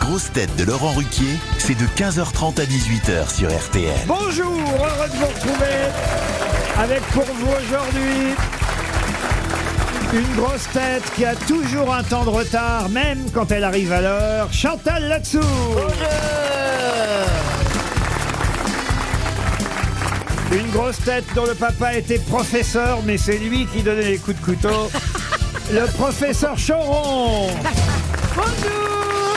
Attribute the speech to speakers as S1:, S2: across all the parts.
S1: grosses têtes de Laurent Ruquier, c'est de 15h30 à 18h sur RTL.
S2: Bonjour, heureux de vous retrouver avec pour vous aujourd'hui une grosse tête qui a toujours un temps de retard, même quand elle arrive à l'heure, Chantal Latsou. Une grosse tête dont le papa était professeur, mais c'est lui qui donnait les coups de couteau. le professeur Choron.
S3: Bonjour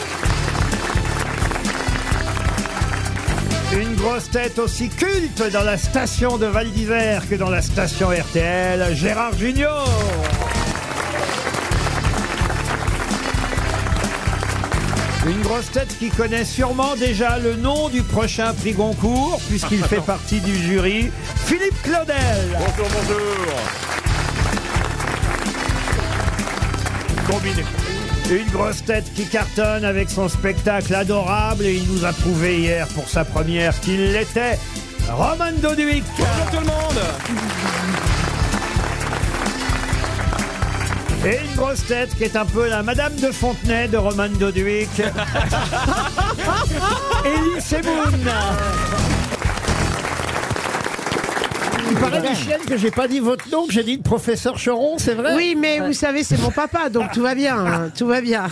S2: Une grosse tête aussi culte dans la station de Val d'Isère que dans la station RTL, Gérard Junior. Une grosse tête qui connaît sûrement déjà le nom du prochain prix Goncourt, puisqu'il fait partie du jury, Philippe Claudel.
S4: Bonjour, bonjour. Combiné.
S2: Une grosse tête qui cartonne avec son spectacle adorable et il nous a prouvé hier pour sa première qu'il l'était. Roman Doduic. Bonjour tout le monde. Et une grosse tête qui est un peu la Madame de Fontenay de Roman Doduic. Elie Semoun.
S5: Il paraît, Michel, que j'ai pas dit votre nom, que j'ai dit le professeur Choron, c'est vrai
S6: Oui, mais vous savez, c'est mon papa, donc tout va bien, hein,
S2: Ah.
S6: tout va bien.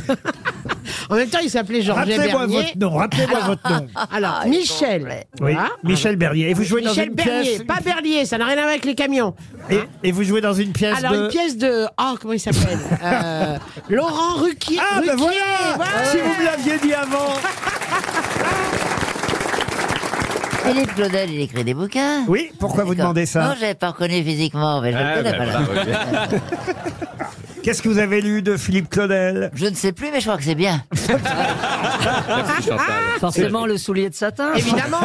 S6: en même temps, il s'appelait Georges Bernier.
S2: Rappelez-moi votre nom, rappelez-moi
S6: Alors-
S2: votre nom.
S6: Alors, Michel.
S2: Oui,
S6: Voilà.
S2: Michel Bernier. Et vous jouez dans
S6: Michel
S2: une
S6: Bernier,
S2: pièce.
S6: pas Berlier, ça n'a rien à voir avec les camions.
S2: Et, et vous jouez dans une pièce
S6: Alors,
S2: de.
S6: une pièce de. Oh, comment il s'appelle Euh, Laurent Ruquier.
S2: Ah, ben
S6: Ruquier,
S2: voilà Si vous me l'aviez dit avant
S7: Philippe Claudel, il écrit des bouquins.
S2: Oui, pourquoi vous demandez ça
S7: Non, je l'avais pas reconnu physiquement, mais je
S2: Ah,
S7: le connais
S2: ben
S7: pas. là.
S2: voilà, Qu'est-ce que vous avez lu de Philippe Claudel
S7: Je ne sais plus, mais je crois que c'est bien.
S8: Ah,
S9: Forcément, le soulier de satin.
S7: Évidemment.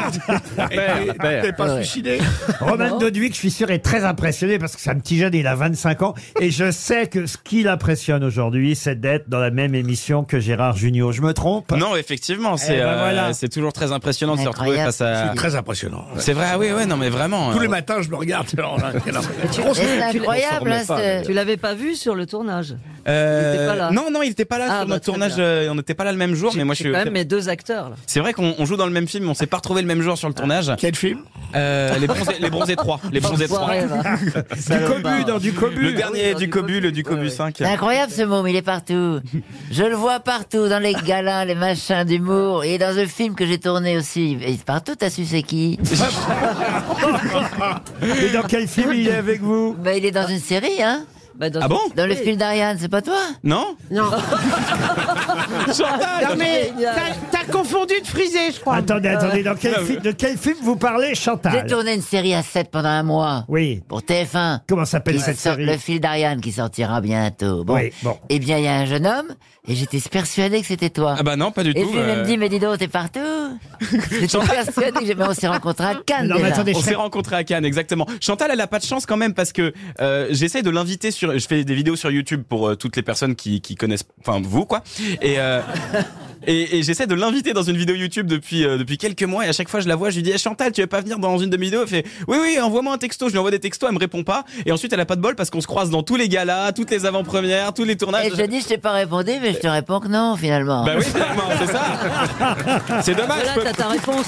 S9: T'es pas Ouais. suicidé
S2: Roman
S9: Non.
S2: Doduic, je suis sûr, est très impressionné parce que c'est un petit jeune, il a 25 ans. Et je sais que ce qui l'impressionne aujourd'hui, c'est d'être dans la même émission que Gérard Junior. Je me trompe
S10: Non, effectivement, c'est
S2: Eh ben
S10: euh,
S2: voilà.
S10: c'est toujours très impressionnant de se retrouver
S2: Incroyable.
S10: face à.
S2: C'est très impressionnant.
S10: C'est vrai, ah oui, ouais, non, mais vraiment.
S4: Tous les
S10: euh,
S4: matins, je me regarde. Alors, là, quelle horreur.
S10: tu- on se- tu- on se
S11: hein,
S10: remet pas, mais-
S9: Tu l'avais pas vu sur le tournage.
S10: euh,
S9: Il était pas là.
S10: Non, non, il n'était pas là
S9: Ah,
S10: sur
S9: bah,
S10: notre
S9: très
S10: tournage.
S9: bien.
S10: euh, on n'était pas là le même jour, mais moi je
S9: C'est
S10: suis.
S9: quand même mes deux acteurs. là.
S10: C'est vrai qu'on on joue dans le même film, mais on s'est pas retrouvé le même jour sur le tournage. Quel film Les bronzés, les bronzés 3. Les bronzés 3.
S7: Enfoiré, va.
S10: cobu,
S2: dans du cobu.
S10: Le dernier du cobu, le du cobu 5.
S7: C'est incroyable ce môme, il est partout. Je le vois partout, dans les galas, les machins d'humour, et dans le film que j'ai tourné aussi. Et partout, t'as su c'est qui
S2: Et dans quel film il est avec vous
S7: bah, Il est dans une série, hein
S10: Ah une- bon
S7: Dans le
S10: Oui.
S7: film d'Ariane, c'est pas toi
S10: Non
S7: Non.
S6: Non, mais t'as- t'as confondu de frisé, je crois.
S2: Attendez, attendez, dans quel
S6: Ah,
S2: film, de quel film vous parlez,
S7: J'ai
S2: Chantal
S7: tourné une série à 7 pendant un mois.
S2: Oui.
S7: Pour TF1.
S2: Comment s'appelle
S7: Qui
S2: cette
S7: sort-
S2: série
S7: Le fil d'Ariane qui sortira bientôt. Bon.
S2: Oui, bon.
S7: Eh bien, il y a un jeune homme, et j'étais persuadé que c'était toi.
S10: Ah bah non, pas du
S7: et
S10: tout,
S7: Et lui, il
S10: euh.
S7: me dit, mais dis donc, t'es partout. J'étais persuadé que j'ai- mais on s'est rencontrés à Cannes. déjà.
S10: on s'est rencontrés à Cannes, exactement. Chantal, elle a pas de chance quand même parce que euh, j'essaie de l'inviter sur. Je fais des vidéos sur YouTube pour euh, toutes les personnes qui, qui connaissent, enfin vous quoi. Et euh, et, et j'essaie de l'inviter dans une vidéo YouTube depuis euh, depuis quelques mois. Et à chaque fois, je la vois, je lui dis Eh, Chantal, tu veux pas venir dans une de mes vidéos Elle fait oui oui, envoie-moi un texto. Je lui envoie des textos, elle me répond pas. Et ensuite, elle a pas de bol parce qu'on se croise dans tous les galas, toutes les avant-premières, tous les tournages.
S7: Et je dis, je t'ai pas répondu, mais je te réponds que non, finalement.
S10: Bah oui, finalement, c'est ça. C'est dommage.
S9: Voilà,
S10: je peux-
S9: t'as ta réponse.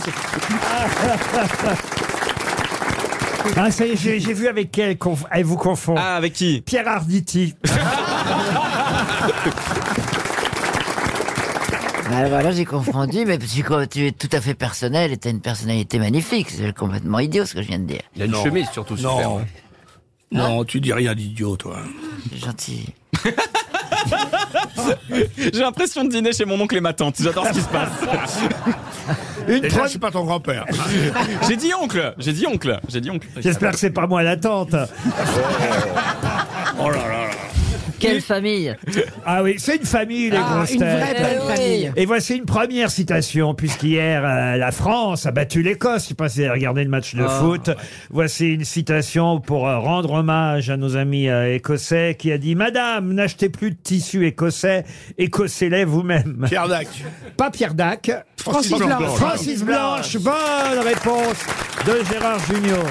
S2: Ah, ça y est, j'ai j'ai vu avec quel conf- elle vous confond.
S10: Ah, avec qui
S2: Pierre Arditi.
S7: Ah, voilà, j'ai confondu, mais parce que quand tu es tout à fait personnel et t'as une personnalité magnifique. C'est complètement idiot ce que je viens de dire.
S4: Il a une Non. chemise, surtout, Non. super, ouais. Non, tu dis rien d'idiot, toi.
S7: Gentil.
S10: J'ai l'impression de dîner chez mon oncle et ma tante. J'adore ce qui se passe.
S4: Une Déjà, je suis pas ton grand-père.
S10: J'ai dit oncle, j'ai dit oncle, j'ai dit oncle.
S2: J'espère que c'est pas moi l'attente.
S10: Oh là là
S9: Quelle famille
S2: Ah oui, c'est une famille, les
S9: Ah,
S2: grosses
S9: une vraie
S2: têtes.
S9: bonne Eh oui. famille.
S2: Et voici une première citation, puisqu'hier, euh, la France a battu l'Écosse. Je sais pas si vous avez regardé le match de
S8: Ah,
S2: foot. Voici une citation pour euh, rendre hommage à nos amis euh, écossais qui a dit Madame, n'achetez plus de tissu écossais, écossez-les vous-même.
S4: Pierre Dac.
S2: Pas Pierre Dac.
S4: Francis Blanche.
S2: Francis Blanche. Bonne réponse de Gérard Junior.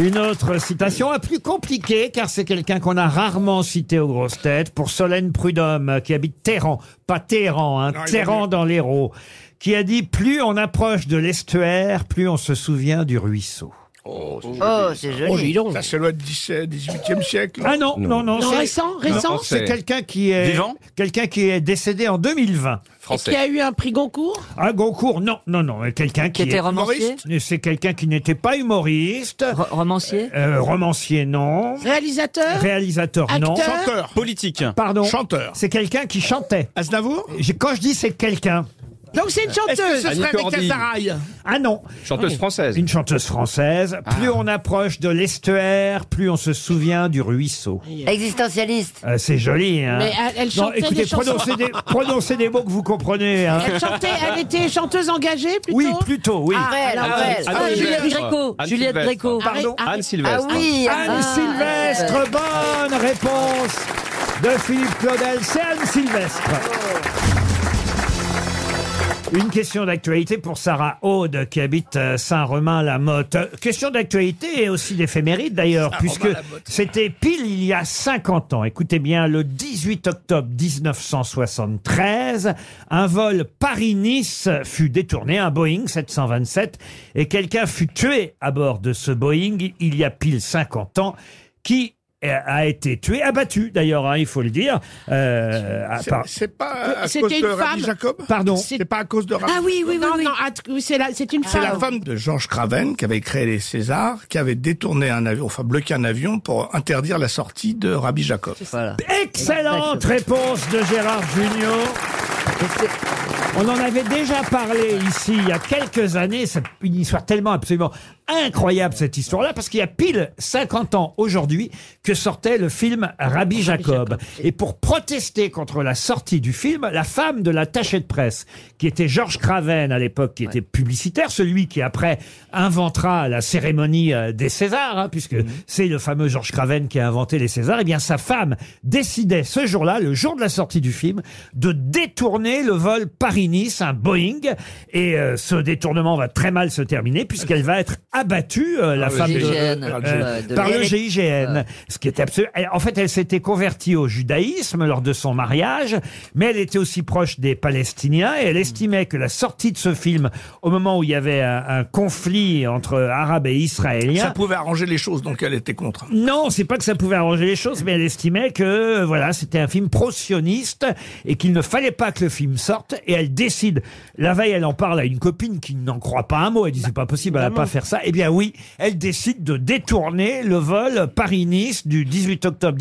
S2: Une autre citation, la plus compliquée, car c'est quelqu'un qu'on a rarement cité aux grosses têtes, pour Solène Prudhomme, euh, qui habite Téhéran, pas Téhéran, hein,
S4: Non, il vaut
S2: Téhéran
S4: mieux.
S2: dans l'Hérault, qui a dit « Plus on approche de l'estuaire, plus on se souvient du ruisseau
S4: Oh, c'est
S7: Oh, c'est joli.
S6: Oh, dis donc.
S4: Ça, c'est loin du 17, 18e siècle. ».
S2: Ah non, non, non,
S6: Non,
S2: c'est-
S6: récent, récent,
S2: non, c'est quelqu'un qui est
S10: Vivant
S2: quelqu'un qui est décédé en 2020.
S6: qui a eu un prix Goncourt.
S2: Un Goncourt, non, non, non, mais quelqu'un
S9: Qui
S2: qui,
S9: était
S2: est-
S9: romancier
S2: c'est quelqu'un qui n'était pas humoriste,
S9: Ro- Romancier
S2: euh, romancier non,
S6: Réalisateur
S2: réalisateur non,
S6: Acteur
S4: Chanteur.
S10: Politique.
S2: pardon,
S4: Chanteur.
S2: c'est quelqu'un qui chantait.
S4: Aznavour
S2: J'ai- Quand je dis c'est quelqu'un,
S6: Donc c'est une
S4: Est-ce que
S6: chanteuse.
S4: ce serait avec Azaraï
S2: ah non,
S8: Chanteuse française.
S2: une chanteuse française.
S4: Ah.
S2: Plus on approche de l'estuaire, plus on se souvient du ruisseau.
S7: Existentialiste.
S2: Euh, c'est joli. Hein.
S6: Mais elle- elle
S2: non,
S6: chantait
S2: écoutez,
S6: des chansons.
S2: prononcez des, prononcez des mots que vous comprenez. hein.
S6: Elle chantait, elle était chanteuse engagée plutôt.
S2: Oui, plutôt, oui.
S7: Brel,
S6: alors,
S7: Brel.
S8: Anne
S9: Ah, Juliette
S8: Sylvestre.
S9: Gréco.
S8: Anne
S9: Juliette
S8: Sylvestre.
S9: Gréco.
S6: Arrête,
S2: Pardon
S6: arrête.
S8: Anne
S7: Ah
S8: Sylvestre.
S7: oui,
S2: Anne
S7: ah,
S2: Sylvestre, bonne réponse de Philippe Claudel. C'est Anne Sylvestre. Une question d'actualité pour Sarah Aude qui habite euh, Saint-Romain-la-Motte. Euh, Question d'actualité et aussi d'éphéméride d'ailleurs, puisque c'était pile il y a 50 ans. Écoutez bien, le 18 octobre 1973, un vol Paris-Nice fut détourné, un Boeing 727, et quelqu'un fut tué à bord de ce Boeing il y a pile 50 ans. Qui euh, a été tué, abattu d'ailleurs, hein, il faut le dire. euh, à
S4: C'est-
S2: par-
S4: C'est
S2: Euh,
S4: pas à
S6: C'était
S4: cause de
S6: une
S4: Rabbi
S6: femme.
S4: Jacob
S2: Pardon.
S4: C'est pas à cause de Rabbi
S6: Ah oui, oui, oui.
S9: Non,
S6: oui. Ah,
S9: non,
S6: att- oui, c'est la- c'est une
S4: C'est
S6: femme.
S4: la femme de Georges Craven qui avait créé les Césars, qui avait détourné un avion, enfin bloqué un avion pour interdire la sortie de Rabbi Jacob.
S7: Voilà.
S2: Excellente réponse de Gérard Junior. On en avait déjà parlé ici il y a quelques années. C'est une histoire tellement absolument incroyable cette histoire-là parce qu'il y a pile 50 ans aujourd'hui que sortait le film Rabbi Jacob. Et pour protester contre la sortie du film, la femme de l'attaché de presse, qui était Georges Craven à l'époque, qui était publicitaire, celui qui après inventera la cérémonie euh, des Césars, hein,
S9: Mhm.
S2: puisque c'est le fameux Georges Craven qui a inventé les Césars, et bien sa femme décidait ce jour-là, le jour de la sortie du film, de détourner le vol Paris-Nice, un Boeing. Et euh, ce détournement va très mal se terminer, puisqu'elle va être abattue, euh,
S9: Ah
S2: la
S4: le
S2: femme de,
S9: GIGN,
S2: euh,
S9: euh, de-
S2: par le
S9: Eric-
S2: GIGN.
S9: Ouais.
S2: Ce qui était absolu- elle- En fait, elle s'était convertie au judaïsme lors de son mariage, mais elle était aussi proche des Palestiniens et elle estimait que la sortie de ce film, au moment où il y avait un, un conflit entre Arabes et
S4: Ça
S2: Israéliens,
S4: pouvait arranger les choses, donc elle était contre.
S2: non, c'est pas que ça pouvait arranger les choses, mais elle estimait que euh, voilà, c'était un film pro-sioniste et qu'il ne fallait pas que le film sorte. Et elle décide. La veille, elle en parle à une copine qui n'en croit pas un mot. Elle dit c'est pas possible, elle va pas faire ça. Eh bien oui, elle décide de détourner le vol Paris-Nice du 18 octobre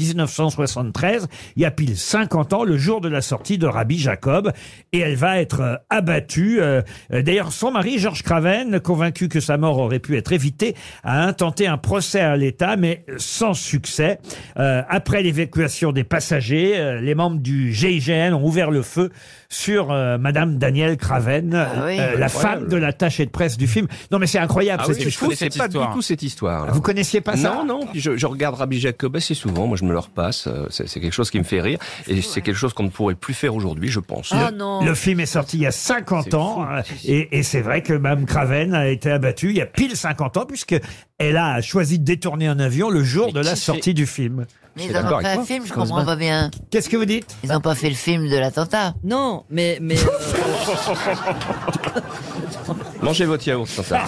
S2: 1973. Il y a pile 50 ans, le jour de la sortie de Rabbi Jacob, et elle va être euh, abattue. Euh, euh, D'ailleurs, son mari Georges Craven, convaincu que sa mort aurait pu être évitée, a intenté un procès à l'État, mais sans succès. Euh, après l'évacuation des passagers, euh, les membres du GIGN ont ouvert le feu sur euh, Madame Danielle Craven,
S7: oui.
S2: euh, la femme de l'attaché de presse du film. Non, mais c'est incroyable.
S8: Ah Ah
S2: c'est
S8: oui,
S2: une
S8: je
S2: fou-
S8: connaissais
S10: cette
S8: pas du
S10: histoire.
S8: tout cette histoire.
S2: Vous connaissiez pas ça
S8: Non, non, puis je, je regarde Rabbi Jacob assez souvent, moi je me le repasse, euh, c'est c'est quelque chose qui me fait rire, et c'est quelque chose qu'on ne pourrait plus faire aujourd'hui, je pense.
S9: Ah non.
S2: Le film est sorti il y a 50 ans euh, et, et c'est vrai que Mme Craven a été abattue il y a pile 50 ans puisque elle a choisi de détourner un avion le jour
S8: Mais
S2: de la
S8: qui
S2: sortie du film.
S7: Mais
S8: Je suis
S7: ils
S8: d'accord
S7: ont fait
S8: avec
S7: un
S8: toi.
S7: film, je
S8: Comment se
S7: comprends pas bien.
S2: Qu'est-ce que vous dites
S7: Ils ont pas fait le film de l'attentat.
S9: Non, mais. mais euh,
S8: Mangez votre yaourt, sans ça.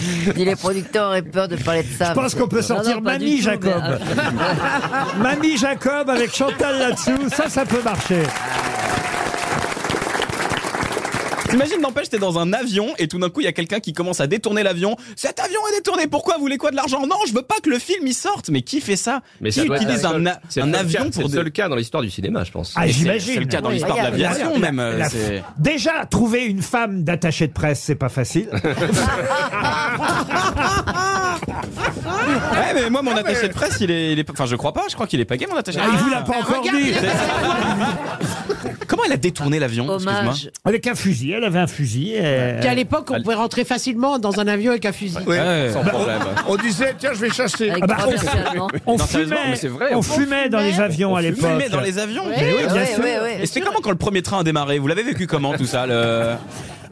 S7: Si les producteurs auraient peur de parler de ça.
S2: Je pense qu'on peut
S9: non,
S2: sortir
S9: non, pas du
S2: Mamie
S9: tout,
S2: Jacob.
S9: mais, euh,
S2: Mamie Jacob avec Chantal là-dessous, ça, ça peut marcher.
S10: T'imagines, n'empêche, t'es dans un avion et tout d'un coup, il y a quelqu'un qui commence à détourner l'avion. Cet avion est détourné, pourquoi Vous voulez quoi de l'argent Non, je veux pas que le film y sorte. Mais qui fait ça
S8: Mais
S10: Qui
S8: ça doit être
S10: utilise
S8: la
S10: un,
S8: seule-
S10: a-
S8: c'est le
S10: un
S8: seul
S10: avion
S8: cas-
S10: pour
S8: C'est
S10: des-
S8: le seul cas dans l'histoire du cinéma, je pense.
S2: Ah, j'imagine.
S10: C'est le cas dans
S7: Oui,
S10: l'histoire de
S7: regarde,
S10: l'aviation, même. euh,
S2: La-
S10: c'est-
S2: Déjà, trouver une femme d'attachée de presse, c'est pas facile.
S10: Ouais, mais moi, mon attaché de presse, il est, il est- Enfin, je crois pas, je crois qu'il est pas gay, mon attaché Ah. de
S12: Ah,
S2: Il
S10: presse.
S2: vous l'a pas encore dit.
S10: Comment elle a détourné l'avion Excuse-moi.
S9: hommage.
S2: Avec un fusil, elle avait un fusil. et-
S6: Qu'à l'époque, on pouvait rentrer facilement dans un avion avec un fusil.
S4: Oui.
S10: Euh, Ouais, sans problème.
S4: On disait, tiens, je vais chasser.
S9: Avec
S2: Ah bah,
S9: trois
S2: on-
S9: versions allemandes.
S2: On
S8: Non, sérieusement,
S2: fumait,
S8: mais c'est vrai,
S2: on
S8: on-
S2: fumait dans les avions à
S10: On fumait
S2: l'époque.
S10: dans les avions.
S2: Mais oui,
S7: Ouais,
S2: bien
S7: ouais,
S2: sûr.
S7: ouais, ouais.
S10: Et c'était comment quand le premier train a démarré Vous l'avez vécu comment tout ça le...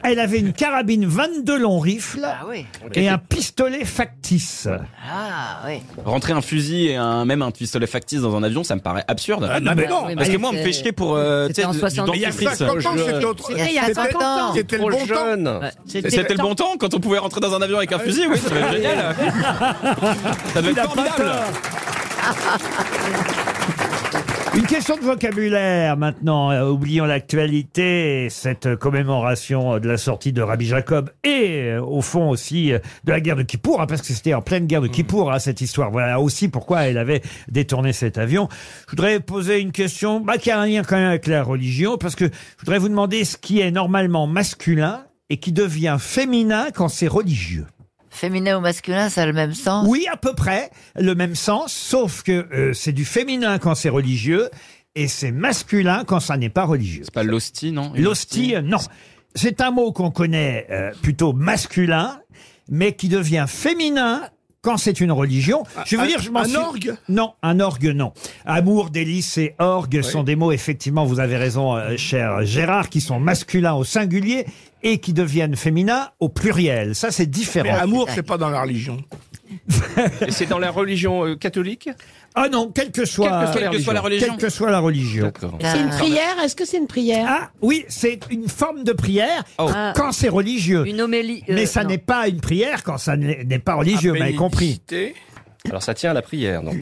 S2: Elle avait une carabine 22 longs rifles
S7: Ah oui.
S2: et un pistolet factice.
S7: Ah oui.
S10: Rentrer un fusil et un, même un pistolet factice dans un avion, ça me paraît absurde.
S4: Ah, non, mais non.
S10: Parce que
S4: Oui,
S10: moi, on me
S4: mais
S10: fait
S4: c'est-
S10: chier pour. euh,
S4: C'était
S10: tu sais,
S4: en
S10: du
S4: 60. Il y a
S10: dentifrice.
S4: 50 ans, c'était autre-
S10: C'était-
S4: Il y a 50 ans.
S10: C'était le bon
S4: Trop jeune.
S10: temps.
S4: Ouais.
S10: C'était C'était le bon temps quand on pouvait rentrer dans un avion avec un fusil, oui, ça devait être génial. Ça devait
S2: Il a pas
S10: être formidable.
S2: tort. Une question de vocabulaire maintenant, Euh, oublions l'actualité, cette commémoration euh, de la sortie de Rabbi Jacob et euh, au fond aussi euh, de la guerre de Kippour, hein, parce que c'était en pleine guerre de Kippour hein, cette histoire. Voilà aussi pourquoi elle avait détourné cet avion. Je voudrais poser une question bah, qui a un lien quand même avec la religion, parce que je voudrais vous demander ce qui est normalement masculin et qui devient féminin quand c'est religieux.
S7: Féminin ou masculin, ça a le même sens
S2: Oui, à peu près le même sens, sauf que euh, c'est du féminin quand c'est religieux et c'est masculin quand ça n'est pas religieux.
S10: C'est pas l'hostie, non
S2: L'hostie, euh, non. C'est un mot qu'on connaît euh, plutôt masculin, mais qui devient féminin quand c'est une religion. Je veux
S4: Ah, Un-
S2: dire, je m'en
S4: un
S2: suis-
S4: orgue
S2: Non, un orgue, non. Amour, délice et orgue sont des mots, effectivement, vous avez raison, euh, cher Gérard, qui sont masculins au singulier et qui deviennent féminins au pluriel. Ça, c'est différent.
S4: Mais amour, c'est pas dans la religion.
S8: Et c'est dans la religion euh, catholique
S2: Ah non, quelle que soit,
S8: Quelle que soit la religion.
S2: Quelle que soit la religion.
S6: C'est une prière Est-ce que c'est une prière
S2: Ah oui, c'est une forme de prière
S6: ah,
S10: Oh.
S6: oh.
S2: quand c'est religieux.
S9: Une homélie. euh,
S2: Mais ça
S9: non.
S2: n'est pas une prière quand ça n'est n'est pas religieux, vous m'avez compris.
S4: Apénicité.
S8: Alors ça tient à la prière, donc.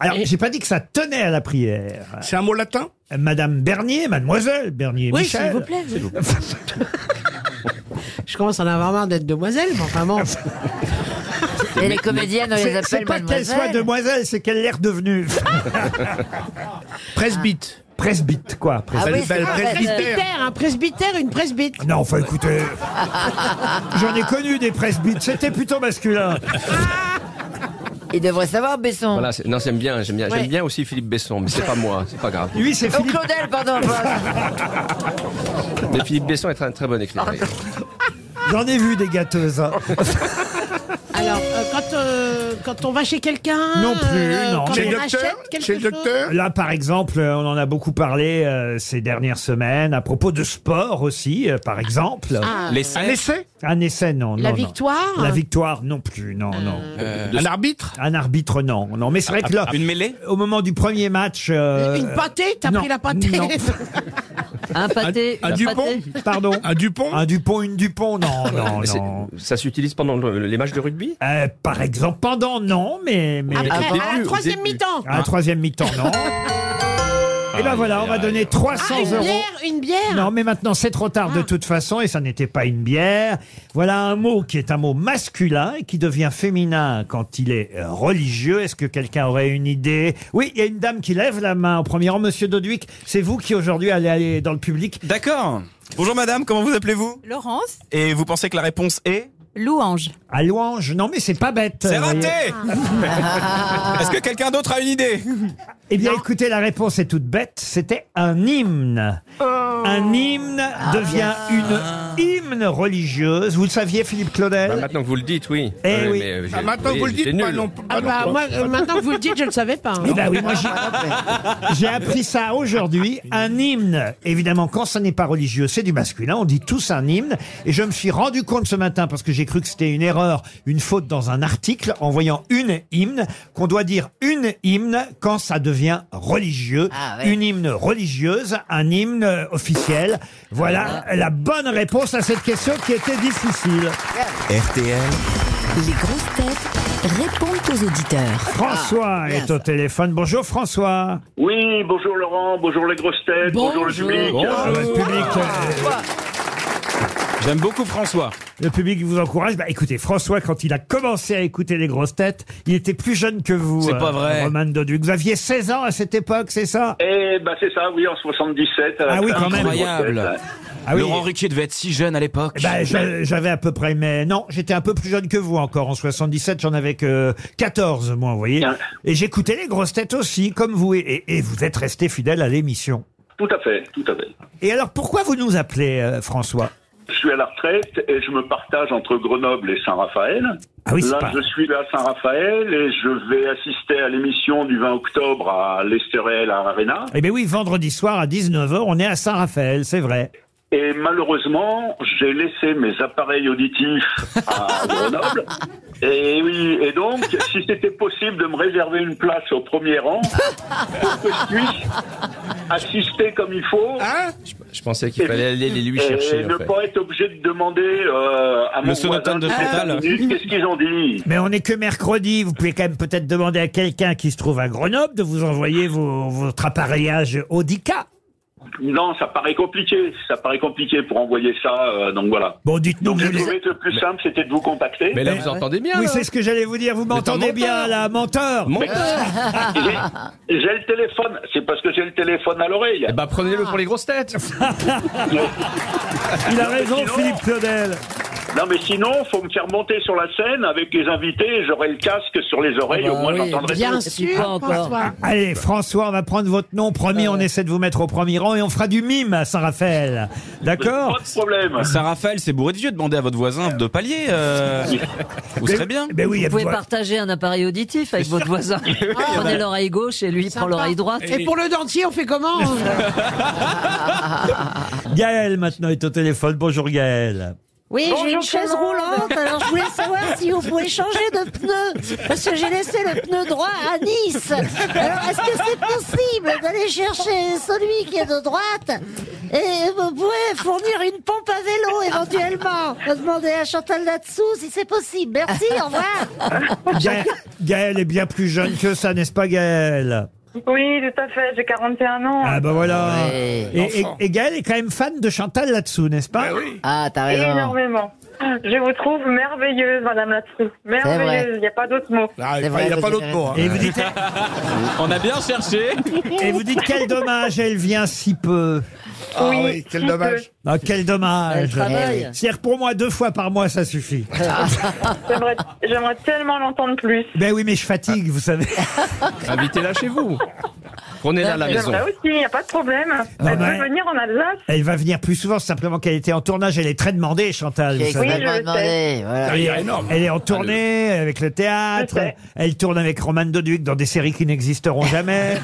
S2: Alors, j'ai pas dit que ça tenait à la prière.
S4: C'est un mot latin
S2: Madame Bernier, mademoiselle Bernier,
S6: Oui,
S2: Michel.
S6: s'il vous plaît. oui. Je commence à en avoir marre d'être demoiselle, mais enfin bon.
S7: Et les comédiennes, on les
S2: C'est-
S7: appelle
S2: C'est pas qu'elle
S7: mademoiselle.
S2: soit demoiselle, c'est qu'elle l'est redevenue.
S4: Presbyte.
S2: Presbyte, quoi.
S7: Ah
S2: presbyte.
S7: oui, c'est
S4: Belle-
S7: pas
S4: belle-
S7: vrai.
S6: Presbytère, un presbytère, une presbyte.
S2: Non, enfin, écoutez. J'en ai connu des presbytes, c'était plutôt masculin.
S7: Il devrait savoir, Besson.
S8: Voilà, c'est- non, j'aime bien, j'aime bien,
S7: Ouais.
S8: j'aime bien aussi Philippe Besson, mais c'est pas moi, c'est pas grave.
S2: Lui, c'est
S7: Oh,
S2: Philippe.
S7: Claudel, pardon. pardon.
S8: Mais Philippe Besson est un très bon écrivain.
S2: J'en ai vu Ah, des gâteuses.
S6: Euh,
S2: hein.
S6: Alors, euh, quand, euh, quand on va chez quelqu'un. euh,
S2: Non plus, non.
S6: quand
S2: Chez
S4: le
S6: on
S4: docteur
S6: achète quelque
S4: Chez le
S6: chose,
S4: docteur
S2: Là, par exemple, euh, on en a beaucoup parlé euh, ces dernières semaines à propos de sport aussi, euh, par exemple.
S6: Ah,
S10: L'essai.
S4: Un essai
S2: Un essai, non.
S6: La
S2: non, non.
S6: victoire
S2: La victoire, non plus, non, non.
S8: Euh,
S2: Euh,
S4: Un arbitre
S2: Un arbitre, non, non. Mais c'est vrai que là,
S10: Une mêlée
S2: au moment du premier match, euh,
S6: Une pâtée T'as
S2: non,
S6: pris la pâtée
S2: non.
S9: Un pâté.
S4: Un
S9: une
S4: Dupont
S9: pâtée.
S2: pardon,
S4: Un Dupont
S2: un Dupont, une Dupont, non, non,
S8: Mais c'est-
S2: non.
S8: Ça s'utilise pendant le- les matchs de rugby
S2: Euh, par exemple, pendant, non, mais, mais
S6: Après,
S8: Au début,
S6: à la
S8: au
S6: troisième
S8: début. Ah.
S6: mi-temps.
S2: à la troisième mi-temps, non. Et ben voilà, on va donner 300
S6: Ah, une
S2: euros.
S6: bière, une bière. Ah.
S2: Non, mais maintenant, c'est trop tard de toute façon, et ça n'était pas une bière. Voilà un mot qui est un mot masculin et qui devient féminin quand il est euh, religieux. Est-ce que quelqu'un aurait une idée Oui, il y a une dame qui lève la main en premier rang. Monsieur Doduic, c'est vous qui aujourd'hui allez aller dans le public.
S10: D'accord. Bonjour madame, comment vous appelez-vous
S11: Laurence,
S10: Et vous pensez que la réponse est
S11: louange.
S2: À louange, non mais c'est pas bête.
S10: C'est
S2: euh, voyez.
S10: raté
S4: Ah.
S10: Est-ce que quelqu'un d'autre a une idée
S2: Eh bien, écoutez, la réponse est toute bête. C'était un hymne. Un hymne
S7: Ah,
S4: Ah.
S2: devient une hymne religieuse. Vous le saviez, Philippe Claudel
S8: Bah, Maintenant que vous le dites, oui.
S2: Eh
S8: Ouais,
S2: oui.
S8: euh, j'ai-
S4: Ah, Maintenant,
S8: oui,
S4: vous le dites
S8: j'étais
S4: pas
S8: nul.
S4: non plus.
S6: Ah bah, moi, euh, maintenant que vous le dites, je ne le savais pas. hein.
S2: Eh ben oui, moi j'ai- j'ai appris ça aujourd'hui. Un hymne, évidemment, quand ça n'est pas religieux, c'est du masculin. On dit tous un hymne. Et je me suis rendu compte ce matin, parce que j'ai cru que c'était une erreur, une faute dans un article, en voyant une hymne, qu'on doit dire une hymne quand ça devient religieux.
S7: Ah ouais.
S2: Une hymne religieuse, un hymne euh, officiel. Voilà
S7: Ah.
S2: la bonne réponse à cette question qui était difficile.
S1: RTL,
S13: Les grosses têtes répondent aux auditeurs.
S2: François
S7: Ah, bien
S2: est au
S7: ça.
S2: téléphone. Bonjour François.
S14: Oui, bonjour Laurent, bonjour les grosses têtes, bonjour,
S6: Bonjour.
S14: le public. ah,
S2: Ah, le public, euh,
S10: J'aime beaucoup François.
S2: Le public vous encourage. Bah, écoutez, François, quand il a commencé à écouter les grosses têtes, il était plus jeune que vous.
S10: C'est pas vrai.
S2: Roman Doduc. Vous aviez 16 ans à cette époque, c'est ça
S14: Eh ben c'est ça, oui, en euh, 77. à la
S2: Ah oui,
S14: fin
S2: quand
S14: des
S2: même.
S14: grosses têtes.
S10: Incroyable.
S2: Ah oui.
S10: Laurent Ruquier devait être si jeune à l'époque.
S2: Eh ben, je- j'avais à peu près, mais non, j'étais un peu plus jeune que vous encore. En 77, j'en avais que 14, moi, vous voyez.
S14: Bien.
S2: Et j'écoutais les grosses têtes aussi, comme vous. Et, et- et vous êtes resté fidèle à l'émission.
S14: Tout à fait, tout à fait.
S2: Et alors, pourquoi vous nous appelez, euh, François
S14: Je suis à la retraite et je me partage entre Grenoble et Saint-Raphaël.
S2: Ah oui, c'est
S14: là,
S2: pas-
S14: je suis là à Saint-Raphaël et je vais assister à l'émission du 20 octobre à l'Estérel à Arena.
S2: ben Eh bien oui, vendredi soir à 19h, on est à Saint-Raphaël, c'est vrai.
S14: Et malheureusement, j'ai laissé mes appareils auditifs à Grenoble. Et oui, et donc, si c'était possible de me réserver une place au premier rang, pour que je puisse assister comme il faut.
S2: Hein
S8: Je pensais qu'il fallait aller les lui chercher.
S14: Et ne pas être obligé de demander euh, à
S8: Le
S14: mon
S8: sonotone de
S14: voisin cinq
S8: Chantal.
S14: minutes, Qu'est-ce qu'ils ont dit
S2: Mais on n'est que mercredi, vous pouvez quand même peut-être demander à quelqu'un qui se trouve à Grenoble de vous envoyer vos- votre appareillage Audica.
S14: Non, ça paraît compliqué. Ça paraît compliqué pour envoyer ça. euh, donc voilà.
S2: Bon, dites-nous.
S14: Donc,
S2: que
S14: j'ai
S2: vous-
S14: trouvé que le plus simple, c'était de vous contacter.
S8: Mais là, vous entendez bien. hein.
S2: Oui,
S8: là.
S2: c'est ce que j'allais vous dire. Vous
S8: Mais t'es un
S2: m'entendez bien,
S8: menteur.
S2: là, menteur. Ah,
S14: J'ai j'ai le téléphone. C'est parce que j'ai le téléphone à l'oreille.
S8: bah, prenez-le pour les grosses têtes.
S2: Il Ah. a raison, Philippe Claudel.
S14: Non, mais sinon, faut me faire monter sur la scène avec les invités. J'aurai le casque sur les oreilles.
S2: Ah bah
S14: au moins,
S2: oui,
S14: j'entendrai
S2: bien
S14: tout.
S2: sûr, Pas encore. François. Allez, François, on va prendre votre nom. Promis, on essaie de vous mettre au premier rang et on fera du mime à Saint-Raphaël. D'accord
S14: Pas de problème.
S10: Saint-Raphaël, c'est bourré de vieux. Demandez à votre voisin de palier. euh,
S6: Ah,
S10: vous serez bien.
S2: Ben oui,
S9: vous pouvez partager un appareil auditif avec votre voisin. Prenez l'oreille gauche et lui prend l'oreille droite.
S6: Ah, bah. Et pour le dentier, on fait comment
S2: Gaël, maintenant, est au téléphone. Bonjour, Gaël.
S11: Oui, j'ai une chaise roulante, alors je voulais savoir si vous pouvez changer de pneu, parce que j'ai laissé le pneu droit à Nice. Alors, est-ce que c'est possible d'aller chercher celui qui est de droite et vous pouvez fournir une pompe à vélo éventuellement Je vais demander à Chantal là-dessous si c'est possible. Merci, au revoir.
S2: Gaël, Gaël est bien plus jeune que ça, n'est-ce pas, Gaël
S15: Oui, tout à fait, j'ai 41 ans.
S2: Ah ben voilà.
S15: Ouais.
S2: et, et- et Gaël est quand même fan de Chantal là-dessous, n'est-ce
S10: Bah
S2: pas
S7: Ah, t'as
S15: Énormément. Je vous trouve merveilleuse, Madame Latsou.
S2: vrai.
S15: Merveilleuse, il n'y a pas d'autre mot.
S10: hein.
S2: Et vous dites,
S10: On a bien cherché.
S2: et vous dites quel dommage, elle vient si peu.
S10: Ah Oui, oui, quel si dommage. peu.
S2: Ah, quel
S10: Elle
S2: dommage. Eh
S10: travaille.
S2: C'est-à-dire pour moi, deux fois par mois, ça suffit.
S15: J'aimerais- J'aimerais tellement l'entendre plus.
S2: ben oui, mais je fatigue, vous savez.
S8: Invitez-la chez vous. Prenez-la à la maison.
S15: J'aimerais aussi, il n'y a pas de problème.
S2: Non,
S15: Elle
S2: mais-
S15: peut venir en Alsace.
S2: Elle va venir plus souvent, c'est simplement qu'elle était en tournage, elle est très demandée, Chantal.
S15: Oui,
S2: vous
S15: je
S2: savez.
S15: le sais. demandée,
S7: voilà.
S2: Elle,
S7: Elle est énorme.
S2: elle est en tournée avec le théâtre,
S15: Je sais.
S2: elle tourne avec Roman Doduc dans des séries qui n'existeront jamais.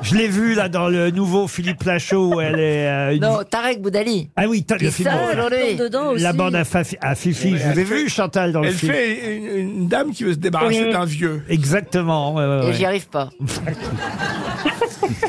S2: Je l'ai vue là dans le nouveau Philippe Lachaud, où elle est. euh, une-
S7: Non, Tarek Boudali.
S2: Ah oui,
S7: Qui
S2: le film.
S7: sort aujourd'hui. dedans
S2: La
S7: aussi.
S2: bande à, Fafi- à Fifi,
S4: Ouais,
S2: je vous ai
S4: elle
S2: vu
S4: fait-
S2: Chantal dans le
S4: Elle
S2: film.
S4: fait une, une dame qui veut se débarrasser
S2: Oui.
S4: d'un vieux.
S2: Exactement. ouais, ouais,
S7: Et
S2: ouais.
S7: j'y arrive pas.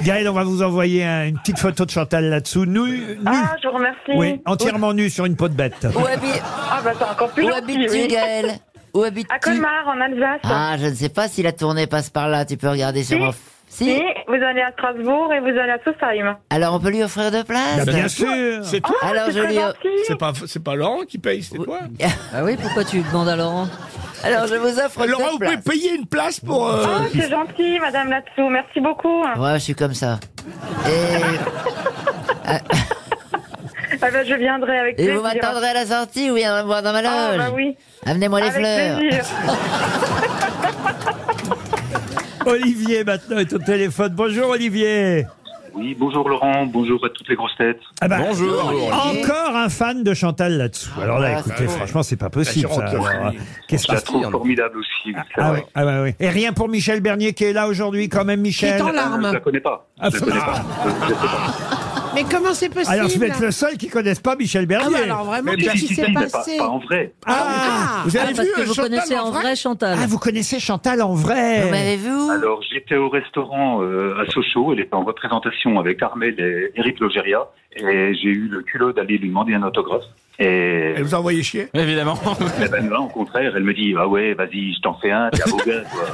S2: Gaël, on va vous envoyer un- une petite photo de Chantal là-dessous, nue, nue.
S15: Ah, je vous remercie.
S2: oui, entièrement nue sur une peau de bête.
S7: Où, habi-
S15: Ah, bah, c'est encore plus
S7: Où
S15: gentil,
S7: habites-tu,
S15: oui.
S7: Gaël Où habites-tu
S15: À Colmar, en Alsace.
S7: Ah, je ne sais pas si la tournée passe par là. Tu peux regarder sur mon...
S15: Si, vous allez à Strasbourg et vous allez à Sausheim.
S7: Alors, on peut lui offrir deux
S2: Ah,
S7: places
S4: Bah, bien sûr. C'est toi.
S7: Ah, Alors,
S4: c'est
S7: je
S4: très
S7: lui...
S4: gentil. C'est pas, c'est pas Laurent qui paye, c'est toi.
S9: Ah oui, pourquoi tu demandes à Laurent
S7: Alors, je vous offre
S4: Laurent,
S7: deux
S4: vous pouvez
S7: places.
S4: payer une place pour. euh,
S15: Ah, c'est gentil, Madame Latsou. Merci beaucoup.
S7: Ouais, je suis comme ça. Et...
S15: Ah, bah, je viendrai avec
S7: Et
S15: plaisir.
S7: vous m'attendrez à la sortie ou viendrez me voir dans ma loge
S15: Ah, bah oui.
S7: Amenez-moi les
S15: Avec
S7: fleurs.
S15: plaisir.
S2: Olivier maintenant est au téléphone. Bonjour Olivier.
S16: Oui, bonjour Laurent, bonjour à toutes les grosses têtes.
S2: Ah bah,
S16: bonjour. Ah bah,
S2: Encore un fan de Chantal là-dessous. Alors
S4: Ah,
S2: là, écoutez, franchement, c'est pas possible. ça. Alors, hein. Qu'est-ce
S16: Je la
S2: que
S16: trouve formidable aussi. c'est
S2: ah
S16: vrai.
S2: ouais, ah ouais, ouais. Et rien pour Michel Bernier qui est là aujourd'hui quand même, Michel.
S16: Je la connais pas. Je la
S2: Ah,
S16: connais pas. Je la sais pas.
S6: Mais comment c'est possible
S2: Alors, je vais être le seul qui connaisse pas Michel Bernier.
S6: Ah bah alors, vraiment,
S16: Mais
S6: qu'est-ce
S16: si,
S6: qui
S16: si,
S6: s'est
S16: si, mais
S6: passé
S16: pas, pas en vrai.
S2: Ah, vous avez
S9: parce
S2: vu
S9: que
S2: euh,
S9: vous
S2: Chantal
S9: connaissez en vrai Chantal.
S2: Ah, vous connaissez Chantal en vrai.
S9: Vous
S7: m'avez
S2: ah.
S16: Alors j'étais au restaurant euh, à Sochaux, elle était en représentation avec Armel et Eric Logeria, et j'ai eu le culot d'aller lui demander un autographe. Et
S4: Elle vous a envoyé chier
S10: Évidemment.
S16: Eh ben, non, au contraire, elle me dit ah ouais vas-y je t'en fais un, t'es un beau gars. toi.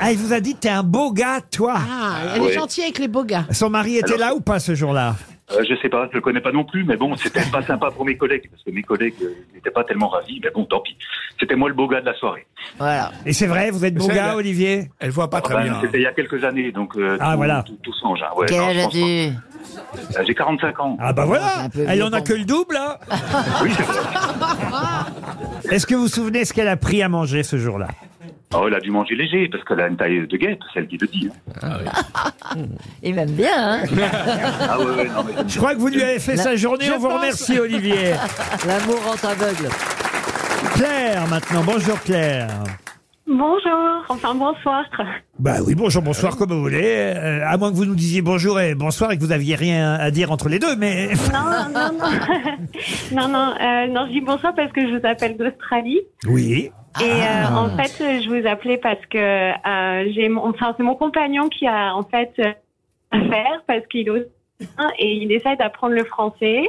S2: Ah, il vous a dit t'es un beau gars, toi.
S6: Ah, Elle est
S16: Ouais.
S6: gentille avec les beaux gars.
S2: Son mari était là ou pas ce jour-là
S16: Euh, je sais pas, je le connais pas non plus, mais bon c'était pas sympa pour mes collègues parce que mes collègues euh, n'étaient pas tellement ravis, mais bon tant pis. C'était moi le beau gars de la soirée.
S7: Voilà.
S2: Et c'est vrai, vous êtes beau
S16: C'est
S2: gars,
S16: vrai.
S2: Olivier Elle voit pas
S16: Ah ben, C'était il y a quelques années, donc euh,
S2: Ah,
S16: tout,
S2: voilà.
S16: tout, tout change. hein. Ouais,
S7: Quel
S16: non,
S7: âge
S16: je pense
S7: as-tu
S16: pas. Euh, J'ai 45 ans.
S2: Ah bah voilà, elle en a que le double. hein. Est-ce que vous vous souvenez ce qu'elle a pris à manger ce jour-là
S16: Oh, elle a dû manger léger, parce qu'elle a une taille de guêpe, celle qui le dit. hein.
S7: Ah. Il m'aime bien, hein
S16: Ah ouais, ouais, non, mais
S2: Je crois que vous lui avez fait
S9: La-
S2: sa journée.
S9: Je
S2: on vous
S9: pense.
S2: remercie, Olivier.
S9: L'amour rend aveugle.
S2: Claire, maintenant. Bonjour, Claire.
S15: Bonjour, enfin bonsoir.
S2: Bah oui, bonjour, bonsoir, comme vous voulez. Euh, à moins que vous nous disiez bonjour et bonsoir et que vous n'aviez rien à dire entre les deux, mais...
S15: Non, non, non, non. non, non, euh, non, je dis bonsoir parce que je vous appelle d'Australie.
S2: Oui.
S15: Et euh,
S2: Ah.
S15: en fait, euh, je vous appelais parce que euh, j'ai, mon- enfin, c'est mon compagnon qui a en fait euh, affaire parce qu'il ose et il essaie d'apprendre le français.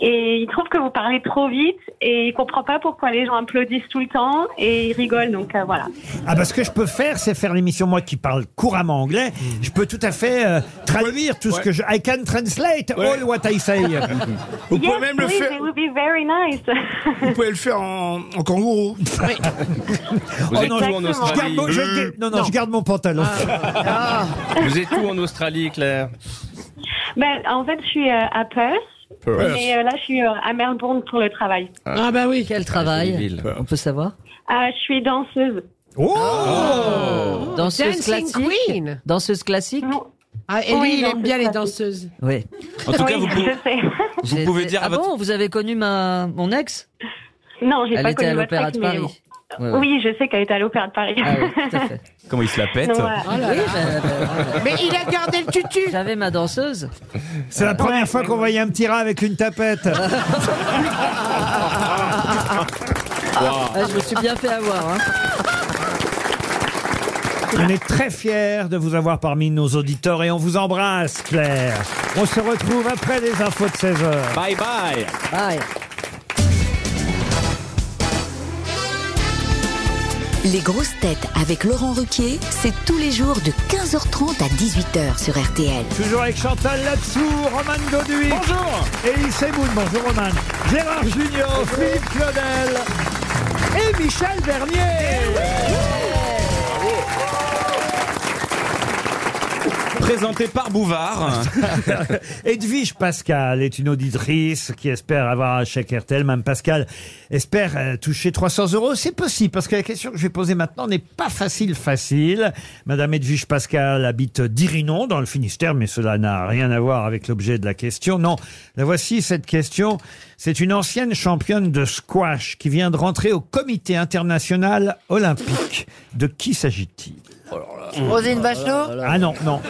S15: Et il trouve que vous parlez trop vite et il comprend pas pourquoi les gens applaudissent tout le temps et il rigole. Donc euh, voilà.
S2: Ah bah ce que je peux faire, c'est faire l'émission, moi qui parle couramment anglais,
S4: Mhm.
S2: je peux tout à fait euh, traduire tout ce que je... I can translate all what I say.
S4: Vous pouvez même le
S15: please,
S4: faire-
S15: It would be very nice.
S4: Vous pouvez le faire en, en kangourou.
S8: Vous êtes où en
S2: Oh je garde,
S8: Australie Ah.
S2: mon, je- non, non, je garde mon pantalon.
S4: Ah.
S8: Vous êtes où en Australie, Claire
S15: ben, en fait, je suis euh, à Perth.
S8: Perth.
S15: Mais euh, là, je suis euh, à Melbourne pour le travail.
S9: Ah bah oui. Quel travail On peut savoir
S15: Ah, je suis danseuse.
S2: Oh,
S9: Oh Danseuse
S6: Dancing
S9: classique.
S6: Queen.
S9: Danseuse classique.
S6: Ah, et lui,
S9: Oui,
S6: il
S9: non,
S6: aime
S9: c'est
S6: bien les
S9: ça.
S6: danseuses.
S9: Oui.
S10: En tout cas, vous pouvez-
S9: J'ai
S10: vous pouvez
S9: été-
S10: dire à
S9: Ah
S10: votre-
S9: bon, vous avez connu ma mon ex
S15: Non, j'ai
S9: Elle
S15: pas
S9: était
S15: connu
S9: à
S15: votre
S9: l'Opéra
S15: ex,
S9: de
S15: mais
S9: Paris.
S15: bon.
S9: Ouais, Ah ouais.
S15: Oui, je sais qu'elle était à l'Opéra de Paris.
S10: Comment il se la pète
S15: Non, voilà.
S9: Oui, bah, bah, voilà.
S6: Mais il a gardé le tutu.
S9: J'avais ma danseuse.
S2: C'est la première fois qu'on voyait un petit rat avec une tapette.
S9: Ah, je me suis bien fait avoir. hein.
S2: On est très fiers de vous avoir parmi nos auditeurs et on vous embrasse, Claire. On se retrouve après les infos de 16 heures.
S10: Bye bye.
S9: Bye.
S13: Les grosses têtes avec Laurent Ruquier, c'est tous les jours de 15h30 à 18h sur RTL.
S2: Toujours avec Chantal Latsou, Roman Goduy. Bonjour. Élise Semoun, bonjour Roman. Gérard Junior, Philippe Claudel. Et Michel Bernier.
S10: Présenté par Bouvard.
S2: Edwige Pascal est une auditrice qui espère avoir un chèque RTL. Même Pascal espère euh, toucher 300 euros. C'est possible parce que la question que je vais poser maintenant n'est pas facile, facile. Madame Edwige Pascal habite d'Irinon dans le Finistère, mais cela n'a rien à voir avec l'objet de la question. Non, la voici cette question. C'est une ancienne championne de squash qui vient de rentrer au comité international olympique. De qui s'agit-il
S7: Rosine Bachelot
S2: Ah non, non.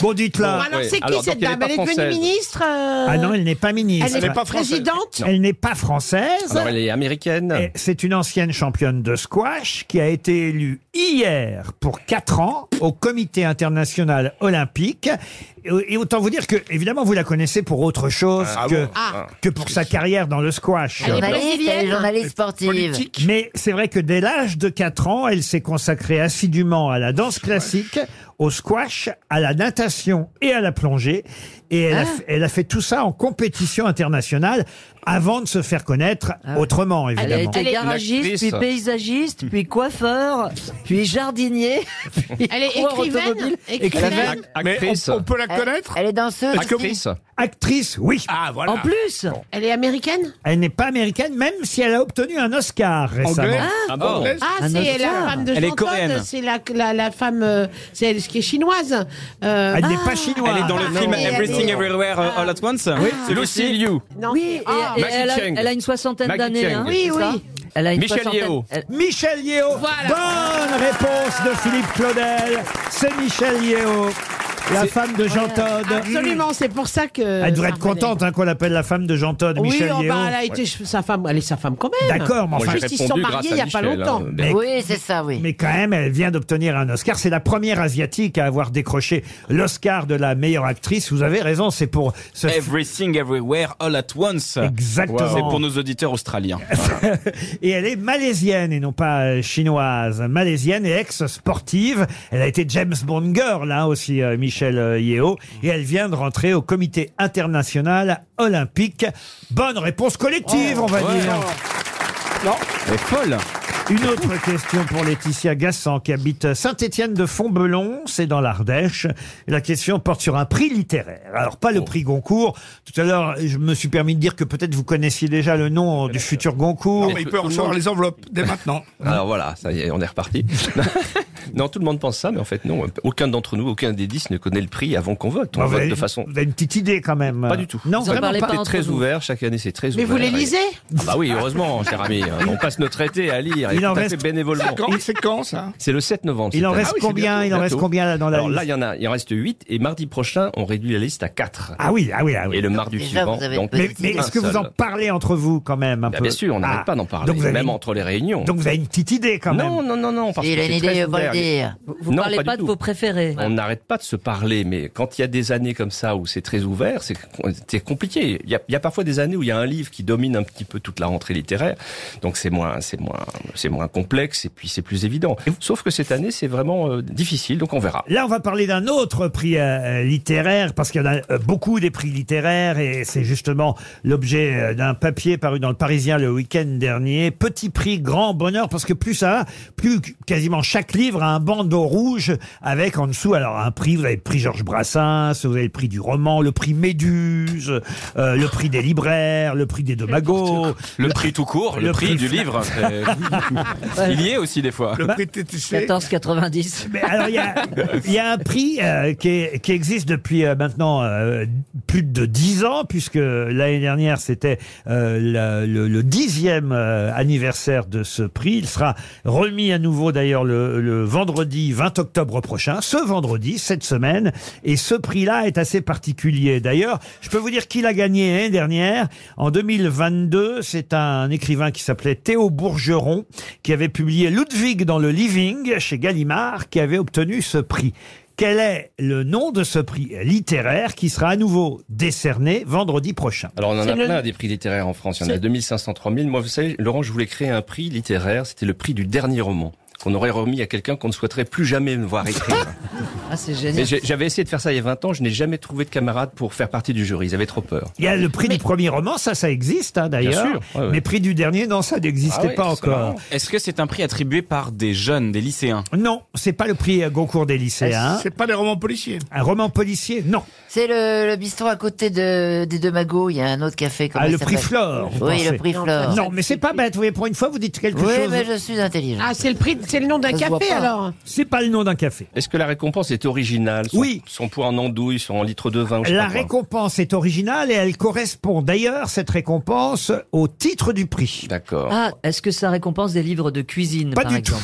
S2: Bon, dites-la.
S6: Bon, alors, c'est qui cette dame Elle est devenue ministre euh,
S2: Ah non, elle n'est pas ministre.
S6: Elle n'est Elle n'est pas française. présidente
S2: Elle n'est pas française.
S8: Alors, elle est américaine.
S2: Et C'est une ancienne championne de squash qui a été élue hier pour 4 ans au Comité international olympique. Et, et autant vous dire que, évidemment, vous la connaissez pour autre chose
S8: Ah
S2: que,
S8: bon Ah.
S2: que pour sa carrière dans le squash.
S7: Journaliste, elle est journaliste sportive.
S2: Mais c'est vrai que dès l'âge de 4 ans, elle s'est consacrée assidûment à la danse classique, au squash, à la natation et à la plongée. Et elle,
S7: Ah.
S2: a, fait- elle a fait tout ça en compétition internationale avant de se faire connaître
S7: Ah
S2: autrement,
S9: Elle a
S2: évidemment.
S9: été garagiste, puis paysagiste, puis coiffeur, puis jardinier. puis
S6: Elle est
S9: coureur
S6: écrivaine
S9: automobile.
S6: Écrivaine
S4: Mais on, on peut la connaître
S7: Elle est danseuse.
S4: Est-ce que vous-
S2: Actrice, oui.
S4: Ah, voilà.
S9: En plus,
S6: Elle est américaine
S2: Elle n'est pas américaine, même si elle a obtenu un Oscar récemment.
S4: Anglaise Ah bon Anglaise
S6: Ah,
S2: Un
S6: c'est la
S2: Oscar.
S6: femme de
S2: Elle est
S6: Jean
S2: coréenne.
S6: Todt, c'est la, la, la femme, euh, c'est elle qui est chinoise. Euh,
S2: Elle n'est
S6: ah.
S2: pas chinoise.
S10: Elle est dans le
S6: Ah,
S10: film
S6: oui, elle est-
S10: Everything Everywhere uh, All at
S15: Ah.
S10: Once.
S8: Oui.
S10: C'est
S8: Lucy
S10: Lucy
S8: Liu.
S6: Non,
S9: oui, et-
S6: ah.
S9: et
S8: Maggie
S9: elle, a,
S8: Cheng.
S9: elle a une soixantaine
S8: Maggie
S9: d'années.
S8: Cheng.
S9: hein,
S8: Oui,
S9: c'est
S8: oui.
S9: ça Elle a une
S8: Michel
S9: soixantaine.
S8: Yeo.
S9: elle-
S2: Michel Yeo. Bonne réponse de Philippe Claudel. C'est Michel Yeo, la femme de Jean Todd.
S6: Absolument, c'est pour ça que.
S2: Elle devrait être contente hein, qu'on l'appelle la femme de Jean Todd,
S6: Oui,
S2: Michel
S6: oh,
S2: Yeo.
S6: bah, elle a été ch- sa femme, elle est sa femme quand même.
S2: D'accord, mais enfin,
S6: Juste, ils se sont mariés il n'y a pas
S4: hein,
S6: longtemps.
S2: Mais-
S7: hein. Oui, c'est ça, oui.
S2: Mais quand même, elle vient d'obtenir un Oscar. C'est la première asiatique à avoir décroché l'Oscar de la meilleure actrice. Vous avez raison, c'est pour ce
S10: Everything Everywhere All at Once.
S2: Exactement.
S10: C'est pour nos auditeurs australiens.
S2: Et elle est malaisienne et non pas euh, chinoise. Malaisienne et ex-sportive. Elle a été James Bond girl, là aussi, euh, Michel euh, Yeo. Et elle vient de rentrer au comité international olympique. Bonne réponse collective,
S7: Oh.
S2: on va
S10: Ouais.
S2: dire.
S10: Non. Elle est folle.
S2: Une autre question pour Laetitia Gassan qui habite Saint-Étienne de Fontbelon, c'est dans l'Ardèche. Et La question porte sur un prix littéraire. Alors pas le
S8: Oh.
S2: prix Goncourt. Tout à l'heure, je me suis permis de dire que peut-être vous connaissiez déjà le nom
S8: Euh,
S2: du futur Goncourt. Ah
S4: Non, mais il peut recevoir les enveloppes dès maintenant.
S8: Alors voilà, ça y est, on est reparti. Non, tout le monde pense ça, mais en fait, non. Aucun d'entre nous, aucun des dix ne connaît le prix avant qu'on vote. On
S2: Bah, vous
S8: vote
S2: avez-
S8: de façon.
S2: Vous avez une petite idée quand même.
S8: Pas du tout.
S2: Bah. Non,
S8: Ça
S2: vraiment
S8: parle
S2: pas.
S8: C'est très ouvert. Chaque année, c'est très
S6: Mais
S8: ouvert.
S6: vous les
S8: Et-
S6: lisez
S8: Ah bah oui, heureusement, cher ami. hein. On passe notre été à lire. et
S2: Il en
S8: tout à
S2: reste-
S8: fait bénévolement.
S2: C'est quand-
S8: Il-
S2: c'est quand, ça
S8: C'est le 7 novembre.
S2: Il
S8: cette
S2: en
S8: année.
S2: reste Ah oui, c'est combien bientôt. Il en reste combien, là, dans la
S8: Alors là,
S2: liste
S8: il y en a. Il en reste 8 et mardi prochain, on réduit la liste à 4.
S2: Ah oui, ah oui, ah oui.
S8: Et le mardi suivant, donc
S2: mais mais
S8: un
S2: est-ce que vous
S8: seul.
S2: en parlez entre vous quand même un
S8: Bah,
S2: peu
S8: Bien sûr, on n'arrête
S2: Ah,
S8: pas d'en parler,
S2: Donc vous, avez
S8: même
S2: une,
S8: entre les réunions.
S2: donc vous avez une petite idée quand même.
S8: Non, non, non, non. parce
S7: Il
S8: que
S7: a une
S8: c'est
S7: idée,
S8: très
S7: euh, pas le
S8: ouvert.
S7: dire.
S8: Vous-
S9: vous
S8: Non,
S9: parlez
S8: pas
S9: pas,
S8: du
S9: de
S8: tout.
S9: vos préférés.
S8: On n'arrête pas de se parler, mais quand il y a des années comme ça où c'est très ouvert, c'est c'est compliqué. Il y, a, il y a parfois des années où il y a un livre qui domine un petit peu toute la rentrée littéraire, donc c'est moins, c'est moins, c'est moins complexe et puis c'est plus évident. Sauf que cette année, c'est vraiment euh, difficile, donc on verra.
S2: Là, on va parler d'un autre prix euh, littéraire, parce qu'il y en a euh, beaucoup des prix littéraires, et c'est justement l'objet euh, d'un papier paru dans le Parisien le week-end dernier. Petit prix, grand bonheur, parce que plus ça va, plus qu- quasiment chaque livre a un bandeau rouge, avec en dessous, alors un prix, vous avez le prix Georges Brassens, vous avez le prix du roman, le prix Méduse, euh, le prix des libraires, le prix des domagos.
S10: Le prix tout court, le,
S2: Le
S10: prix,
S2: prix-
S10: du livre. euh, Il y est aussi des fois.
S2: Le prix
S10: TTC.
S9: 14,90.
S2: Mais alors, il y a, il y a un prix euh, qui, est- qui existe depuis euh, maintenant euh, plus de dix ans, puisque l'année dernière, c'était euh, la- le, le dixième euh, anniversaire de ce prix. Il sera remis à nouveau, d'ailleurs, le, le vendredi 20 octobre prochain, ce vendredi, cette semaine. Et ce prix-là est assez particulier. D'ailleurs, je peux vous dire qu'il a gagné l'année dernière. En 2022, c'est un écrivain qui s'appelait Théo Bourgeron, qui avait publié Ludwig dans le Living chez Gallimard, qui avait obtenu ce prix. Quel est le nom de ce prix littéraire qui sera à nouveau décerné vendredi prochain
S8: Alors on en
S2: C'est
S8: a
S2: le-
S8: plein des prix littéraires en France. Il y en a
S2: C'est-
S8: 2500, 3000. Moi, vous savez, Laurent, je voulais créer un prix littéraire. C'était le prix du dernier roman qu'on aurait remis à quelqu'un qu'on ne souhaiterait plus jamais me voir écrire.
S9: Ah, c'est
S8: Mais
S9: génial.
S8: j'ai- j'avais essayé de faire ça il y a 20 ans, je n'ai jamais trouvé de camarade pour faire partie du jury, ils avaient trop peur.
S2: Il y a le prix du premier roman, ça, ça existe hein, d'ailleurs.
S8: sûr, ouais, Ah ouais.
S2: Mais prix du dernier, non, ça n'existait pas encore.
S10: Ah Est-ce que c'est un prix attribué par des jeunes, des lycéens
S2: Non, c'est pas le prix euh, Goncourt des lycéens.
S4: C'est pas des romans policiers.
S2: Un roman policier Non.
S7: C'est le, le bistrot à côté de, des deux magots. Il y a un autre café. comment
S2: Ah,
S7: il
S2: le prix
S7: s'appelle
S2: Flore. vous
S7: Oui,
S2: pensez.
S7: le prix Flore.
S2: Non, mais c'est pas bête. Vous voyez, pour une fois, vous dites quelque
S7: Oui,
S2: chose.
S7: mais je suis intelligent.
S6: Ah, c'est le prix, c'est le nom d'un
S7: Ça se voit
S6: café
S7: pas.
S6: alors.
S2: C'est pas le nom d'un café.
S8: Est-ce que la récompense est originale son, Oui. Son poids en andouille, son litre de vin ou je sais
S2: La
S8: pas quoi.
S2: récompense est originale et elle correspond d'ailleurs, cette récompense, au titre du prix.
S8: D'accord.
S9: Ah, est-ce que ça récompense des livres de cuisine,
S2: Pas
S9: par
S2: du
S9: exemple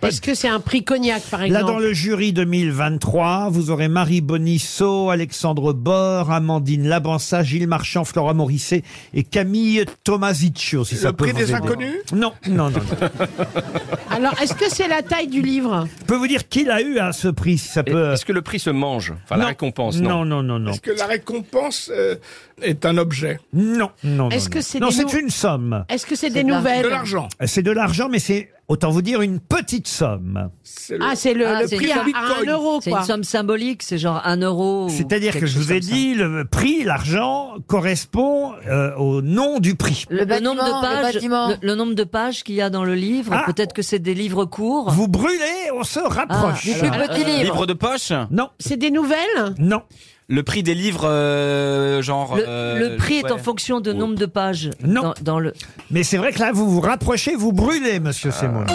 S6: Est-ce que c'est un prix cognac par
S2: Là,
S6: exemple
S2: dans le jury 2023, vous aurez Marie Bonisseau, Alexandre Bord, Amandine Labansa, Gilles Marchand, Flora Morisset et Camille Tomasiccio, si ça
S4: Le
S2: peut
S4: prix
S2: vous
S4: des
S2: aider.
S4: inconnus
S2: Non, non, non. non.
S6: Alors, est-ce que c'est la taille du livre
S2: Je peux vous dire qui l'a eu à ce prix, si ça peut...
S8: Est-ce que le prix se mange Enfin, la
S2: Non.
S8: récompense, non.
S2: Non, non, non, non.
S4: Est-ce que la récompense euh, est un objet
S2: Non, non,
S6: Est-ce
S2: non,
S6: que
S2: non.
S6: c'est
S2: Non,
S6: des
S2: c'est
S6: nou-
S2: une somme. Euh,
S6: Est-ce que c'est
S4: C'est
S6: des
S4: de
S6: nouvelles
S4: l'argent. De l'argent.
S2: C'est de l'argent, mais c'est, autant vous dire, une petite somme.
S4: C'est
S6: Ah, c'est le,
S9: Ah,
S6: le
S9: c'est
S6: prix
S9: une
S6: à,
S9: somme-
S6: à un euro,
S9: C'est
S6: quoi.
S9: une somme symbolique, c'est genre un euro. ou
S2: C'est-à-dire que
S9: quelque
S2: je vous ai
S9: chose comme
S2: dit, le prix, l'argent, correspond euh, au nom du prix.
S9: ça. Le,
S7: Le
S9: nombre
S7: bâtiment,
S9: de
S7: le
S9: pages,
S7: bâtiment.
S9: le, le nombre de pages qu'il y a dans le livre,
S2: Ah.
S9: peut-être que c'est des livres courts. Ah,
S2: Vous brûlez, on se rapproche. euh,
S7: Du plus
S9: euh,
S7: petit livre.
S10: Livre de poche
S2: Non,
S6: C'est des nouvelles
S2: non,
S10: Le prix des livres, euh, genre.
S9: Le,
S10: euh,
S9: le prix est en
S10: ouais. Oh.
S9: fonction de
S10: Ouais.
S9: nombre de pages.
S2: Non.
S9: Dans, dans le...
S2: mais c'est vrai que là, vous vous rapprochez, vous brûlez, monsieur Semoun.
S4: Ah.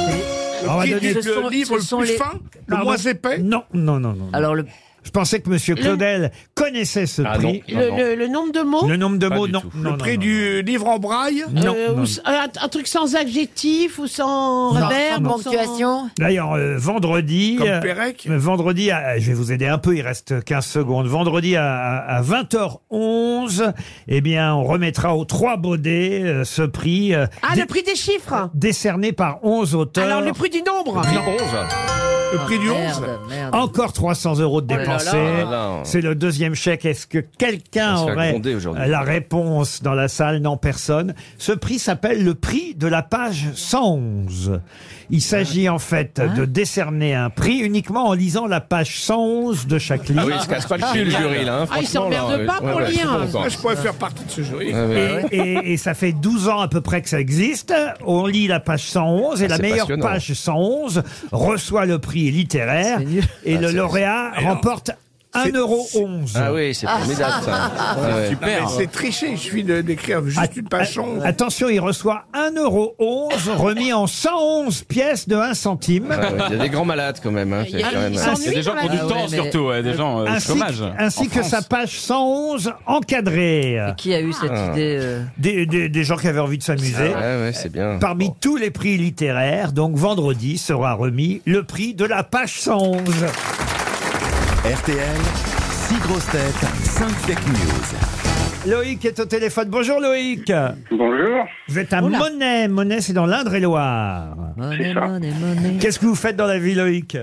S4: Le
S2: On va
S4: prix
S2: donner-
S4: du-
S9: Ce
S4: le
S9: sont-
S4: livre
S9: ce sont
S4: le plus
S9: les-
S4: fin, le
S2: Pardon
S4: moins épais
S2: Non, non, non, non. non.
S9: Alors le,
S2: Je pensais que monsieur Claudel connaissait ce
S8: Ah non,
S2: prix.
S8: non,
S6: le,
S8: non.
S6: le- le nombre de mots
S2: Le nombre de
S8: Pas
S2: mots,
S8: du
S2: non,
S8: tout.
S2: non,
S4: Le
S2: non,
S4: prix
S2: non.
S4: du livre en braille
S2: Non,
S6: Euh, ou
S2: non.
S6: s- un, un truc sans adjectif ou sans
S2: Non,
S6: verbe
S2: non.
S6: ou sans-
S7: Ponctuation
S2: D'ailleurs, euh, vendredi,
S4: Comme
S2: euh,
S4: Pérec
S2: euh, vendredi, à- je vais vous aider un peu, il reste 15 secondes. Vendredi à, à 20h11, eh bien, on remettra aux trois baudets euh, ce prix euh,
S6: Ah,
S2: dé-
S6: le prix des chiffres
S2: décerné par 11 auteurs.
S6: Alors, le prix du nombre
S8: Le prix 11
S4: Le prix du 11
S9: Merde, merde.
S2: Encore 300 euros de
S9: Oh là
S2: dépensés.
S9: là.
S8: Ah, non.
S2: C'est le deuxième chèque. Est-ce que quelqu'un
S8: On se fait
S2: aurait
S8: gronder aujourd'hui.
S2: la réponse dans la salle Non, personne. Ce prix s'appelle le prix de la page 111. Il s'agit en fait de décerner un prix uniquement en lisant la page 111 de chaque livre.
S8: Ah oui, il se casse pas le cul, le jury, là. hein,
S6: Ah, il
S8: franchement, là,
S6: s'emmerde
S8: euh,
S6: pas pour
S8: ouais, ouais,
S6: lire.
S8: je suis content.
S4: Ah, Je pourrais faire partie de ce jury.
S8: Ouais, ouais.
S2: Et, et- et ça fait 12 ans à peu près que ça existe. On lit la page 111 et
S8: Ah,
S2: la
S8: c'est
S2: meilleure
S8: passionnant.
S2: page 111 reçoit le prix littéraire
S9: C'est nul.
S2: et
S8: Ah,
S2: le
S8: c'est-
S2: lauréat remporte 1,11€.
S8: Ah oui, c'est formidable ça. Ah ouais.
S4: Non,
S9: hein.
S4: mais C'est triché, je suis de- d'écrire juste une page sombre.
S2: Attention, il reçoit 1,11€ remis en 111 pièces de 1 centime.
S8: Ah ouais, Il y a des grands malades quand même. hein, c'est quand même-
S10: Il y a des gens qui ont du temps surtout, ouais, des gens euh,
S2: ainsi,
S10: chômage.
S2: Ainsi que sa page 111 encadrée.
S9: qui a eu cette
S8: Ah.
S9: idée euh,
S2: des, des- des gens qui avaient envie de s'amuser.
S8: Ah ouais, ouais, c'est bien.
S2: Parmi tous les prix littéraires, donc vendredi sera remis le prix de la page 111.
S1: RTL, 6 grosses têtes, 5 fake news.
S2: Loïc est au téléphone. Bonjour Loïc.
S14: Bonjour.
S2: Vous êtes à
S14: Oula.
S2: Monet. Monet, c'est dans l'Indre-et-Loire.
S14: C'est ça.
S2: Qu'est-ce que vous faites dans la vie, Loïc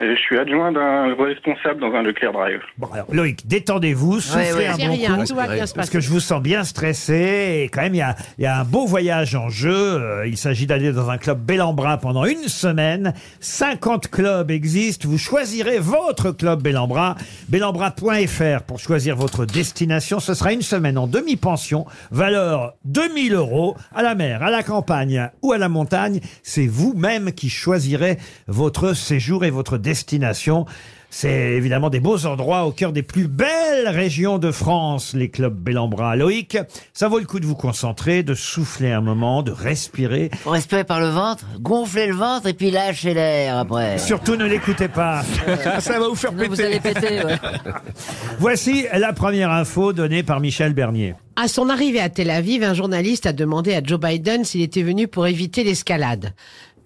S14: Je suis adjoint d'un responsable dans un Leclerc Drive.
S2: Bon, alors, Loïc, détendez-vous, soufflez
S14: ouais.
S2: un
S14: C'est
S2: bon
S14: rien,
S2: coup,
S14: tout va bien se
S2: parce
S14: passer.
S2: que je vous sens bien stressé, et quand même, il y a, il y a un beau voyage en jeu, Euh, il s'agit d'aller dans un club Bellambra pendant une semaine, 50 clubs existent, vous choisirez votre club Bellambra, bellambra.fr pour choisir votre destination, ce sera une semaine en demi-pension, valeur 2000 euros, à la mer, à la campagne ou à la montagne, c'est vous-même qui choisirez votre séjour et votre destination. C'est évidemment des beaux endroits au cœur des plus belles régions de France, les clubs Bellambra. Loïc, ça vaut le coup de vous concentrer, de souffler un moment, de respirer.
S7: Respirer par le ventre, gonfler le ventre et puis lâcher l'air après.
S2: Surtout ne l'écoutez pas.
S4: Ah, Ça va vous faire péter.
S7: vous allez péter, ouais.
S2: Voici la première info donnée par Michel Bernier.
S6: À son arrivée à Tel Aviv, un journaliste a demandé à Joe Biden s'il était venu pour éviter l'escalade.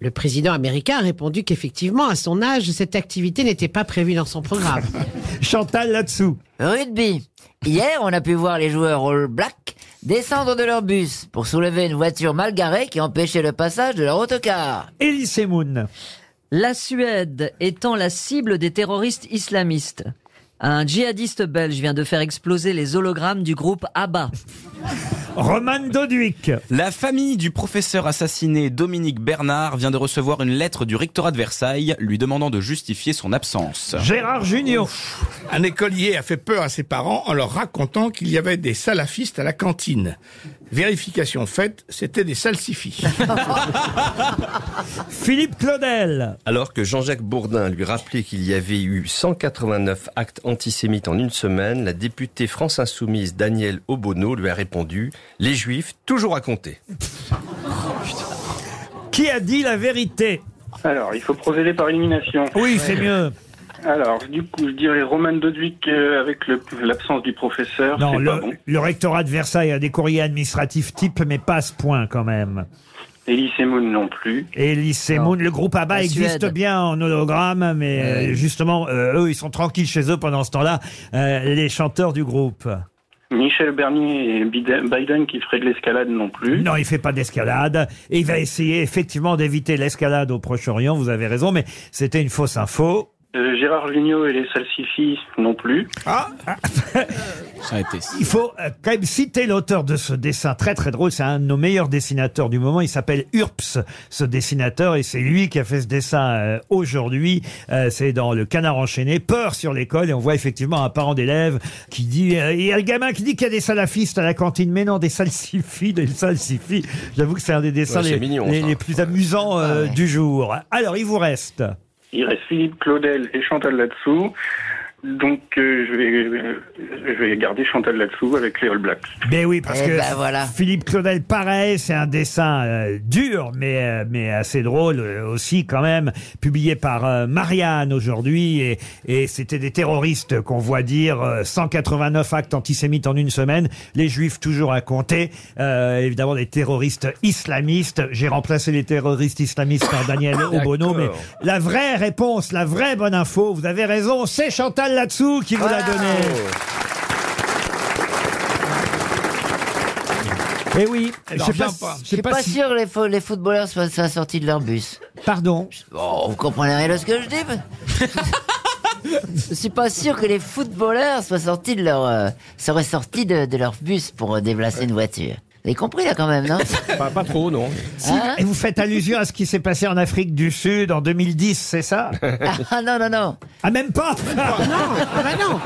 S6: Le président américain a répondu qu'effectivement, à son âge, cette activité n'était pas prévue dans son programme.
S2: Chantal là-dessous.
S7: Rugby. Hier, on a pu voir les joueurs All Black descendre de leur bus pour soulever une voiture mal garée qui empêchait le passage de leur autocar.
S2: Elise Moon.
S9: La Suède étant la cible des terroristes islamistes. Un djihadiste belge vient de faire exploser les hologrammes du groupe ABBA.
S2: Roman Doduic.
S10: La famille du professeur assassiné Dominique Bernard vient de recevoir une lettre du rectorat de Versailles lui demandant de justifier son absence.
S2: Gérard Junior.
S4: Un écolier a fait peur à ses parents en leur racontant qu'il y avait des salafistes à la cantine. Vérification faite, c'était des salsifis.
S2: Philippe Claudel.
S8: Alors que Jean-Jacques Bourdin lui rappelait qu'il y avait eu 189 actes antisémites en une semaine, la députée France Insoumise Danielle Obono lui a répondu Les Juifs, toujours à compter.
S2: Qui a dit la vérité
S14: Alors, il faut procéder par élimination.
S2: Oui, c'est mieux.
S14: Alors, du coup, je dirais Roman Dodwick euh, avec le- l'absence du
S4: Ah,
S14: professeur.
S2: Non,
S14: c'est
S2: le,
S14: pas bon.
S2: le rectorat de Versailles a des courriers administratifs type, mais pas à ce point quand même.
S14: Elise et Moon non plus.
S2: Et Elise Moon, le groupe ABBA
S14: La
S2: existe
S14: Suède.
S2: bien en hologramme, mais euh, justement, euh, eux, ils sont tranquilles chez eux pendant ce temps-là, euh, les chanteurs du groupe.
S14: Michel Bernier et Biden Biden qui ferait de l'escalade non plus.
S2: Non, il fait pas d'escalade. Et il va essayer effectivement d'éviter l'escalade au Proche-Orient, vous avez raison, mais c'était une fausse info.
S14: Euh, Gérard Lugnot et les salsifis non plus.
S2: Ah Il faut euh, quand même citer l'auteur de ce dessin très très drôle. C'est un de nos meilleurs dessinateurs du moment. Il s'appelle Urps, ce dessinateur, et c'est lui qui a fait ce dessin euh, aujourd'hui. Euh, c'est dans Le Canard enchaîné, Peur sur l'école, et on voit effectivement un parent d'élève qui dit... euh, Il y a le gamin qui dit qu'il y a des salafistes à la cantine, mais non, des salsifis, des salsifis. J'avoue que c'est un des dessins
S8: Ouais, c'est
S2: les,
S8: mignon,
S2: les-
S8: ça.
S2: les plus amusants euh, du jour. Alors, il vous reste...
S14: Il reste Philippe Claudel et Chantal Latsou. Donc euh, je, vais, euh, je vais garder Chantal Latsou avec les All Blacks.
S2: Ben oui, parce
S14: Eh
S2: que
S14: ben voilà.
S2: Philippe Claudel, pareil, c'est un dessin euh, dur, mais, euh, mais assez drôle euh, aussi quand même, publié par euh, Marianne aujourd'hui, et, et c'était des terroristes qu'on voit dire euh, 189 actes antisémites en une semaine, les juifs toujours à compter, euh, évidemment des terroristes islamistes, j'ai remplacé les terroristes islamistes par Daniel Obono, ben, mais la vraie réponse, la vraie bonne info, vous avez raison, c'est Chantal Latsou qui vous l'a donnée. Eh oui,
S7: Je
S2: sais pas si-
S7: Je suis pas, sûr que les, fo- les footballeurs soient, soient sortis de leur bus.
S2: Pardon
S7: Oh, vous comprenez rien de ce que je dis mais- Je suis pas sûr que les footballeurs soient sortis de leur, euh, seraient sortis de, de leur bus pour euh, déplacer une voiture. avez compris là quand même, non Hein
S8: Pas trop, non.
S2: Si,
S7: Ah.
S2: et vous faites allusion à ce qui s'est passé en Afrique du Sud en 2010, c'est ça
S7: Ah non, non, non.
S2: Ah même pas
S6: Non, ah bah non. non,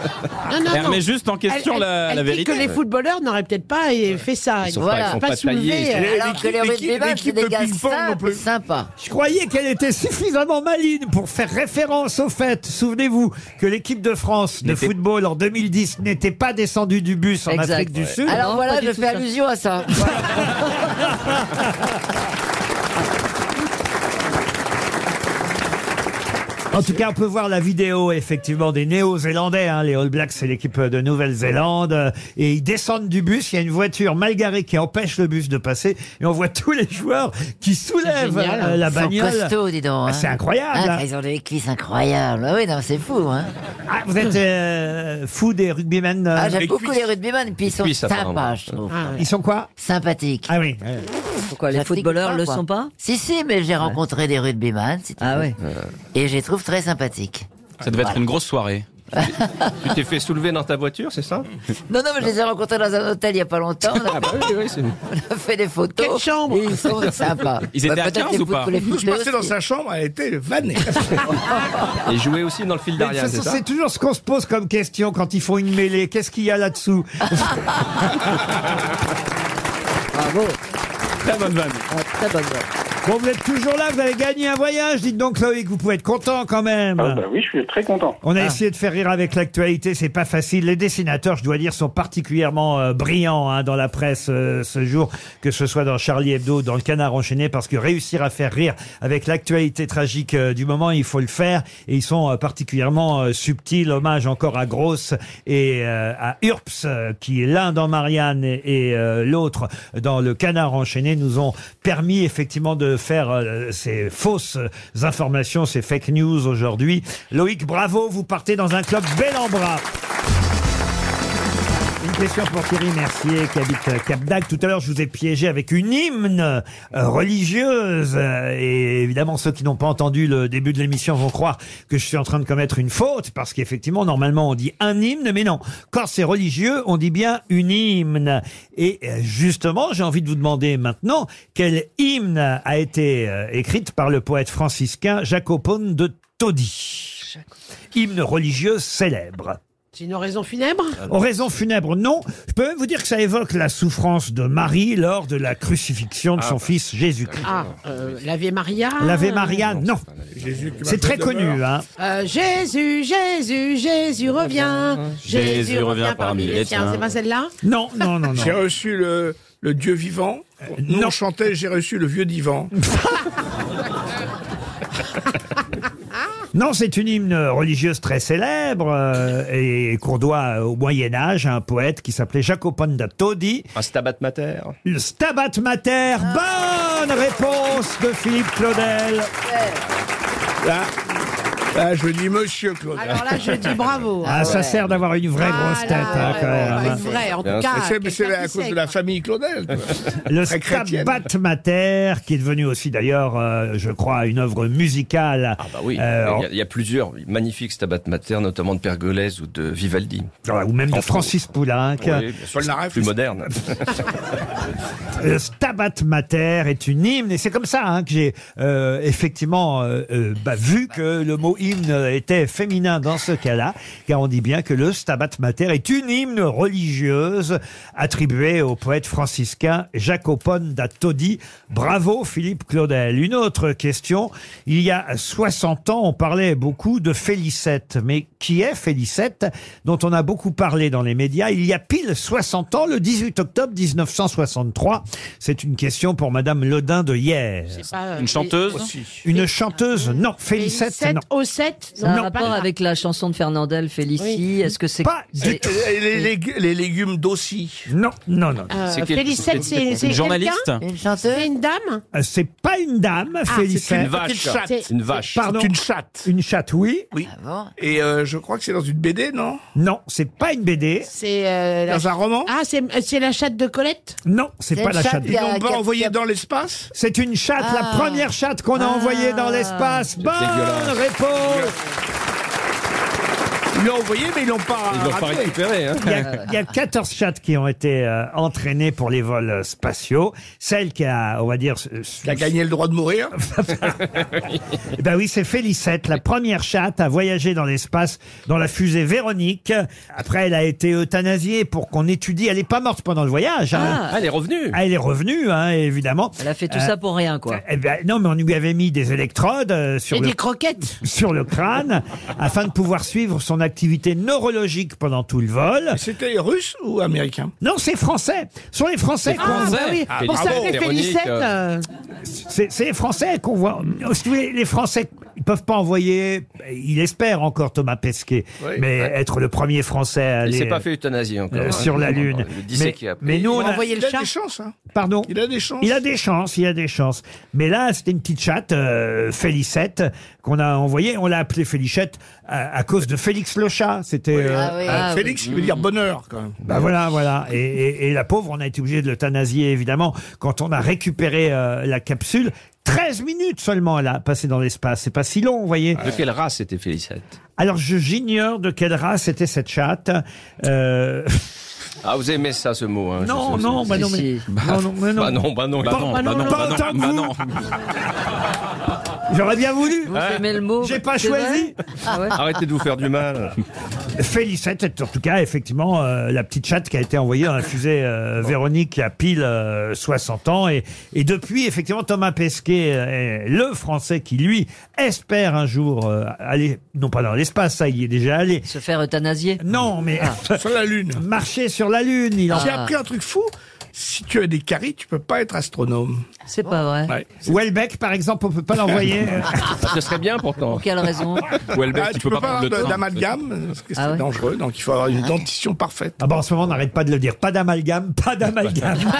S6: non,
S10: Elle
S6: non.
S10: remet juste en question
S6: Elle-
S10: la-
S6: elle-
S10: la
S6: elle dit
S10: vérité.
S6: que les footballeurs n'auraient peut-être pas eh, fait ça.
S10: Ils sont pas- ils sont pas taillés, ils
S6: euh,
S10: sont-
S7: Alors que les rugbymen, c'est des gars simples, sympas.
S2: Je croyais qu'elle était suffisamment maligne pour faire référence au fait, souvenez-vous, que l'équipe de France de football en 2010 n'était pas descendue du bus en
S7: Exact.
S2: Afrique du
S7: Ouais.
S2: Sud.
S7: Alors voilà, je fais allusion à ça.
S2: En tout cas, on peut voir la vidéo, effectivement, des Néo-Zélandais. hein. Les All Blacks, c'est l'équipe de Nouvelle-Zélande. euh, Et ils descendent du bus. Il y a une voiture mal garée qui empêche le bus de passer. Et on voit tous les joueurs qui soulèvent
S7: Génial. hein.
S2: euh, la
S7: Ils sont
S2: bagnole.
S7: costauds, dis donc.
S2: Ah,
S7: hein.
S2: c'est incroyable.
S7: Ah,
S2: hein.
S7: Ils ont des cuisses incroyables. Ah oui, non, c'est fou. Hein.
S2: Ah, vous êtes euh, fou des rugbymen. euh,
S7: Ah, j'aime beaucoup les rugbymen, puis ils sont
S2: cuisses, apparemment.
S7: sympas, je trouve.
S2: Ah, ouais. Ils sont quoi
S7: Sympathiques.
S2: Ah oui.
S9: Pourquoi les footballeurs le sont pas
S7: Si, si, mais j'ai rencontré des rugbymen. si tu
S9: Ah
S7: veux. Euh.
S9: ouais.
S7: Et je les trouve très sympathiques.
S10: Ça devait être une grosse soirée.
S8: Tu t'es fait soulever dans ta voiture, c'est ça
S7: Non, non, mais je les ai rencontrés dans un hôtel il n'y a pas longtemps. On a, on a fait des photos.
S6: Quelle chambre
S7: Ils sont sympas. Bah,
S8: Ils étaient à
S7: peut-être
S8: 15 ou
S7: les
S8: pas
S7: foot- les
S4: Je
S7: footeux
S4: passais dans
S7: aussi.
S4: sa chambre, elle était vannée.
S8: Et jouer aussi dans le fil
S2: Mais de toute
S8: d'Ariane, c'est
S2: façon,
S8: ça
S2: c'est toujours ce qu'on se pose comme question quand ils font une mêlée. Qu'est-ce qu'il y a là-dessous
S9: Bravo.
S10: Très bonne vanne.
S11: Ah,
S9: très bonne vanne.
S2: Bon, vous êtes toujours là, vous avez gagné un voyage. Dites donc, Loïc, vous pouvez être content quand même.
S16: Ah bah oui, je suis très content.
S2: On a
S16: Ah.
S2: essayé de faire rire avec l'actualité, c'est pas facile. Les dessinateurs, je dois dire, sont particulièrement euh, brillants hein, dans la presse euh, ce jour, que ce soit dans Charlie Hebdo, dans le Canard enchaîné, parce que réussir à faire rire avec l'actualité tragique euh, du moment, il faut le faire. Et ils sont euh, particulièrement euh, subtils. Hommage encore à Gross et euh, à Urps, euh, qui est l'un dans Marianne et, et, euh, l'autre dans le Canard enchaîné, nous ont permis effectivement de faire euh, ces fausses informations, ces fake news aujourd'hui. Loïc, bravo, vous partez dans un club bel en bras. Une question pour Thierry Mercier qui habite euh, Cap d'Agde. Tout à l'heure, je vous ai piégé avec une hymne euh, religieuse. Euh, Et évidemment, ceux qui n'ont pas entendu le début de l'émission vont croire que je suis en train de commettre une faute parce qu'effectivement, normalement, on dit un hymne, mais non. Quand c'est religieux, on dit bien une hymne. Et euh, justement, j'ai envie de vous demander maintenant quel hymne a été euh, écrite par le poète franciscain Jacopone de Todi. Hymne religieux célèbre.
S6: C'est une oraison funèbre
S4: Ah,
S2: Oraison funèbre, non. Je peux même vous dire que ça évoque la souffrance de Marie lors de la crucifixion de son fils Jésus-Christ.
S6: Ah, euh, l'Ave Maria.
S2: L'Ave Maria, non. C'est très connu, hein.
S6: Euh, Jésus, Jésus, Jésus revient.
S4: Jésus revient parmi les
S6: tiens.
S4: tiens.
S6: C'est pas celle-là
S2: Non, non, non, Euh,
S4: J'ai reçu le, le Dieu vivant. Nous, on chantait J'ai reçu le vieux divan.
S2: Non, c'est une hymne religieuse très célèbre euh, et qu'on doit au Moyen Âge à un poète qui s'appelait Jacopone da Todi.
S8: Un stabat mater.
S2: Le Stabat Mater.
S6: Ah.
S2: Bonne réponse de Philippe Claudel. Ah.
S4: Là, là, Ah, je dis Monsieur Claude.
S6: Alors là, je dis bravo.
S2: Ah, ça sert d'avoir une vraie grosse tête, hein, quand même.
S6: Une vraie, en tout cas.
S4: C'est- mais C'est
S6: quelqu'un
S4: à
S6: qui
S4: cause
S6: sait,
S4: de
S6: quoi.
S4: la famille Claudel. quoi.
S2: Le
S4: Très chrétienne.
S2: Stabat Mater, qui est devenu aussi d'ailleurs, euh, je crois, une œuvre musicale.
S8: Ah oui,
S2: Euh,
S8: il, y a, il y a plusieurs magnifiques stabat mater, notamment de Pergolèse ou de Vivaldi.
S2: ou même de
S8: Entre
S2: Francis euh, Poulenc.
S8: autres. Oui, bien sûr,
S4: Paul Naref.
S8: plus moderne.
S2: Le Euh, Stabat Mater est une hymne, et c'est comme ça hein, que j'ai euh, effectivement euh, euh, bah, vu que le mot hymne était féminin dans ce cas-là, car on dit bien que le Stabat Mater est une hymne religieuse attribuée au poète franciscain Jacopone da Todi. Bravo Philippe Claudel. Une autre question. Il y a 60 ans, on parlait beaucoup de Félicette, mais qui est Félicette, dont on a beaucoup parlé dans les médias il y a pile 60 ans, le 18 octobre 1963 C'est une question pour Madame Lodin de hier.
S6: Ah,
S10: Une chanteuse
S2: Une chanteuse Non, Félicette,
S6: Félicette,
S2: non.
S6: au 7
S9: Ça a un rapport avec la chanson de Fernandel, Félicie. Est-ce que c'est
S2: Pas
S9: c'est-
S2: du tout.
S4: Et les, légu- les légumes d'aussi.
S2: Non, non, non.
S6: Euh,
S8: C'est quel-
S6: Félicette,
S8: c'est-
S6: c'est
S8: une
S6: c'est
S8: journaliste
S6: quelqu'un
S7: Une chanteuse
S6: C'est une dame
S2: Euh, C'est pas une dame, Félicette.
S8: une vache.
S4: Une chatte.
S6: C'est-
S8: Une vache.
S2: Pardon.
S4: C'est une chatte.
S2: Une chatte, oui.
S4: Oui.
S7: Ah bon
S4: Et euh, je crois que c'est dans une BD, non
S2: Non, c'est pas une BD.
S6: C'est euh, la...
S4: Dans un roman
S6: Ah, c'est euh, c'est la chatte de Colette
S2: Non, c'est
S7: C'est
S2: pas
S7: une
S2: la
S7: chatte
S2: chatte.
S7: qui
S4: Ils
S7: a-
S4: l'ont pas
S7: qui a-
S4: envoyé dans l'espace
S2: C'est une chatte, la
S7: Ah.
S2: première chatte qu'on a envoyée dans l'espace. Bonne
S8: dégueulasse.
S2: réponse
S4: Ils l'ont envoyé, mais ils l'ont pas.
S10: Ils l'ont pas
S4: ramené.
S10: récupéré, hein.
S2: Il y, a, il y a 14 chattes qui ont été euh, entraînées pour les vols euh, spatiaux. Celle qui a, on va dire... Qui
S4: a gagné le droit de mourir
S2: Ben oui, c'est Félicette, la première chatte à voyager dans l'espace dans la fusée Véronique. Après, elle a été euthanasiée pour qu'on étudie. Elle n'est pas morte pendant le voyage. hein.
S8: Ah, elle est revenue.
S2: Ah, elle est revenue, hein, évidemment. Euh,
S9: Elle a fait tout ça pour rien, quoi.
S2: Eh ben, non, mais on lui avait mis des électrodes euh, sur
S9: Et
S2: le
S9: des croquettes.
S2: sur le crâne afin de pouvoir suivre son activité neurologique pendant tout le vol.
S4: C'était russe ou américain
S2: Non, c'est français. Ce sont les Français.
S4: C'est français.
S2: qu'on-
S4: Ah, bah oui. Ah, Ça bravo, fait Véronique, Félicette, euh.
S2: C'est c'est les Français qu'on voit. Oh, Si vous voulez, les Français, ils peuvent pas envoyer. Il espère encore Thomas Pesquet,
S8: Oui.
S2: mais être le premier Français à
S8: Il
S2: aller
S8: s'est pas fait euthanasie encore.
S2: euh,
S8: hein.
S2: sur la lune.
S8: Le disset
S2: Mais-
S8: qui a-
S2: mais nous, on a-
S4: il a des chances. hein.
S2: Pardon.
S4: Il a des chances.
S2: Il a des chances, il a des chances. Mais là, c'était une petite chatte, euh, Félicette, qu'on a envoyée. On l'a appelée Félicette à, à cause de Félix le chat. C'était. euh,
S4: Ah, Félix, il veut dire bonheur, quand même.
S2: Bah voilà, voilà. Et, et- et la pauvre, on a été obligé de l'euthanasier, évidemment, quand on a récupéré euh, la capsule. 13 minutes seulement, elle a passé dans l'espace. C'est pas si long, vous voyez.
S8: De quelle race était Félicette
S2: Alors, je- j'ignore de quelle race était cette chatte. Euh,
S8: Ah, vous aimez ça, ce mot hein,
S2: Non,
S8: je sais,
S2: non,
S8: je
S2: bah
S8: sais.
S2: non, mais- Si, si. non, non, mais non.
S8: Bah non, bah non,
S2: Pas-
S8: bah non,
S2: pas non, non,
S8: bah non,
S2: pas
S8: bah
S2: autant
S8: non.
S2: J'aurais bien voulu.
S8: Hein
S9: Vous aimez le mot
S2: J'ai pas
S9: c'est
S2: choisi.
S9: vrai Ah ouais
S8: Arrêtez de vous faire du mal.
S2: Félicette est en tout cas effectivement euh, la petite chatte qui a été envoyée dans la fusée euh, Véronique qui a pile euh, 60 ans et, et depuis effectivement Thomas Pesquet euh, est le français qui lui espère un jour euh, aller non pas dans l'espace ça il est déjà allé
S9: Se faire euthanasier Ah.
S2: Non mais
S4: sur la lune.
S2: Marcher sur la lune il en-
S4: J'ai appris un truc fou. Si tu as des caries, tu peux pas être astronome.
S9: C'est pas vrai.
S2: Welbeck par exemple on peut pas l'envoyer
S8: Ce serait bien pourtant.
S9: Pour quelle raison
S8: Welbeck,
S4: Ah,
S8: il
S4: tu
S8: peut
S4: peux
S8: pas
S4: pas
S8: prendre le
S4: avoir
S8: train.
S4: d'amalgame, parce que
S9: Ah
S4: c'est
S9: ouais.
S4: dangereux, donc il faut avoir une dentition parfaite.
S2: Ah bah en ce moment on n'arrête pas de le dire pas d'amalgame pas d'amalgame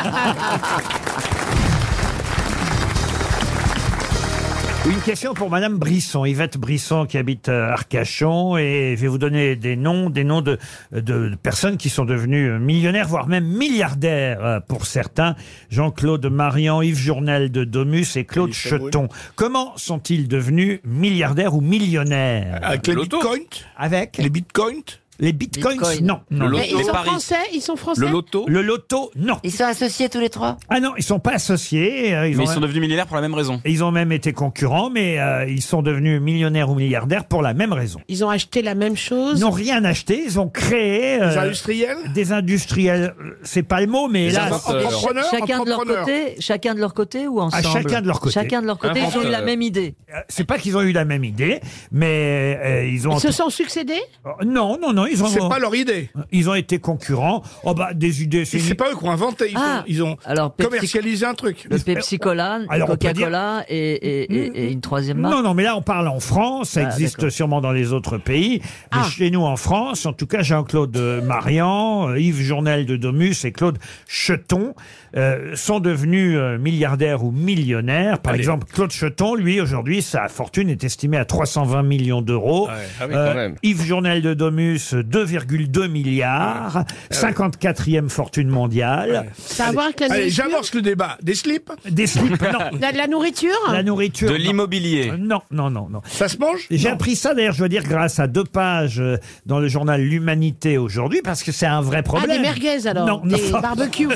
S2: Une question pour Madame Brisson, Yvette Brisson qui habite euh, Arcachon et je vais vous donner des noms, des noms de, de personnes qui sont devenues euh, millionnaires, voire même milliardaires euh, pour certains. Jean-Claude Marian, Yves Journel de Domus et Claude
S4: Salut, Fabrice.
S2: Cheton. Comment sont-ils devenus milliardaires ou millionnaires
S4: Euh, Avec les bitcoins
S2: Avec
S4: Les bitcoins
S2: Les bitcoins,
S7: Bitcoin.
S2: non. non.
S7: Mais ils sont français, ils sont français.
S8: loto
S2: Le loto, non.
S7: Ils sont associés tous les trois.
S2: Ah non, ils sont pas associés. euh,
S8: Mais
S2: ont-
S8: ils sont devenus millionnaires pour la même raison.
S2: ils ont même été concurrents, mais euh, ils sont devenus millionnaires ou milliardaires pour la même raison.
S6: Ils ont acheté la même chose.
S2: Ils n'ont rien acheté, ils ont créé euh,
S4: Les industriels
S2: des industriels. euh, C'est pas le mot, mais
S8: Des
S2: là,
S8: inventeurs.
S2: c'est-
S4: Entrepreneurs,
S9: Chacun de leur
S4: entrepreneurs.
S9: côté, chacun de leur côté ou ensemble
S2: chacun de leur côté.
S9: Chacun de leur côté, ils ont eu la
S8: Inventeurs.
S9: même idée.
S2: Euh, c'est pas qu'ils ont eu la même idée, mais euh, ils ont. Oh.
S6: Ils se sont succédés
S2: Non, non, non, ils ont.
S4: C'est pas leur idée.
S2: Ils ont été concurrents. Oh bah des idées.
S4: Et C'est pas eux qui ont inventé. Ils
S9: Ah.
S4: ont, ils ont
S9: Alors, Pepsi-
S4: commercialisé un truc.
S9: Le Pepsi Cola,
S2: Alors, on peut
S9: Coca-Cola et, et- et- et une troisième marque.
S2: Non, non, mais là, on parle en France. Ça
S9: Ah,
S2: existe
S9: d'accord. Ah.
S2: sûrement dans les autres pays. Mais chez nous, en France, en tout cas, Jean-Claude euh, Marian, euh, Yves Journel de Domus et Claude Cheton euh, sont devenus euh, milliardaires ou millionnaires. Par
S8: Allez.
S2: exemple, Claude Cheton, lui, aujourd'hui, sa fortune est estimée à 320 millions d'euros. Euh,
S8: ouais. Ah oui, quand même.
S2: Yves Journel de Domus, 2,2
S8: Ah
S2: milliards. 54e fortune mondiale.
S6: Ça a à voir avec la
S4: Allez,
S6: nourriture
S4: j'amorce le débat. Des slips
S2: Des slips, non.
S6: La, la nourriture
S2: La nourriture.
S8: De
S2: non.
S4: Euh,
S8: l'immobilier.
S2: Non, non, non, non.
S4: Ça se mange
S2: J'ai
S4: Non.
S2: appris ça d'ailleurs, je dois dire, grâce à deux pages euh, dans le journal L'Humanité aujourd'hui, parce que c'est un vrai
S6: Ah,
S2: problème.
S6: des merguez alors
S2: Non,
S6: Des
S2: non.
S6: barbecues
S9: Euh,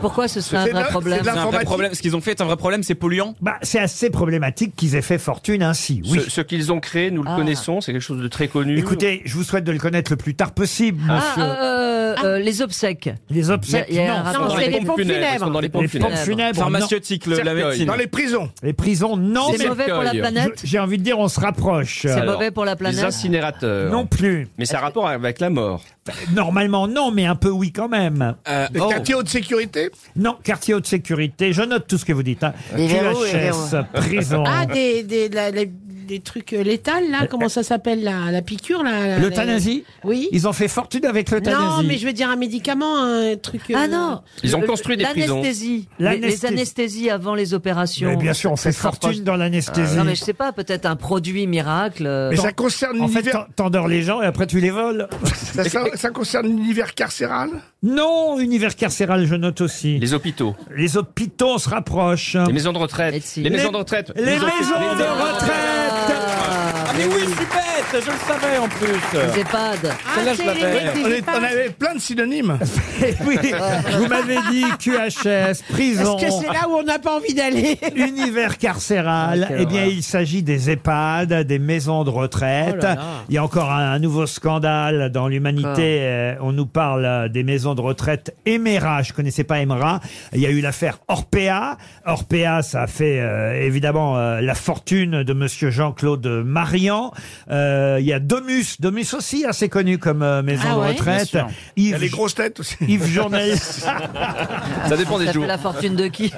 S9: Pourquoi ce serait un
S4: C'est
S9: vrai
S4: de la-
S9: problème
S4: c'est de
S8: C'est
S4: la-
S8: un vrai
S4: Informatique.
S8: problème. Ce qu'ils ont fait est un vrai problème, c'est polluant.
S2: Bah, c'est assez problématique qu'ils aient fait fortune ainsi, oui.
S8: Ce, ce qu'ils ont créé, nous le
S9: Ah.
S8: connaissons, c'est quelque chose de très connu.
S2: Écoutez, je vous souhaite de le connaître le plus tard possible,
S9: Ah,
S2: monsieur.
S9: euh, euh, les obsèques.
S2: Les obsèques,
S9: il y a- il y a un
S2: non.
S9: rapport.
S6: Ah. Non, c'est les
S8: pompes
S6: pompes
S8: funèbres,
S6: funèbres.
S8: ils sont dans les pompes
S2: Les pompes
S8: funèbres.
S2: funèbres, non.
S8: Pharmaceutique, le- la
S10: Cercueil.
S8: médecine.
S4: Dans les prisons.
S2: Les prisons, non.
S9: C'est
S2: mais
S9: mauvais pour la
S8: cercueil.
S9: planète
S2: je- J'ai envie de dire, on se rapproche.
S9: C'est
S2: Euh,
S8: Alors,
S9: mauvais pour la
S8: Les
S9: planète
S8: incinérateurs.
S2: Non plus.
S8: Mais ça a rapport avec la mort.
S2: Normalement, non, mais un peu oui quand même.
S4: Des quartiers haute sécurité
S2: Non, quartier haute sécurité. Je note tout ce que vous dites. Hein.
S7: Des verrous et
S2: QHS, prison.
S6: Ah, des, des, la- la- des trucs euh, létals, là, comment ça s'appelle, la, la piqûre, là la-
S2: L'euthanasie
S6: la- euh, Oui.
S2: Ils ont fait fortune avec l'euthanasie.
S6: Non, mais je veux dire un médicament, un truc.
S9: Ah
S6: euh,
S9: non
S8: Ils ont
S9: Le-
S8: construit des prisons.
S9: L'anesthésie. Les,
S2: L'anesthésie.
S9: les anesthésies avant les opérations.
S2: Mais bien sûr, on
S9: Ça
S2: fait
S9: se rapproche. Ah
S2: fortune dans
S6: Ah,
S2: l'anesthésie.
S9: Non mais je sais pas, peut-être un produit miracle. euh,
S4: Mais ça concerne
S2: En fait,
S4: l'univers
S2: t'en- t'endors les gens et après tu les voles.
S4: ça, ça- ça concerne l'univers carcéral
S2: Non, univers carcéral, je note aussi. Les,
S8: Les hôpitaux.
S2: hôpitaux se rapprochent.
S8: Les maisons de retraite.
S9: Médecine.
S8: Les maisons
S2: Les-
S8: de retraite.
S2: Les maisons de
S8: hôpitaux.
S2: retraite
S9: Ah,
S10: Mais Ah, oui, je suis bête, je le savais en plus.
S9: Les
S4: Ah,
S9: EHPAD.
S10: Celle-là,
S2: Ah,
S10: je l'avais.
S4: On, est- on avait plein de synonymes.
S2: oui, vous m'avez dit QHS, prison.
S6: Est-ce que c'est là où on n'a pas envie d'aller
S2: Univers carcéral,
S6: Ah, quelle
S2: eh bien,
S6: horreur.
S2: il s'agit des EHPAD, des maisons de retraite.
S6: Oh là là.
S2: Il y a encore un, un nouveau scandale dans
S6: Encore.
S2: l'humanité. Euh, On nous parle euh, des maisons de retraite Emera. Je connaissais pas Emera. Il y a eu l'affaire Orpea. Orpea, ça a fait euh, évidemment euh, la fortune de Monsieur Jean-Claude Marian. Euh, il y a Domus. Domus aussi assez connu comme euh, maison
S4: Ah
S2: de
S4: ouais
S2: retraite.
S4: Bien sûr. Il y a les grosses têtes aussi.
S2: Yves Journel.
S10: Ça dépend des
S9: Ça
S10: jours.
S9: fait la fortune de qui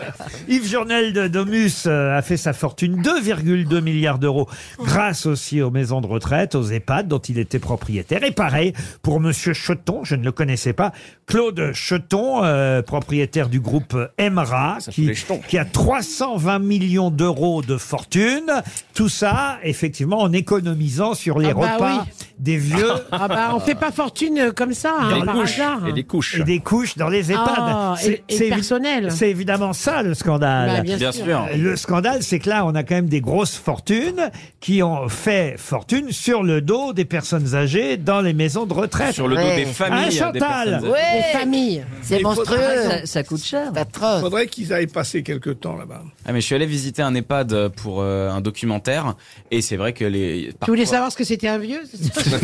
S2: Yves Journel de Domus euh, a fait sa fortune, 2,2 milliards d'euros, grâce aussi aux maisons de retraite, aux EHPAD dont il était propriétaire. Et pareil pour Monsieur Cheton, je ne le connaissais pas, Claude Cheton, euh, propriétaire du groupe Emra, qui, qui a 320 millions d'euros de fortune. Tout ça, effectivement, en économisant sur les
S6: Ah bah
S2: repas
S6: oui.
S2: des vieux.
S6: Ah bah, on fait pas fortune euh, comme ça, hein, par hasard. hein.
S2: couches. Et des couches dans les EHPAD.
S6: Ah, et- et
S2: évi-
S6: personnel.
S2: C'est évidemment ça le scandale.
S6: Bah, bien Bien sûr. sûr.
S2: Le scandale, c'est que là, on a quand même des grosses fortunes qui ont fait fortune sur le dos des personnes âgées dans les maisons de retraite.
S10: Sur le dos Ouais. des familles
S2: Hein,
S10: des
S2: Chantal
S10: personnes âgées. Ouais.
S6: Les familles.
S7: C'est monstrueux.
S9: Ça, ça coûte cher.
S4: Il faudrait qu'ils aillent passer quelques temps là-bas.
S10: Ah, mais je suis allé visiter un EHPAD pour euh, un documentaire et c'est vrai que les.
S6: Tu voulais savoir ce que c'était un vieux c'est ça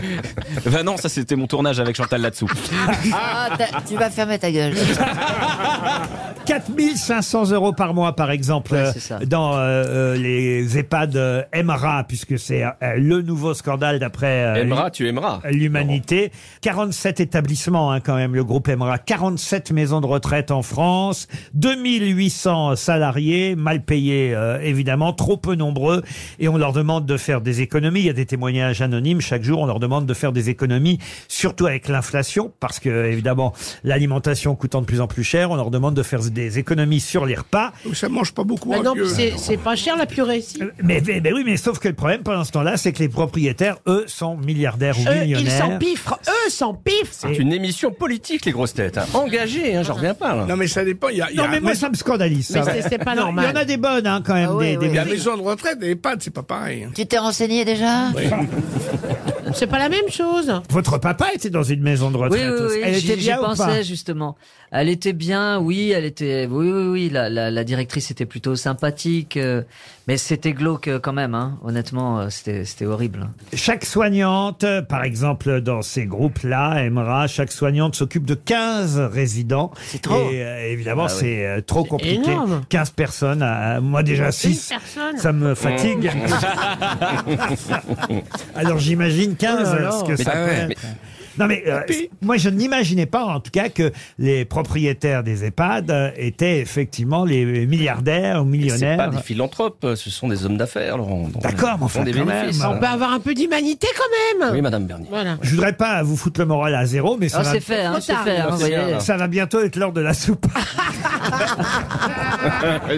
S10: Bah non, ça c'était mon tournage avec Chantal là-dessous.
S7: Ah, t'as- tu vas fermer ta gueule.
S2: 4500 euros par mois, par exemple,
S7: Ouais,
S2: euh,
S7: c'est ça.
S2: dans euh, euh, les EHPAD euh, Emra, puisque c'est euh, le nouveau scandale d'après euh,
S8: Aimeras, tu aimeras.
S2: l'humanité. 47 établissements, hein, quand même, le groupe Emra. 47 maisons de retraite en France. 2800 salariés, mal payés, euh, évidemment, trop peu nombreux. Et on leur demande de faire des économies. Il y a des témoignages anonymes. Chaque jour, on leur demande de faire des économies, surtout avec l'inflation, parce que, évidemment, l'alimentation coûtant de plus en plus cher, on leur demande de faire des économies sur les repas.
S4: Ça mange pas beaucoup.
S6: Bah
S4: un
S6: non,
S4: vieux.
S6: puis c'est- c'est pas cher la purée ici.
S2: Euh, Mais, mais- mais oui, mais sauf que le problème pendant ce temps-là, c'est que les propriétaires, eux, sont milliardaires ou
S6: Eux, ils
S2: millionnaires.
S6: s'empiffrent. Eux s'empiffrent.
S8: C'est une émission politique, les grosses têtes. hein. Engagée, hein, j'en reviens pas. là.
S4: Non, mais ça dépend. Il y a, Ah, il y
S2: Non,
S4: a-
S2: mais moi, ça me scandalise. ça.
S6: Mais c'est- c'est pas
S2: Non,
S6: normal.
S2: Il y en a des bonnes, hein, quand même.
S6: Ah
S2: des,
S6: oui,
S2: des-
S6: oui.
S4: la maison de retraite et EHPAD, c'est pas pareil.
S7: Tu t'es renseigné déjà
S6: C'est pas la même chose.
S2: Votre papa était dans une maison de
S9: Oui,
S2: retraite.
S9: oui, oui.
S2: Elle
S9: j'y-
S2: était
S9: j'y
S2: bien ou pas
S9: pensais justement. Elle était bien, oui, elle était, oui, oui, oui. La, la, la directrice était plutôt sympathique, euh, mais c'était glauque euh, quand même. Hein. Honnêtement, euh, c'était, c'était horrible.
S2: Chaque soignante, par exemple, dans ces groupes-là, Emra, chaque soignante s'occupe de 15 résidents. C'est
S6: trop.
S2: Et euh, évidemment,
S6: Ah oui.
S2: c'est euh, trop compliqué.
S6: énorme.
S2: 15 personnes, à- moi Ah, déjà 6.
S6: personne.
S2: Ça me fatigue. Alors j'imagine 15,
S6: Oh là là.
S2: ce que
S8: Mais
S2: ça
S8: t'as-
S2: peut être.
S8: mais-
S2: Non mais euh, moi je n'imaginais pas en tout cas que les propriétaires des EHPAD euh, étaient effectivement les milliardaires ou
S8: C'est pas
S2: millionnaires.
S8: des philanthropes, euh, ce sont des hommes d'affaires, Laurent. Donc,
S2: D'accord, mais
S8: ils
S2: enfin,
S8: font des
S2: quand
S8: bénéfices. hein.
S2: même.
S6: On peut avoir un peu d'humanité quand même.
S8: Oui, Madame Bernier.
S6: Voilà.
S2: Je voudrais pas vous foutre le moral à zéro, mais ça,
S9: Ah,
S2: va,
S9: c'est fait, hein,
S6: Trop
S9: c'est
S6: tard.
S9: fait. hein,
S8: Ah,
S9: vous
S8: c'est
S9: voyez.
S8: bien, là.
S2: ça va bientôt être l'heure de la soupe.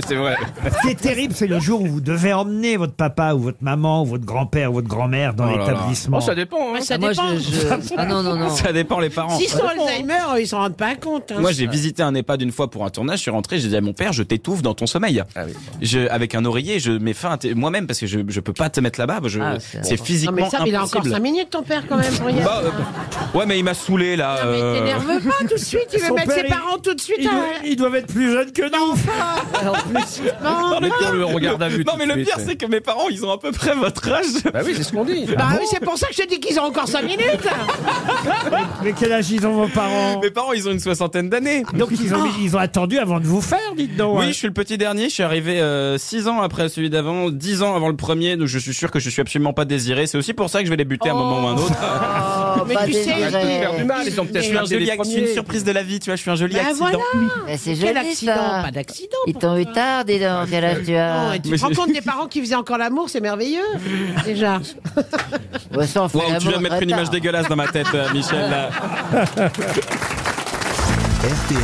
S8: c'est vrai.
S2: Ce qui est terrible, c'est le jour où vous devez emmener votre papa ou votre maman ou votre grand-père ou votre grand-mère dans
S10: Oh là là.
S2: l'établissement.
S8: Oh, ça dépend. hein.
S6: Ouais, ça
S9: Ah, moi,
S6: dépend.
S9: je- je- ah non, non, non.
S10: Ça dépend les parents.
S6: S'ils sont Alzheimer, ils s'en rendent pas compte. hein.
S10: Moi, j'ai visité un EHPAD une fois pour un tournage. Je suis rentré, j'ai dit à mon père, je t'étouffe dans ton sommeil.
S8: Ah
S10: Je, avec un oreiller, je mets fin à tes- moi-même parce que je, je peux pas te mettre là-bas. Je-
S9: Ah, c'est-
S10: c'est
S6: Non,
S10: physiquement
S6: mais ça, mais il a encore
S10: impossible.
S6: 5 minutes, ton père, quand même, pour y aller.
S10: Bah, euh, ouais, mais il m'a saoulé là. euh.
S6: T'énerve pas tout de suite, tu veux
S2: Son
S6: mettre ses
S2: père, il-
S6: parents tout de suite
S2: Ils,
S6: à...
S2: doivent, ils doivent être plus jeunes que nous.
S9: En plus,
S6: Non,
S8: Le pire, le regard à vue.
S10: non,
S8: tout
S10: mais
S8: de
S10: le
S8: suite.
S10: pire, c'est que mes parents, ils ont à peu près votre âge.
S8: Bah oui, c'est ce qu'on
S2: Ah
S8: dit.
S6: bah oui, c'est pour ça que je te dis qu'ils ont encore 5 minutes
S2: Mais quel âge ils ont vos parents Ah,
S10: Mes parents, ils ont une soixantaine d'années. Ah.
S2: Donc ils ont, ils ont attendu avant de vous faire, dites donc. hein.
S10: Oui, je suis le petit dernier. Je suis arrivé 6 ans après celui d'avant, 10 ans avant le premier. Donc je suis sûr que je suis absolument pas désiré. C'est aussi pour ça que je vais les buter à un moment ou un autre.
S7: Oh,
S6: Mais
S7: pas
S6: tu sais,
S7: désiré.
S6: arrête de faire
S8: du mal, ils ont peut-être
S10: Je suis un
S8: raté les
S10: joli acc- je suis une
S8: premiers.
S10: surprise de la vie, tu vois. Je suis un joli
S2: Ben
S6: Bah
S10: accident.
S6: voilà
S7: Mais Eh, c'est
S6: Quel
S7: joli
S6: accident
S7: ça.
S6: Pas d'accident
S7: Ils t'ont eu tard, dis
S6: Ah,
S7: donc, quel âge tu
S6: Non,
S7: as
S6: Oh, et tu
S10: Mais
S6: te rends
S10: c'est-
S6: compte des parents qui faisaient encore l'amour, c'est merveilleux déjà.
S7: Ouais, ça, on fait
S10: Waouh, tu viens
S7: l'amour
S10: de mettre
S7: très
S10: une image
S7: tard.
S10: dégueulasse dans ma tête, euh, Michel. là.
S1: RTL,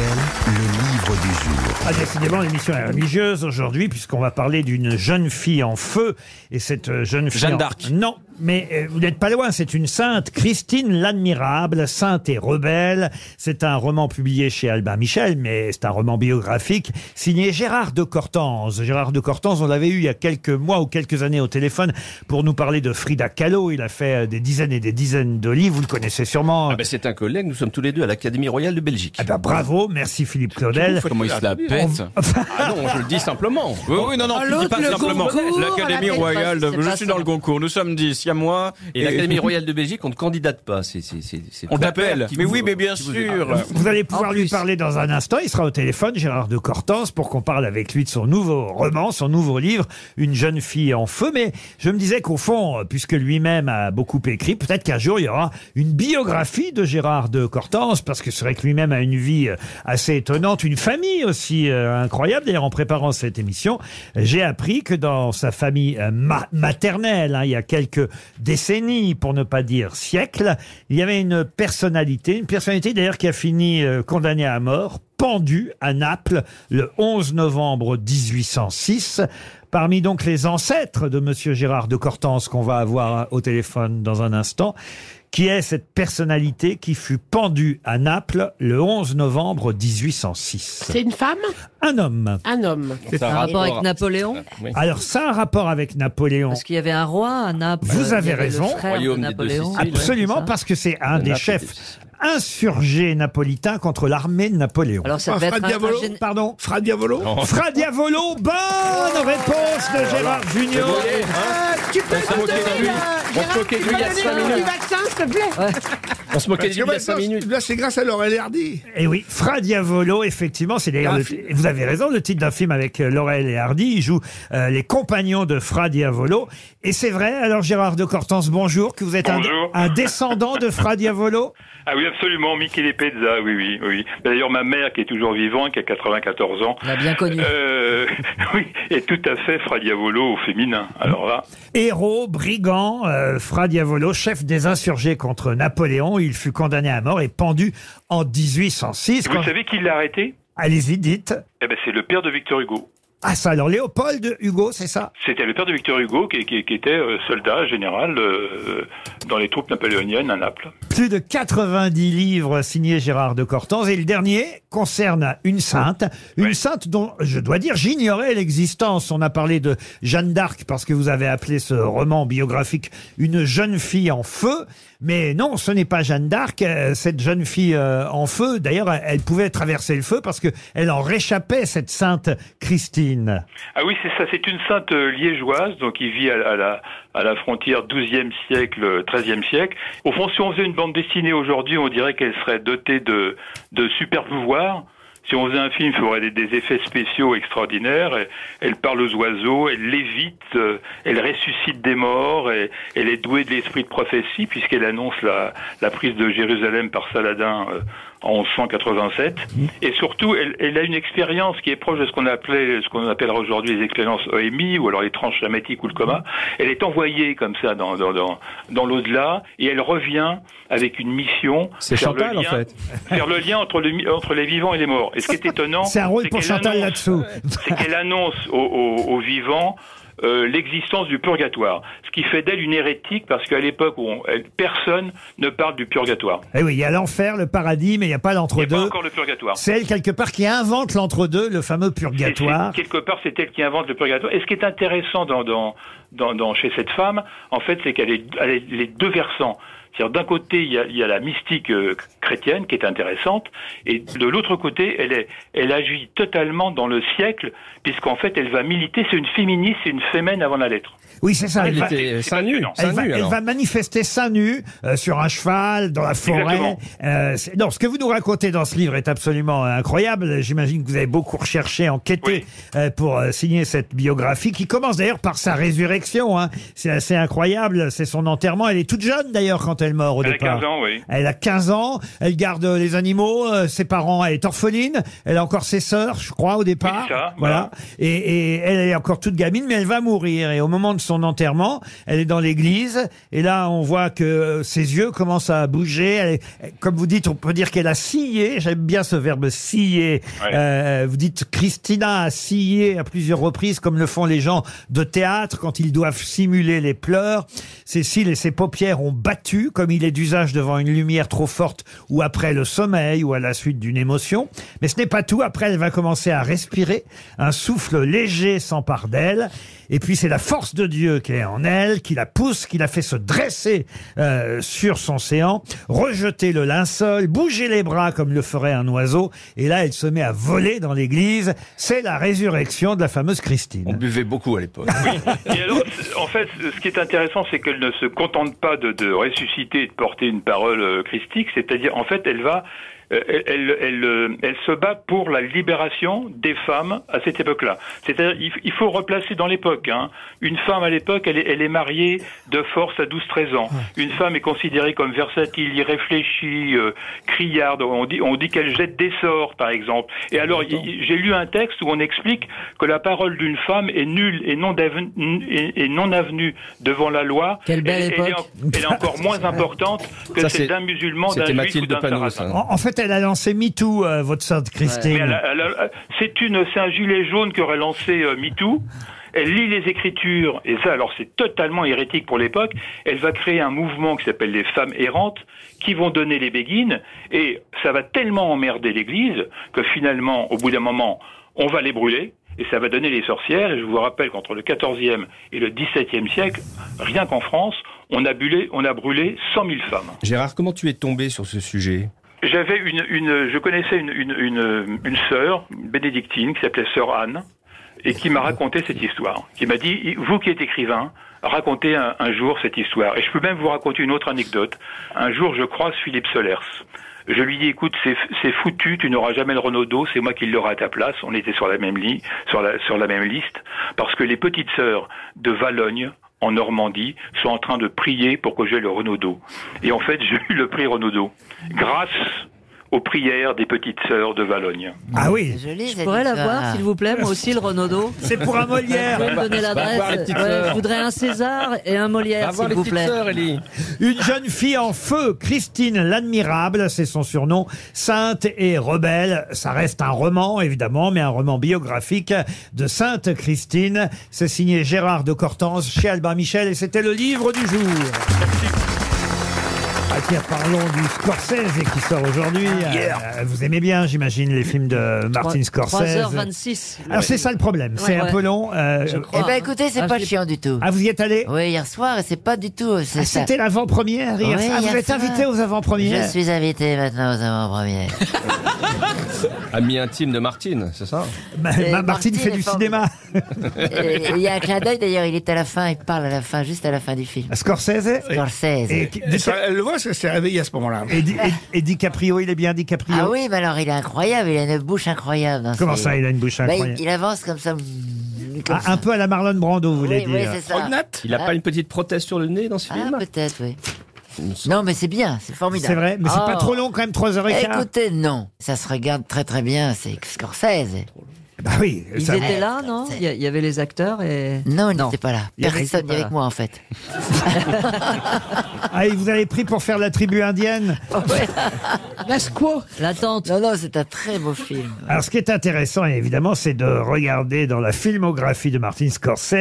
S1: le livre du jour.
S2: Ah, décidément, l'émission est religieuse aujourd'hui, puisqu'on va parler d'une jeune fille en feu. Et cette euh, jeune fille.
S10: Jeanne
S2: en-
S10: d'Arc.
S2: Non, Mais euh, vous n'êtes pas loin, c'est une sainte, Christine l'Admirable, sainte et rebelle. C'est un roman publié chez Albin Michel, mais c'est un roman biographique signé Gérard de Cortance. Gérard de Cortance, on l'avait eu il y a quelques mois ou quelques années au téléphone pour nous parler de Frida Kahlo. Il a fait euh, des dizaines et des dizaines de livres, vous le connaissez sûrement.
S8: Ah ben, c'est un collègue, nous sommes tous les deux à l'Académie royale de Belgique.
S2: Ah ben, bravo, merci Philippe Claudel.
S8: Comment il se la pète Ah non, je le dis simplement. Oui, oui, non, non,
S2: Ah,
S8: je
S2: l'autre,
S8: dis pas
S2: le
S8: simplement.
S2: Goncourt,
S8: L'Académie
S2: la tête
S8: royale, de...
S2: basse, c'est
S8: je
S2: pas
S8: suis
S2: ça.
S8: dans le concours, nous sommes dix, il y a moi. Et, l'Académie royale de Belgique, on ne candidate pas. C'est, c'est, c'est, c'est
S2: On
S8: Flaubert
S2: t'appelle.
S8: qui
S2: Mais
S8: vous-
S2: oui, mais bien
S8: qui vous Ah,
S2: sûr.
S8: épargne.
S2: Vous allez pouvoir lui parler dans un instant. Il sera au téléphone, Gérard de Cortance, pour qu'on parle avec lui de son nouveau roman, son nouveau livre, Une jeune fille en feu. Mais je me disais qu'au fond, euh, puisque lui-même a beaucoup écrit, peut-être qu'un jour il y aura une biographie de Gérard de Cortance, parce que c'est vrai que lui-même a une vie euh, assez étonnante, une famille aussi euh, incroyable. D'ailleurs, en préparant cette émission, j'ai appris que dans sa famille euh, ma- maternelle, hein, il y a quelques décennies, pour ne pas dire siècles, il y avait une personnalité, une personnalité d'ailleurs qui a fini euh, condamnée à mort, pendue à Naples le 11 novembre 1806. Parmi donc les ancêtres de Monsieur Gérard de Cortance qu'on va avoir euh, au téléphone dans un instant, qui est cette personnalité qui fut pendue à Naples le 11 novembre 1806
S6: C'est une femme Ah.
S2: Un homme.
S6: Un homme.
S2: C'est un rapport avec
S9: Napoléon
S10: Ah,
S2: Alors ça a un rapport avec Napoléon.
S9: Parce qu'il y avait un roi à Naples.
S2: Vous
S9: il y
S2: avez
S9: avait le
S2: raison.
S9: frère de Napoléon.
S2: Absolument, parce que c'est un
S9: Le
S2: des
S9: Naples
S2: chefs insurgés napolitains contre l'armée de Napoléon.
S9: Alors, ça
S2: Ah,
S9: devait
S2: Fra
S9: être un-
S2: Diavolo,
S9: un gén-
S2: Pardon Fra Diavolo Fra Diavolo, bonne réponse de Gérard Junior.
S8: hein.
S3: Tu peux
S2: On se
S3: me
S2: moquait
S3: donner
S2: de lui.
S3: la-
S2: On se
S3: Gérard,
S2: moquait de
S3: tu
S2: lui il y
S3: peux
S2: a
S3: me
S2: cinq
S3: donner le nom du
S2: minutes.
S3: vaccin, s'il te plaît
S8: On se moquait de lui il y a cinq minutes.
S4: Là, c'est grâce à leur LRD.
S2: Et Eh oui, Fra Diavolo, effectivement, c'est d'ailleurs.
S4: Un
S2: le-
S4: film.
S2: Vous avez raison, le titre d'un film avec euh, Laurel et Hardy. Il joue euh, les compagnons de Fra Diavolo. Et c'est vrai, alors Gérard de Cortance, bonjour, que vous êtes un,
S17: Bonjour.
S2: un descendant de Fra Diavolo.
S17: Ah oui, absolument, Michele Pezza, oui, oui, oui. D'ailleurs, ma mère, qui est toujours vivante, qui a 94 ans.
S9: L'a bien connue.
S17: Euh, oui, est tout à fait Fra Diavolo au féminin. Alors là.
S2: Héros, brigand, euh, Fra Diavolo, chef des insurgés contre Napoléon, il fut condamné à mort et pendu en 1806.
S17: Vous
S2: Quand-
S17: savez qui l'a arrêté
S2: Allez-y, dites.
S17: Eh ben, c'est le père de Victor Hugo.
S2: Ah ça, alors Léopold Hugo, c'est ça
S17: C'était le père de Victor Hugo qui, qui- qui était euh, soldat général euh, dans les troupes napoléoniennes à Naples.
S2: Plus de 90 livres signés Gérard de Cortance. Et le dernier concerne une sainte. Une sainte dont, je dois dire, j'ignorais l'existence. On a parlé de Jeanne d'Arc parce que vous avez appelé ce roman biographique Une jeune fille en feu. Mais non, ce n'est pas Jeanne d'Arc. Euh, Cette jeune fille euh, en feu, d'ailleurs, elle- elle pouvait traverser le feu parce que elle en réchappait, cette sainte Christine.
S17: Ah oui, c'est ça. C'est une sainte euh, liégeoise, donc qui vit à, la- à la à la frontière 12e siècle, euh, 13e siècle. Au fond, si on faisait une bande dessinée aujourd'hui, on dirait qu'elle serait dotée de de super pouvoirs. Si on faisait un film, il faudrait des, des effets spéciaux extraordinaires. Elle, elle parle aux oiseaux, elle lévite, euh, elle ressuscite des morts, et, elle est douée de l'esprit de prophétie puisqu'elle annonce la, la prise de Jérusalem par Saladin euh, en 1187.
S8: Mhm.
S17: Et surtout, elle, elle a une expérience qui est proche de ce qu'on appelait, ce qu'on appellera aujourd'hui les expériences EMI ou alors les tranches chamatiques ou le coma. Elle est envoyée comme ça dans dans dans, dans l'au-delà et elle revient avec une mission.
S8: C'est
S17: faire le
S8: Chantal, en
S17: lien-
S8: fait.
S17: Faire le lien entre le mi- entre les vivants et les morts. Et ce qui est étonnant,
S2: C'est un rôle pour
S17: qu'elle
S2: Chantal
S17: annonce-
S2: là-dessous.
S17: c'est qu'elle annonce aux, aux- aux vivants euh, l'existence du purgatoire, ce qui fait d'elle une hérétique parce qu'à l'époque où on- elle- personne ne parle du purgatoire.
S2: Eh oui, il y a l'enfer, le paradis, mais il n'y a pas
S17: Il n'y a pas
S2: l'entre-deux.
S17: encore le purgatoire.
S2: C'est elle, quelque part, qui invente l'entre-deux, le fameux purgatoire.
S17: C'est- c'est- quelque part, c'est elle qui invente le purgatoire. Et ce qui est intéressant dans, dans, dans, dans- chez cette femme, en fait, c'est qu'elle est, elle est les deux versants. C'est-à-dire, d'un côté, il y, a, il y a la mystique euh, chrétienne qui est intéressante, et de l'autre côté, elle, est, elle agit totalement dans le siècle, puisqu'en fait, elle va militer. C'est une féministe, c'est une fémène avant la lettre.
S2: Oui, c'est ça.
S17: Ah,
S2: elle
S17: il
S2: va-
S17: était, euh, seins nus,
S2: Elle
S17: seins
S2: va,
S17: nus,
S2: elle
S17: alors.
S2: va manifester seins nus euh, sur un cheval, dans la forêt.
S17: Exactement.
S2: Euh, c'est- non, ce que vous nous racontez dans ce livre est absolument euh, incroyable. J'imagine que vous avez beaucoup recherché, enquêté euh, pour euh, signer cette biographie qui commence d'ailleurs par sa résurrection. hein. C'est assez incroyable. C'est son enterrement. Elle est toute jeune d'ailleurs quand elle meurt au
S17: Elle a
S2: départ.
S17: 15 ans, oui.
S2: Elle a 15 ans. Elle garde euh, les animaux. euh, ses parents. Elle est orpheline. Elle a encore ses sœurs, je crois, au départ.
S17: ça,
S2: voilà. Et, et elle est encore toute gamine, mais elle va mourir. Et au moment de son enterrement. Elle est dans l'église et là on voit que euh, ses yeux commencent à bouger. Elle est- elle- comme vous dites, on peut dire qu'elle a scié. J'aime bien ce verbe scier. Euh, vous dites Christina a scié à plusieurs reprises, comme le font les gens de théâtre quand ils doivent simuler les pleurs. Cécile et ses paupières ont battu, comme il est d'usage devant une lumière trop forte ou après le sommeil ou à la suite d'une émotion. Mais ce n'est pas tout. Après, elle va commencer à respirer. Un souffle léger s'empare d'elle. Et puis, c'est la force de Dieu qui est en elle, qui la pousse, qui la fait se dresser euh, sur son séant, rejeter le linceul, bouger les bras comme le ferait un oiseau. Et là, elle se met à voler dans l'église. C'est la résurrection de la fameuse Christine.
S8: On buvait beaucoup à l'époque.
S17: Et alors, c'est- en fait, ce qui est intéressant, c'est qu'elle ne se contente pas de, de ressusciter et de porter une parole euh, christique, c'est-à-dire, en fait, elle va, euh, elle, elle, elle, euh, elle se bat pour la libération des femmes à cette époque-là. C'est-à-dire, il, f- il faut replacer dans l'époque. Hein. Une femme à l'époque, elle, est- elle est mariée de force à 12-13 ans. Une femme est considérée comme versatile, irréfléchie, euh, criarde. On dit, on dit qu'elle jette des sorts, par exemple. Et alors, il- il- j'ai lu un texte où on explique que la parole d'une femme est nulle et non, d'aven- et, et non avenue devant la loi.
S9: Quelle belle
S17: elle, elle est
S9: époque.
S17: en- elle est encore moins importante que
S8: Ça, c'est-
S17: celle d'un musulman, d'un
S8: c'était
S17: juif ou
S8: Mathilde
S17: d'un
S8: Panot,
S17: sarrasin.
S2: En, en fait, elle a lancé MeToo, euh, votre sainte Christine.
S17: Mais elle a- elle a- c'est une, c'est un gilet jaune qu'aurait lancé euh, MeToo. Elle lit les Écritures, et ça, alors c'est totalement hérétique pour l'époque. Elle va créer un mouvement qui s'appelle les femmes errantes, qui vont donner les béguines, et ça va tellement emmerder l'Église que finalement, au bout d'un moment, on va les brûler. Et ça va donner les sorcières. Et je vous rappelle qu'entre le 14e et le 17e siècle, rien qu'en France, on a, bulé- on a brûlé 100 000 femmes.
S8: Gérard, comment tu es tombé sur ce sujet
S17: J'avais une, une, je connaissais une, une, une, une sœur bénédictine qui s'appelait sœur Anne et qui m'a raconté cette histoire. Qui m'a dit, vous qui êtes écrivain, racontez un, un jour cette histoire. Et je peux même vous raconter une autre anecdote. Un jour, je croise Philippe Solers. Je lui dis, écoute, c'est c'est foutu, tu n'auras jamais le Renaudot, c'est moi qui l'aurai à ta place. On était sur la même ligne, sur la, sur la même liste, parce que les petites sœurs de Valogne en Normandie sont en train de prier pour que j'aie le Renaudot. Et en fait, j'ai eu le prix Renaudot grâce aux prières des petites sœurs de Valogne.
S2: Ah oui.
S9: Je pourrais la voir, s'il vous plaît, moi aussi, le Renaudot.
S2: C'est pour un Molière.
S9: Vous pouvez me donner
S2: Va- va
S9: l'adresse.
S2: voir les petites
S9: Ouais,
S2: sœurs.
S9: je voudrais un César et un Molière, s'il vous plaît.
S2: Une jeune fille en feu, Christine l'Admirable, c'est son surnom, sainte et rebelle. Ça reste un roman, évidemment, mais un roman biographique de Sainte Christine. C'est signé Gérard de Cortance chez Albin Michel et c'était le livre du jour. Ah tiens, parlons du Scorsese qui sort aujourd'hui.
S9: Ah,
S2: Euh, vous aimez bien, j'imagine, les films de Martin Scorsese.
S7: Ah
S9: 3h26.
S2: Alors c'est ça le problème, c'est un peu long. euh,
S7: Eh ben écoutez, c'est pas chiant du tout.
S2: Ah, vous y êtes allé
S7: Oui, hier soir, et c'est pas du tout. euh, c'est
S2: Ah,
S7: ça.
S2: c'était l'avant-première hier.
S7: Oui,
S2: Ah, vous
S7: hier
S2: êtes
S7: soir.
S2: invité aux avant-premières.
S7: Je suis invité maintenant aux avant-premières.
S8: Ami intime de Martine, c'est ça
S2: Ma-
S7: Et
S2: ma-
S7: Martine
S2: Martine fait
S7: est
S2: du cinéma.
S7: formidable. Et Il y a un clin d'œil d'ailleurs, il est à la fin, il parle à la fin, juste à la fin du film.
S2: Ah, Scorsese
S7: Scorsese.
S2: Et,
S4: Et ça, Elle le voit, ça s'est réveillé à ce moment-là.
S2: et Di- et- et DiCaprio, il est bien DiCaprio.
S7: Ah oui, mais alors il est incroyable, il a une bouche incroyable. dans
S2: Comment
S7: ses-
S2: ça, il a une bouche
S7: Bah, il-
S2: incroyable
S7: il, avance comme ça. mm,
S2: Ah, un peu à la Marlon Brando, vous voulez
S7: Oui, oui,
S2: dire.
S7: c'est ça.
S8: Il n'a pas une petite prothèse sur le nez dans ce film
S7: Ah, peut-être, oui. Non, mais c'est bien, c'est formidable. Oh.
S8: C'est vrai, mais c'est pas trop
S2: long quand même, 3h15.
S7: Écoutez, non, ça se regarde très très bien, c'est Scorsese.
S2: Bah oui,
S9: Ils étaient là, non Il y a- il y avait les acteurs et.
S7: Non, ils n'étaient pas là.
S9: Il y avait-
S7: Personne
S9: ils
S7: n'est
S9: étaient
S7: avec
S9: pas
S7: moi en fait.
S2: Ah, et vous avez pris pour faire la tribu indienne
S7: La squaw L'attente Non, non, c'est un très beau film.
S2: Alors, ce qui est intéressant, évidemment, c'est de regarder dans la filmographie de Martin Scorsese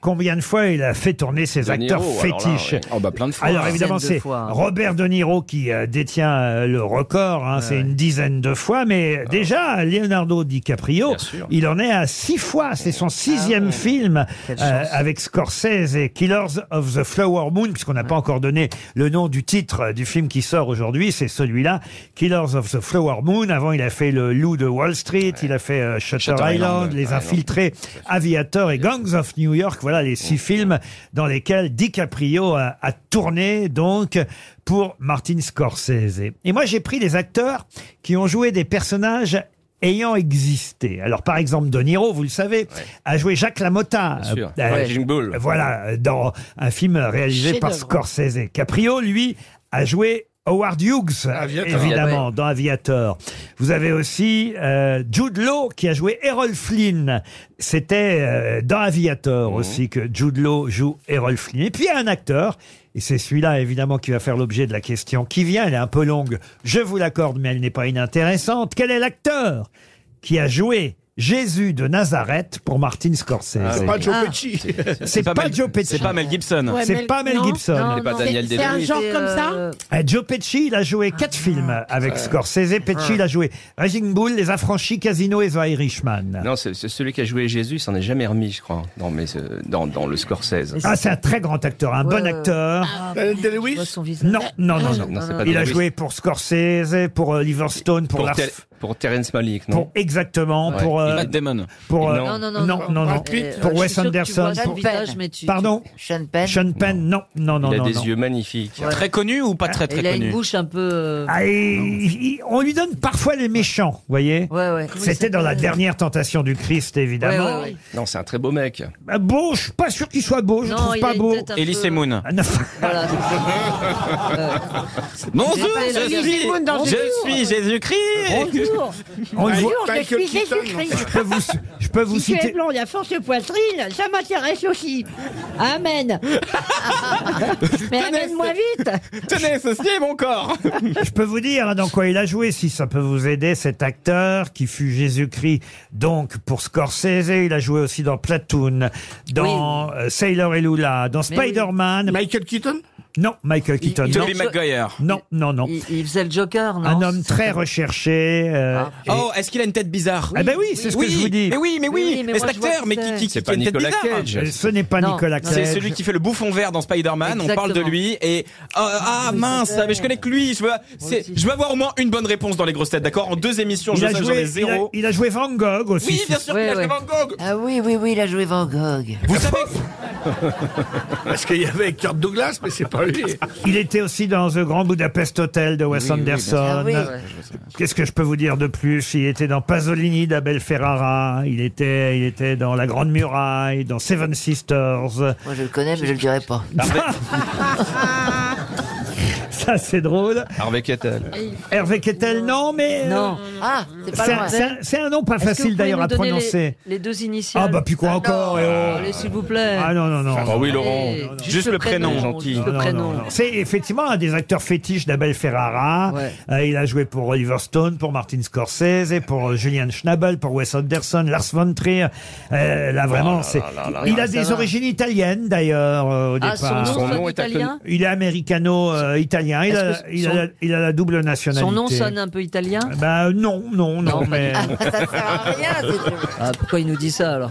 S2: combien de fois il a fait tourner ses
S8: De Niro,
S2: acteurs
S8: alors là,
S2: fétiches.
S8: ouais. Oh, bah, plein de fois.
S2: Alors,
S8: Une
S2: évidemment,
S8: dizaine de
S2: c'est
S8: fois, hein.
S2: Robert De Niro qui euh, détient euh, le record. hein, c'est une dizaine de fois.
S5: Ah
S2: Mais déjà, Leonardo DiCaprio, il en est à six fois. C'est son sixième film
S5: Ah Quelle
S2: euh,
S5: chance.
S2: avec Scorsese et Killers of the Flower Moon, puisqu'on n'a pas encore donné le nom du titre euh, du film qui sort aujourd'hui, c'est celui-là, Killers of the Flower Moon. Avant, il a fait Le Loup de Wall Street, il a fait euh, Shutter,
S5: Shutter
S2: Island,
S5: Island,
S2: Les
S5: ouais,
S2: Infiltrés, Aviator et Gangs of New York. Voilà les six films dans lesquels DiCaprio a, a tourné, donc, pour Martin Scorsese. Et moi, j'ai pris des acteurs qui ont joué des personnages ayant existé. Alors, par exemple, De Niro, vous le savez, a joué Jacques Lamotta.
S8: Bien sûr.
S2: Euh,
S8: Raging Bull.
S2: Voilà, dans un film réalisé par
S8: Chef-d'œuvre.
S2: Scorsese. Caprio, lui, a joué Howard Hughes,
S4: Aviator.
S2: évidemment,
S4: Ouais.
S2: dans Aviator. Vous avez aussi euh, Jude Law qui a joué Errol Flynn. C'était euh, dans Aviator aussi que Jude Law joue Errol Flynn. Et puis il y a un acteur, et c'est celui-là évidemment qui va faire l'objet de la question qui vient, elle est un peu longue, je vous l'accorde, mais elle n'est pas inintéressante. Quel est l'acteur qui a joué Jésus de Nazareth pour Martin Scorsese
S10: Ah, c'est pas Joe Ah. Pesci.
S2: C'est pas,
S10: Mel-
S2: Joe Pesci.
S10: C'est pas Mel Gibson.
S2: c'est pas Mel Gibson.
S10: C'est pas Daniel Day-Lewis.
S2: Euh, Joe Pesci, il a joué quatre films avec
S10: Ouais.
S2: Scorsese. Pesci,
S10: Ouais.
S2: il a joué Raging Bull, Les Affranchis, Casino et The Irishman.
S8: Non, c'est c'est celui qui a joué Jésus, il s'en est jamais remis, je crois, dans, mes, euh, dans, dans le Scorsese.
S2: Ah, c'est un très grand acteur, un bon acteur. Non, non, non, non.
S8: Ah. Non, c'est pas
S2: il a
S8: Day-Lewis.
S2: joué pour Scorsese, pour Oliver Stone, pour,
S8: Pour,
S2: Lars-
S8: Ter- pour Terence Malick, non
S2: pour- exactement,
S8: Ouais.
S2: pour
S8: Et
S2: euh,
S8: Matt Damon.
S2: Pour,
S8: Et
S2: euh,
S8: non.
S2: non, non, non. pour Wes Anderson. pour- Pardon
S7: Sean Penn.
S2: Sean Penn, non, non, non.
S8: Il a
S2: non,
S8: des
S2: non. Ah.
S8: yeux magnifiques.
S2: Ouais.
S10: Très connu ou
S8: Ah.
S10: pas très très
S9: Il a
S10: connu
S9: une bouche un peu.
S2: Ah, et il- il- on lui donne parfois les méchants, vous voyez C'était dans la dernière tentation du Christ, évidemment.
S8: Ouais, ouais, ouais. Non, c'est un très beau mec.
S2: Ah, beau, je suis pas sûr qu'il soit beau, je
S8: Non,
S2: trouve
S8: il a
S2: pas
S8: une
S2: beau.
S8: tête un Elie peu- Semoun.
S2: Ah, non.
S10: Bonjour,
S2: Bonjour,
S10: je
S2: Jésus.
S10: suis,
S2: Bonjour.
S10: je suis Jésus-Christ.
S2: Bonjour.
S10: On le
S11: Bonjour,
S10: voit-
S11: je suis Jésus-Christ.
S2: Je peux vous, je peux vous
S11: Si tu es
S2: citer.
S11: blond et à force de poitrine, ça m'intéresse aussi. Amen. Mais amène-moi vite.
S10: Tenez, ceci est mon corps.
S2: Je peux vous dire hein, dans quoi il a joué, si ça peut vous aider, cet acteur qui fut Jésus-Christ, donc pour Scorsese, il a joué aussi dans Platoon, dans euh, Sailor et Lula, dans
S9: Mais oui.
S2: Spider-Man. Michael Keaton Non, Michael Keaton. non.
S10: Tobey Maguire.
S2: Non, non, non.
S9: Il, il faisait le Joker, non Ah.
S2: Un homme très recherché. euh, et-
S10: Oh, est-ce qu'il a une tête bizarre
S2: Ah ben oui, c'est ce que je vous dis.
S10: Mais oui, mais oui,
S9: Oui, mais
S10: mais
S9: moi,
S10: cet
S9: je vois
S10: acteur,
S9: qui
S10: mais
S9: c'est.
S10: qui, qui,
S9: C'est
S10: qui
S8: pas
S10: a une tête
S8: Nicolas
S10: bizarre.
S8: Cage.
S2: Euh, Ce n'est pas
S10: Non.
S2: Nicolas
S10: C'est
S2: Cage.
S10: celui qui fait le bouffon vert dans Spider-Man, on parle de
S9: Exactement.
S10: lui et ah, ah, mince, mais je connais que lui, je veux c'est- je veux avoir au moins une bonne réponse dans les grosses têtes, d'accord En deux émissions,
S2: Il
S10: je
S2: a,
S10: sais, j'en ai
S2: joué, il, a,
S10: zéro.
S2: il a joué Van Gogh aussi.
S10: Oui, bien sûr qu'il a joué Van Gogh.
S7: Ah oui, oui, oui, il a joué Van Gogh.
S10: Vous savez
S4: Parce qu'il y avait Kurt Douglas, mais c'est pas lui.
S2: Il était aussi dans The Grand Budapest Hotel de Wes
S4: Oui, oui, bien sûr.
S2: Anderson.
S4: Ah oui.
S2: Qu'est-ce que je peux vous dire de plus Il était dans Pasolini d'Abel Ferrara. Il était, il était dans La Grande Muraille, dans Seven Sisters.
S7: Moi, je le connais, mais je le dirai pas.
S2: Ça, c'est drôle.
S8: Harvey Keitel.
S2: Hervé Kettel, non, mais. euh,
S9: Non.
S7: Ah, c'est pas
S2: C'est
S7: loin.
S2: un- c'est un- c'est un nom pas
S9: Est-ce que vous
S2: facile
S9: pouvez
S2: d'ailleurs
S9: nous
S2: à
S9: donner
S2: prononcer.
S9: Les, les deux initiales.
S2: Ah, bah, puis quoi
S9: Ah,
S2: encore
S9: non,
S2: et oh.
S9: Allez, s'il vous plaît.
S2: Ah non, non, non.
S9: Ah
S8: oui, Laurent.
S9: Allez,
S8: Juste le prénom, gentil.
S9: Juste
S2: Non,
S9: le
S2: non,
S9: prénom.
S2: non, non. C'est effectivement un des acteurs fétiches d'Abel Ferrara. Euh, il a joué pour Oliver Stone, pour Martin Scorsese, pour euh, Julian Schnabel, pour Wes Anderson, Lars von Trier. Euh, là,
S8: Oh
S2: vraiment,
S8: là
S2: c'est.
S8: là là là.
S2: Il a
S8: Ah, ça
S2: des
S8: va.
S2: origines italiennes, d'ailleurs, euh, au
S9: Ah, son
S2: départ.
S9: nom, Son sonne nom est italien inconnu.
S2: Il est américano-italien. Il, a-
S9: Est-ce que
S2: il a
S9: son-
S2: la- il a la double nationalité.
S9: Son nom sonne un peu italien
S2: Bah, non, non, non,
S9: Non,
S2: mais.
S9: Ah, pourquoi il nous dit ça alors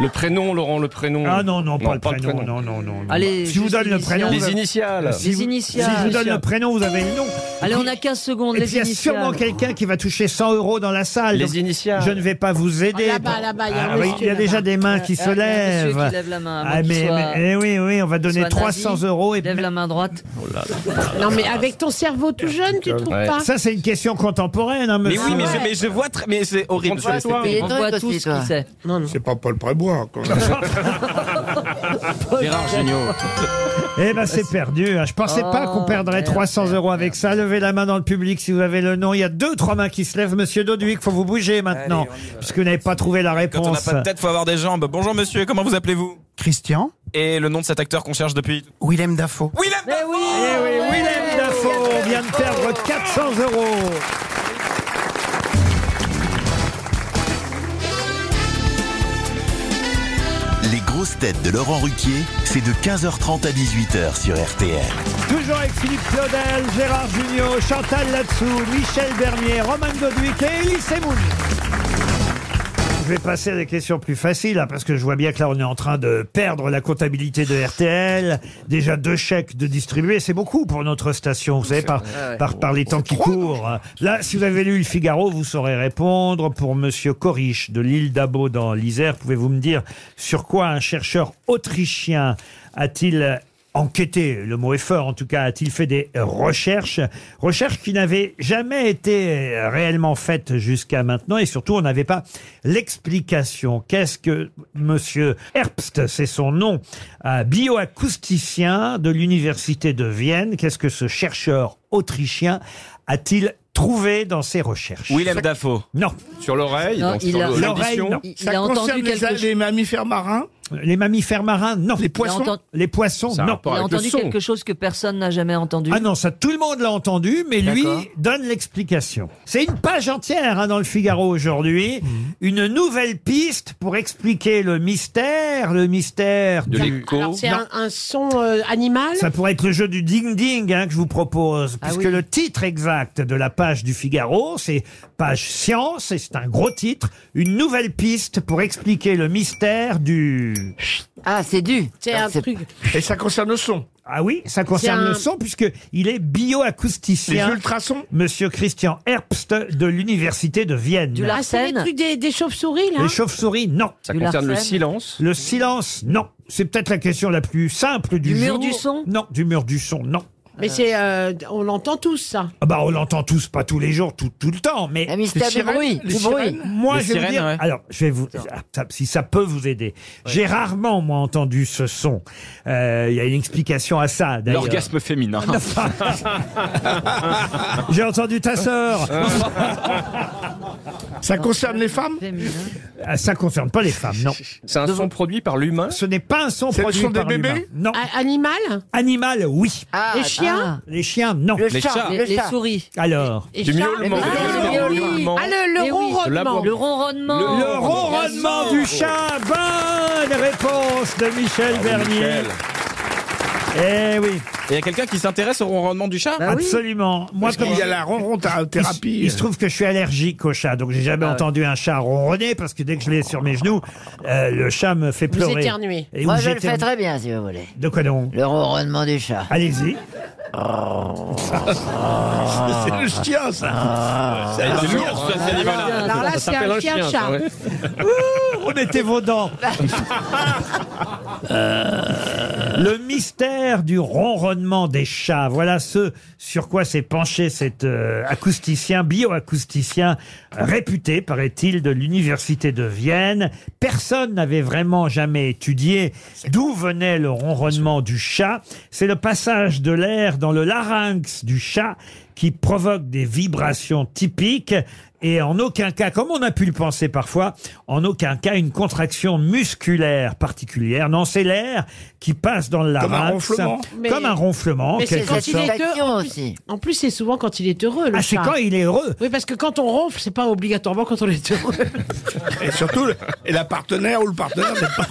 S8: Le prénom, Laurent, le prénom.
S2: Ah non, non, pas le prénom, non, non, non.
S9: Allez,
S2: si je vous
S9: juste
S2: donne le prénom.
S8: Les
S2: vous avez-
S8: initiales.
S2: Si
S9: Les
S2: vous-
S9: initiales.
S2: Si je vous donne le prénom, vous avez le nom.
S9: Allez,
S2: Et
S9: on
S2: puis-
S9: a 15 secondes.
S2: Et
S9: les
S2: puis il y a
S9: initiales.
S2: sûrement quelqu'un qui va toucher 100 euros dans la salle.
S8: Les
S2: Donc,
S8: initiales.
S2: Je ne vais pas
S9: Oh,
S2: vous aider.
S11: Ah, là-bas, là-bas, il y a un
S2: Ah oui, il
S11: monsieur
S2: y a déjà
S11: là-bas.
S2: des mains qui
S9: Euh,
S2: se
S9: il y a un monsieur
S2: lèvent.
S9: qui lève la main, avant
S2: Eh, Ah,
S9: qu'il
S2: mais,
S9: soit-
S2: mais- eh oui, oui, on va donner
S9: soit
S2: 300
S9: nazi.
S2: euros. Et
S9: Lève la main droite.
S8: Oh
S6: Non, mais avec ton cerveau tout jeune, tu trouves pas
S2: Ça, c'est une question contemporaine, hein,
S10: Mais
S2: monsieur.
S10: oui, mais je, mais je vois très- mais c'est horrible.
S9: On voit
S10: c'est-
S9: toi,
S10: c'est-
S9: on voit tous qui c'est.
S4: C'est pas Paul Prébois. Quoi.
S10: Gérard Gignot.
S2: Eh ben, c'est perdu. hein. Je pensais pas
S9: Oh,
S2: qu'on perdrait 300 euros avec ça. Levez la main dans le public si vous avez le nom. Il y a deux, trois mains qui se lèvent. Monsieur Doduic, faut vous bouger maintenant. puisque vous n'avez pas trouvé la
S10: Quand on n'a
S2: réponse.
S10: pas de tête, faut avoir des jambes. Bonjour monsieur, comment vous appelez-vous
S12: Christian
S10: Et le nom de cet acteur qu'on cherche depuis
S12: Willem Dafoe.
S10: Willem
S9: Mais oui,
S2: Eh oui, Willem Dafoe vient de perdre 400 euros.
S1: Les grosses têtes de Laurent Ruquier, c'est de 15h30 à 18h sur RTL.
S2: Toujours avec Philippe Claudel, Gérard Junior, Chantal Latsou, Michel Bernier, Romain Doduic et Elie Semoun. Je vais passer à des questions plus faciles, hein, parce que je vois bien que là, on est en train de perdre la comptabilité de RTL. Déjà deux chèques de distribuer, c'est beaucoup pour notre station, vous savez, par,
S12: Ouais, ouais.
S2: par, par les temps qui courent. Là, si vous avez lu le Figaro, vous saurez répondre. Pour Monsieur Coriche de l'île d'Abo dans l'Isère, pouvez-vous me dire sur quoi un chercheur autrichien a-t-il enquêté, le mot est fort en tout cas, a-t-il fait des recherches, recherches qui n'avaient jamais été euh, réellement faites jusqu'à maintenant et surtout on n'avait pas l'explication. Qu'est-ce que monsieur Herbst, c'est son nom, euh, bioacousticien de l'université de Vienne, qu'est-ce que ce chercheur autrichien a-t-il trouvé dans ses recherches
S10: Willem Dafoe.
S2: Non.
S10: Sur l'oreille,
S2: Non,
S10: donc
S2: il
S10: sur
S2: a-
S10: l'audition.
S2: l'oreille, non.
S10: Il-
S2: il
S4: Ça
S2: a
S4: concerne
S2: entendu
S4: les,
S2: quelque
S4: a- les mammifères marins
S2: Les mammifères marins, non. Les
S4: poissons
S2: Les poissons,
S4: Ça a
S2: non.
S9: Il a entendu quelque chose que personne n'a jamais entendu.
S2: Ah non, ça tout le monde l'a entendu, mais lui
S9: D'accord.
S2: donne l'explication. C'est une page entière hein, dans le Figaro aujourd'hui.
S6: Mhm.
S2: Une nouvelle piste pour expliquer le mystère, le mystère
S6: De
S2: du...
S6: l'écho. Alors, c'est
S2: Non,
S6: un, un son euh, animal
S2: Ça pourrait être le jeu du ding-ding hein, que je vous propose,
S6: Ah
S2: puisque
S6: oui.
S2: le titre exact de la page du Figaro, c'est page science, et c'est un gros titre, une nouvelle piste pour expliquer le mystère du...
S7: Ah, c'est du
S6: C'est un truc.
S2: Et ça concerne le son Ah oui, ça concerne
S6: C'est un-
S2: le son, puisque il est bioacousticien.
S6: Les
S2: ultrasons Monsieur Christian Herbst de l'Université de Vienne.
S6: Ah, c'est les trucs des, des chauves-souris, là
S2: Les chauves-souris, non.
S6: Ça Du concerne le Larsen
S10: silence
S2: Le silence, non. C'est peut-être la question la plus simple du,
S6: Du mur
S2: jour.
S6: du son
S2: Non, du mur du son, non.
S6: Mais c'est, euh, on l'entend tous, ça.
S2: Ah bah on l'entend tous, pas tous les jours, tout, tout le temps, mais...
S6: La mystère Les du sirènes, bruit, les du bruit. sirènes
S2: Moi,
S6: Les
S2: je vais vous
S6: sirènes,
S2: dire...
S6: ouais.
S2: Alors, je vais vous... ça- Si ça peut vous aider. J'ai rarement, moi, entendu ce son. Euh, Il y a une explication à ça, d'ailleurs.
S10: L'orgasme féminin.
S2: J'ai entendu ta sœur
S10: Ah.
S4: Ça concerne les femmes
S2: Ah, Ça concerne pas les femmes, non.
S8: C'est un son produit par l'humain
S2: Ce n'est pas un son produit par l'humain. Non.
S6: Animal
S2: Animal, oui.
S6: Ah, Les chiens
S2: Les chiens, non.
S6: Le Les chat, chats. le Les chat. souris.
S2: Alors
S6: Et Du chat, miaulement.
S2: Ah,
S6: le
S2: oui.
S6: miaulement. Ah, le- le
S2: Eh oui.
S6: ronronnement.
S2: Le
S9: ronronnement.
S2: Le, ronronnement du chat. Bonne Ah, réponse de Michel Bernier. Eh oui.
S10: Il y a quelqu'un qui s'intéresse au rendement du chat
S2: Bah
S4: Bah
S2: Absolument.
S4: Moi,
S2: comme-
S4: il y a la ronron-thérapie.
S2: Il, se trouve que je suis allergique au chat, donc j'ai jamais
S4: Ah ouais.
S2: entendu un chat ronronner parce que dès que je l'ai sur mes genoux, euh, le chat me fait pleurer. Et
S7: Moi,
S2: où
S7: je le
S2: j'éternue.
S7: fais très bien, si vous voulez.
S2: De quoi donc
S7: Le ronronnement du chat.
S2: Allez-y.
S7: C'est
S4: le chien,
S12: Ah,
S4: ça. Ah,
S7: C'est
S4: C'est
S7: lourd,
S4: lourd,
S7: ça,
S4: cet animal-là.
S7: Alors là,
S4: Ça
S7: c'est
S4: s'appelle
S7: un chien, chat.
S4: ouais.
S2: Ouh, on était vos dents. Euh, Le mystère du ronronnement des chats, voilà ce sur quoi s'est penché cet euh, acousticien, bioacousticien réputé, paraît-il, de l'université de Vienne. Personne n'avait vraiment jamais étudié d'où venait le ronronnement du chat. C'est le passage de l'air dans le larynx du chat qui provoque des vibrations typiques et en aucun cas, comme on a pu le penser parfois, en aucun cas une contraction musculaire particulière. Non, c'est l'air qui passe dans le larynx.
S4: Comme un ronflement.
S6: Mais-
S2: Comme un ronflement, en
S6: Mais c'est
S2: quelque
S6: quand il
S2: sorte.
S6: est heureux. aussi. En plus, c'est souvent quand il est heureux, le
S2: Ah, c'est
S6: chat.
S2: quand il est heureux.
S6: Oui, parce que quand on ronfle, c'est pas obligatoirement quand on est heureux.
S4: Et surtout, le- et la partenaire ou le partenaire n'est pas...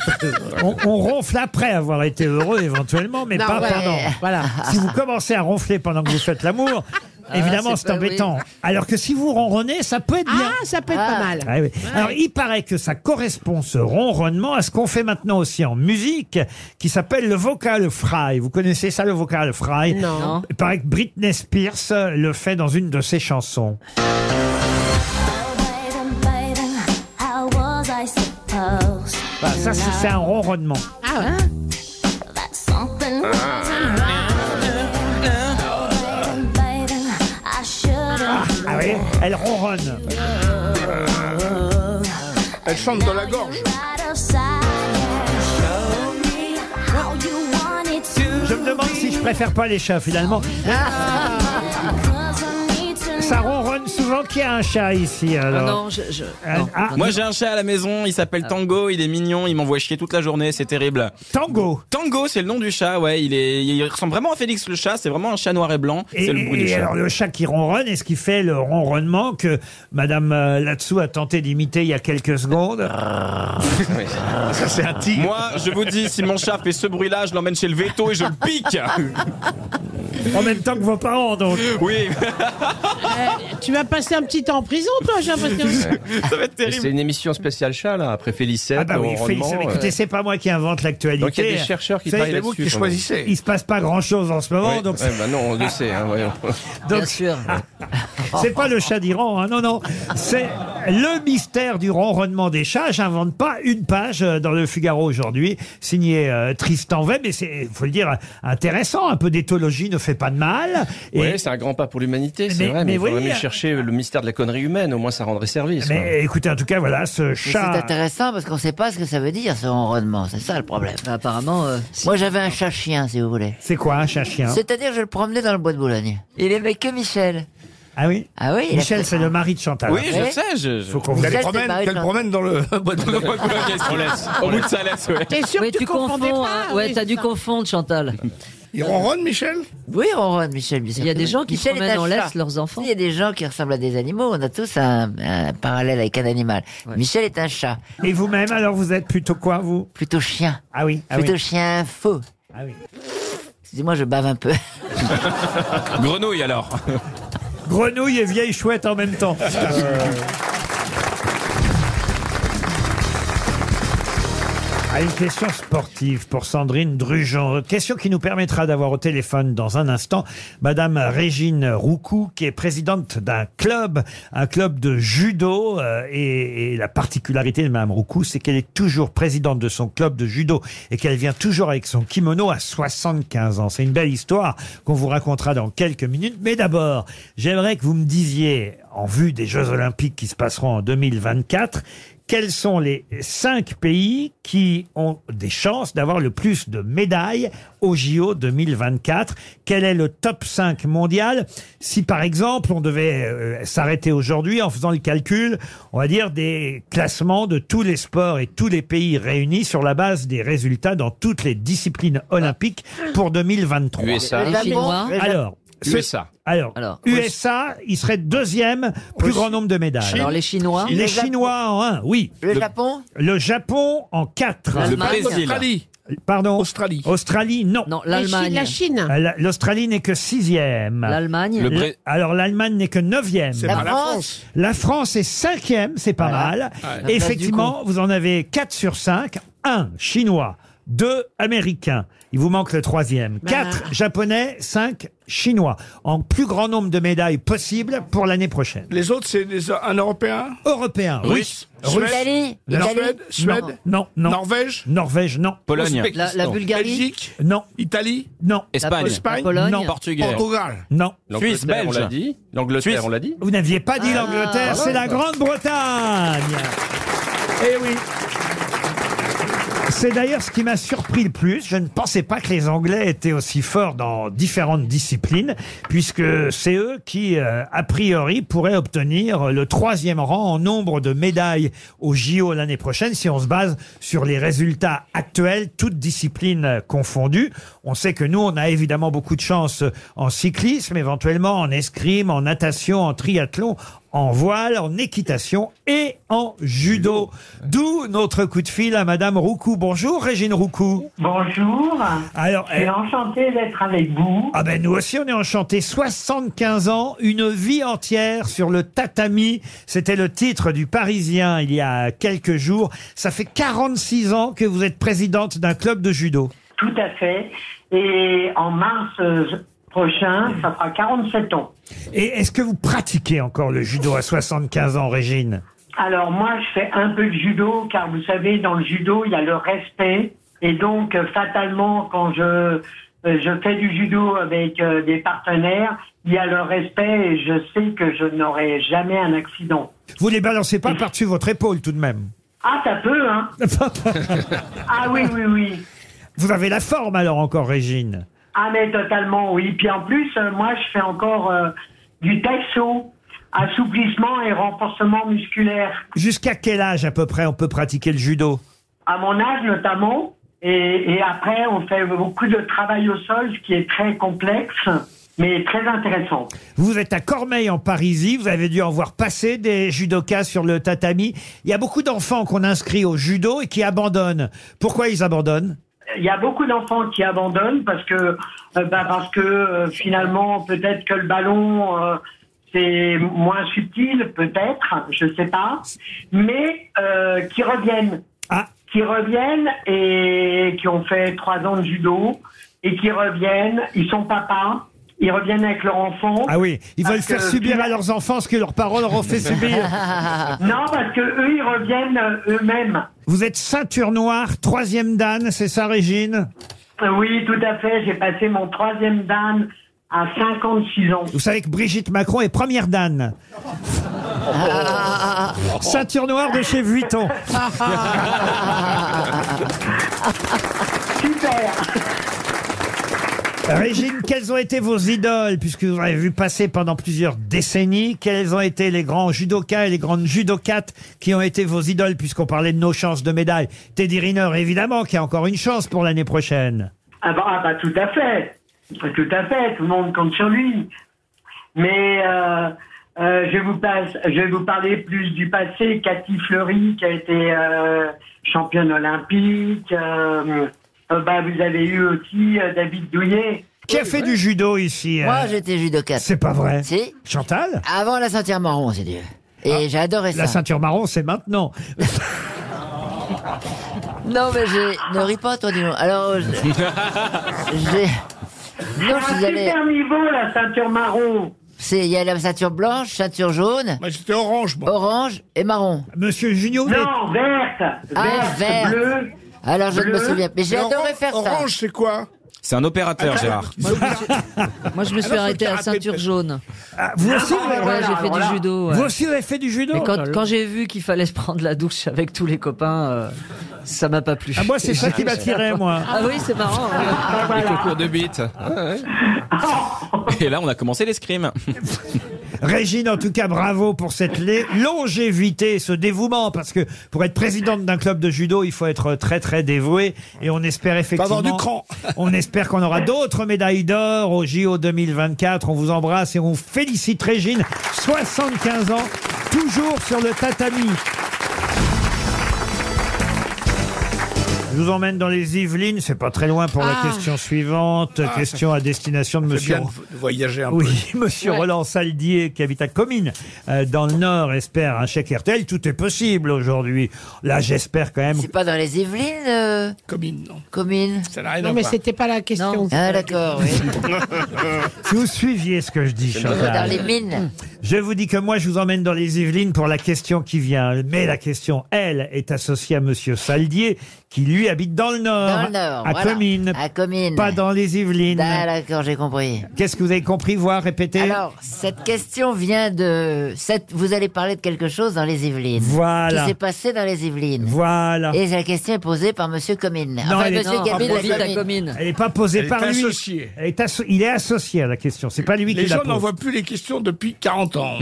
S2: On, on ronfle après avoir été heureux éventuellement, mais
S6: Non,
S2: pas
S6: ouais.
S2: pendant.
S6: Voilà.
S2: Si vous commencez à ronfler pendant que vous faites l'amour,
S6: Ah,
S2: évidemment
S6: c'est
S2: c'est
S6: pas-
S2: embêtant.
S6: oui.
S2: Alors que si vous ronronnez, ça peut être bien.
S6: Ah, ça peut être pas mal.
S2: Ah oui. Alors, il paraît que ça correspond, ce ronronnement, à ce qu'on fait maintenant aussi en musique, qui s'appelle le vocal fry. Vous connaissez ça, le vocal fry
S6: Non.
S2: Il paraît que Britney Spears euh, le fait dans une de ses chansons.
S12: How was I supposed
S2: Voilà, Bah, ça, c'est c'est un ronronnement.
S6: Ah ouais
S12: that something was around? Baby, I should've
S2: Ah oui Elle ronronne.
S4: Elle chante dans la gorge.
S12: out of sight. Show me how you wanted to.
S2: Je me demande si je préfère pas les chats, finalement.
S6: Ah.
S12: Cause I need to
S2: Ça ronronne souvent qu'il y a un chat ici, alors. Ah, ah,
S10: Moi j'ai un chat à la maison, il s'appelle Tango, il est mignon, il m'envoie chier toute la journée, c'est terrible.
S2: Tango
S10: Tango, c'est le nom du chat, ouais, il est, il ressemble vraiment à Félix le chat, c'est vraiment un chat noir et blanc,
S2: Et,
S10: c'est le bruit
S2: et
S10: du chat.
S2: alors le chat qui ronronne, est-ce qu'il fait le ronronnement que Madame euh, Latsou a tenté d'imiter il y a quelques secondes Ah,
S10: Ça
S4: c'est un tigre.
S10: Moi, je vous dis, si mon chat fait ce bruit-là, je l'emmène chez le veto et je le pique.
S2: En même temps que vos parents, donc.
S10: Oui.
S6: Euh, tu vas passer un petit temps en prison, toi, j'ai l'impression.
S10: Ça va être
S8: terrible. C'est une émission spéciale chat, là, après Félicette.
S2: Ah bah oui,
S8: au
S2: Félix,
S8: rendement,
S2: écoutez,
S8: euh,
S2: c'est pas moi qui invente l'actualité. hein.
S8: Donc, il y a des chercheurs qui
S2: C'est-
S8: travaillent
S2: c'est vous
S8: là-dessus,
S2: qui
S8: quand
S2: choisissez.
S8: même.
S2: Il se passe pas grand-chose en ce moment,
S8: ouais,
S2: donc
S8: ouais, bah non, on le sait, hein, voyons.
S2: Donc, c'est pas le chat d'Iran, hein, non, non. C'est Le mystère du ronronnement des chats. J'invente pas une page euh, dans le Figaro aujourd'hui, signé euh, Tristan Webb. Et c'est, faut le dire, intéressant. Un peu d'éthologie ne fait pas de mal. Et
S8: Oui, c'est un grand pas pour l'humanité, c'est
S2: Mais-
S8: vrai, mais,
S2: mais
S8: il faudrait
S2: oui,
S8: mieux
S2: euh,
S8: chercher le mystère de la connerie humaine, au moins ça rendrait service. quoi.
S2: Mais écoutez, en tout cas, voilà, ce
S7: Mais
S2: chat.
S7: C'est intéressant parce qu'on ne sait pas ce que ça veut dire ce ronronnement, c'est ça le problème.
S9: Apparemment.
S7: Moi j'avais un chat chien si vous voulez.
S2: C'est quoi un chat chien
S7: C'est-à-dire je le promenais dans le bois de Boulogne. Il aimait que Michel.
S2: Ah oui
S7: Ah oui. il a
S2: Michel,
S7: fait-
S2: c'est le mari de Chantal.
S7: Oui, je Oui. sais,
S10: je- je-
S2: Faut qu'on vous
S7: Michel, c'est le mari de
S4: qu'elle
S7: Chantal.
S4: promène dans le bois de
S10: Au bout de sa laisse, ouais.
S7: T'es sûr
S9: Oui,
S7: que tu euh,
S9: tu
S7: confondais
S9: confonds,
S7: pas,
S9: hein. Ouais,
S7: oui,
S9: t'as dû
S7: ça.
S9: confondre, Chantal.
S4: Il ronronne, Michel
S7: Oui, il ronronne, Michel, bien sûr.
S9: Il y a
S7: que
S9: des
S7: oui.
S9: gens qui
S7: Michel est
S9: promènent
S7: un
S9: en
S7: chat.
S9: laisse leurs enfants.
S7: Il y a des gens qui ressemblent à des animaux, on a tous un, un parallèle avec un animal. Michel est un chat.
S2: Et vous-même, alors, vous êtes plutôt quoi, vous
S7: Plutôt chien.
S2: Ah oui. ah
S7: Plutôt
S2: oui.
S7: chien faux.
S2: Ah oui.
S7: Excusez-moi, je bave un peu.
S10: Grenouille alors.
S2: Grenouille et vieille chouette en même temps.
S4: Euh,
S2: Ah, une question sportive pour Sandrine Drujon. Question qui nous permettra d'avoir au téléphone dans un instant Madame Régine Roucou, qui est présidente d'un club, un club de judo. euh, et, et la particularité de Madame Roucou, c'est qu'elle est toujours présidente de son club de judo et qu'elle vient toujours avec son kimono à 75 ans. C'est une belle histoire qu'on vous racontera dans quelques minutes. Mais d'abord, j'aimerais que vous me disiez, en vue des Jeux Olympiques qui se passeront en 2024, quels sont les cinq pays qui ont des chances d'avoir le plus de médailles au JO 2024 Quel est le top 5 mondial Si par exemple on devait euh, s'arrêter aujourd'hui en faisant le calcul, on va dire des classements de tous les sports et tous les pays réunis sur la base des résultats dans toutes les disciplines olympiques pour 2023.
S8: USA. Les Chinois.
S2: Alors, ce-
S8: USA.
S2: Alors, USA, il serait deuxième plus grand nombre de médailles.
S9: Alors, les Chinois.
S2: Les
S9: Le Japon.
S2: Chinois en un, oui.
S9: Le Le- Japon
S2: Le Japon en quatre.
S9: Le L'Allemagne. Brésil.
S4: Australie.
S2: Pardon Australie. Australie, non. Non,
S9: l'Allemagne. La Chine, la Chine.
S2: L'Australie n'est que sixième.
S9: L'Allemagne. Le Bré-
S2: Alors l'Allemagne n'est que neuvième.
S9: C'est La pas la France. France.
S2: La France est cinquième, c'est pas mal.
S9: Ouais.
S2: Et Effectivement,
S9: Place
S2: vous en avez 4 sur 5. 1 chinois, 2 américains. Il vous manque le troisième.
S9: Bah,
S2: 4 japonais, 5 chinois. En plus grand nombre de médailles possible pour l'année prochaine.
S4: Les autres, c'est des- un Européen
S2: Européen, russe.
S4: Russe. Italie.
S2: Non.
S4: Italie.
S2: Suède.
S4: Non.
S2: Non. non. Norvège. Norvège, non.
S10: Pologne.
S9: La- la Bulgarie.
S4: Belgique.
S2: Non.
S4: Italie.
S2: Non.
S10: Espagne.
S4: Espagne.
S9: Pologne.
S10: Non. Portugal.
S4: Portugal.
S2: Non.
S10: L'Angleterre, Suisse, Belge.
S8: On l'a dit. L'Angleterre,
S10: Suisse.
S8: on l'a dit.
S2: Vous n'aviez pas dit
S8: Ah,
S2: l'Angleterre,
S8: voilà.
S2: c'est la Grande-Bretagne. Eh oui. C'est d'ailleurs ce qui m'a surpris le plus. Je ne pensais pas que les Anglais étaient aussi forts dans différentes disciplines, puisque c'est eux qui, euh, a priori, pourraient obtenir le troisième rang en nombre de médailles au JO l'année prochaine, si on se base sur les résultats actuels, toutes disciplines euh, confondues. On sait que nous, on a évidemment beaucoup de chance en cyclisme, éventuellement en escrime, en natation, en triathlon, en voile, en équitation et en judo. D'où notre coup de fil à Madame Roucou. Bonjour Régine Roucou.
S18: Bonjour.
S2: Alors,
S18: je suis
S2: eh,
S18: enchantée d'être avec vous.
S2: ah ben nous aussi on est enchantés. 75 ans, une vie entière sur le tatami. C'était le titre du Parisien il y a quelques jours. Ça fait 46 ans que vous êtes présidente d'un club de judo.
S18: Tout à fait. Et en mars euh, prochain, ça fera 47 ans.
S2: Et est-ce que vous pratiquez encore le judo à 75 ans, Régine
S18: Alors moi, je fais un peu de judo, car vous savez, dans le judo, il y a le respect. Et donc, euh, fatalement, quand je, euh, je fais du judo avec euh, des partenaires, il y a le respect et je sais que je n'aurai jamais un accident.
S2: Vous les balancez pas par-dessus votre épaule tout de même.
S18: Ah, ça peut, hein Ah oui, oui, oui.
S2: Vous avez la forme alors encore, Régine.
S18: Ah mais totalement, oui. Puis en plus, euh, moi, je fais encore euh, du taïso, assouplissement et renforcement musculaire.
S2: Jusqu'à quel âge à peu près on peut pratiquer le judo
S18: À mon âge notamment. Et, et après, on fait beaucoup de travail au sol, ce qui est très complexe, mais très intéressant.
S2: Vous êtes à Cormeil en Parisie, vous avez dû en voir passer des judokas sur le tatami. Il y a beaucoup d'enfants qu'on inscrit au judo et qui abandonnent. Pourquoi ils abandonnent
S18: Il y a beaucoup d'enfants qui abandonnent parce que, euh, bah, parce que euh, finalement, peut-être que le ballon, euh, c'est moins subtil, peut-être, je sais pas, mais euh, qui reviennent.
S2: Ah.
S18: Qui reviennent et qui ont fait trois ans de judo et qui reviennent, ils sont papas, Ils reviennent avec leur enfant.
S2: Ah oui, ils veulent
S18: Parce
S2: faire
S18: que-
S2: subir à leurs enfants ce que leurs parents leur ont fait subir.
S18: Non, parce que eux, ils reviennent euh, eux-mêmes.
S2: Vous êtes ceinture noire, troisième dan, c'est ça, Régine
S18: Euh, Oui, tout à fait. J'ai passé mon troisième dan à 56 ans.
S2: Vous savez que Brigitte Macron est première dan. euh, Ceinture noire de chez Vuitton.
S18: Super
S2: Régine, quelles ont été vos idoles, puisque vous avez vu passer pendant plusieurs décennies Quels ont été les grands judokas et les grandes judokates qui ont été vos idoles, puisqu'on parlait de nos chances de médaille Teddy Riner, évidemment, qui a encore une chance pour l'année prochaine.
S18: Ah bah, ah bah, tout à fait. Tout à fait, tout le monde compte sur lui. Mais euh, euh, je, vous passe, je vais vous parler plus du passé. Cathy Fleury, qui a été euh, championne olympique. euh, euh, bah, vous avez eu aussi euh, David Douillet.
S2: Qui a fait du judo ici
S7: Moi,
S2: euh,
S7: j'étais judoka.
S2: C'est pas vrai.
S7: Si.
S2: Chantal
S7: Avant la ceinture marron, c'est Dieu. Et j'ai adoré ça.
S2: La Ah, ceinture marron, c'est maintenant.
S7: Non, mais j'ai. Ne ris pas, toi, dis donc. Alors, je- j'ai. Non, je suis allé.
S18: Ah, super niveau, la ceinture marron.
S7: C'est, il y a la ceinture blanche, ceinture jaune.
S4: Moi, j'étais orange, moi.
S7: Orange et marron.
S2: Monsieur Junio,
S18: vous Non, verte.
S7: Ah,
S18: Verte,
S7: vert.
S18: bleue.
S7: Alors, je ne me
S18: Bleu.
S7: souviens. Mais j'ai
S18: Mais
S7: adoré
S18: orange-
S7: faire ça.
S18: orange,
S4: c'est quoi
S10: C'est un opérateur, Gérard.
S9: Moi, je me suis
S7: Alors,
S9: arrêté à
S7: faut
S9: ceinture jaune. Ah,
S2: vous aussi, vous avez-
S9: Ouais, j'ai fait
S2: alors
S9: du
S2: là.
S9: judo. ouais.
S2: Vous aussi, vous avez fait du judo
S9: Mais
S2: Oh là
S9: quand,
S2: là.
S9: quand j'ai vu qu'il fallait se prendre la douche avec tous les copains, euh, ça m'a pas plu.
S2: Ah, moi, c'est ça qui m'attirait, moi.
S9: Ah oui, c'est marrant.
S4: Ah,
S9: hein.
S10: Les concours de bite. Et là, on a commencé l'escrime.
S2: Régine, en tout cas, bravo pour cette lé- longévité, ce dévouement, parce que pour être présidente d'un club de judo, il faut être très très dévoué, et on espère effectivement.
S4: avoir du cran.
S2: on espère qu'on aura d'autres médailles d'or au JO 2024. On vous embrasse et on vous félicite, Régine, 75 ans, toujours sur le tatami. Je vous emmène dans les Yvelines, c'est pas très loin pour
S4: Ah.
S2: la question suivante.
S4: Ah,
S2: question à destination de
S4: C'est
S2: monsieur.
S4: bien de voyager un
S2: Oui, monsieur
S4: Ouais.
S2: Roland Saldier, qui habite à Comines, euh, dans le Nord, espère un chèque RTL. Tout est possible aujourd'hui. Là, j'espère quand même.
S7: C'est pas dans les Yvelines euh...
S4: Commune, non.
S7: Commune.
S4: Ça n'a rien
S6: Non, mais c'était pas la question.
S7: Ah, d'accord, oui. Euh.
S2: Si vous suiviez ce que je dis,
S7: dans les
S2: Chantal. Hum.
S7: mines.
S2: Je vous dis que moi, je vous emmène dans les Yvelines pour la question qui vient. Mais la question, elle, est associée à monsieur Saldier, qui lui habite dans le Nord.
S7: Dans le Nord,
S2: À
S7: voilà.
S2: Comines.
S7: À Comines.
S2: Pas dans les Yvelines.
S7: Ah, d'accord, j'ai compris.
S2: Qu'est-ce que vous avez compris, voir, répéter
S7: Alors, cette question vient de. cette- Vous allez parler de quelque chose dans les Yvelines.
S2: Voilà.
S7: Qui s'est passé dans les Yvelines.
S2: Voilà.
S7: Et la question est posée par Monsieur Comine.
S2: Non,
S7: enfin,
S2: elle est-
S7: Monsieur
S2: non,
S7: Gabi de
S2: Gabi
S7: la
S2: de la
S7: Comine.
S2: Elle n'est pas posée
S4: Elle est
S2: par lui.
S4: associée.
S2: Elle est asso- Il est associé à la question. C'est pas lui
S4: Les
S2: qui la
S4: gens
S2: pose.
S4: n'envoient plus les questions depuis 40 ans.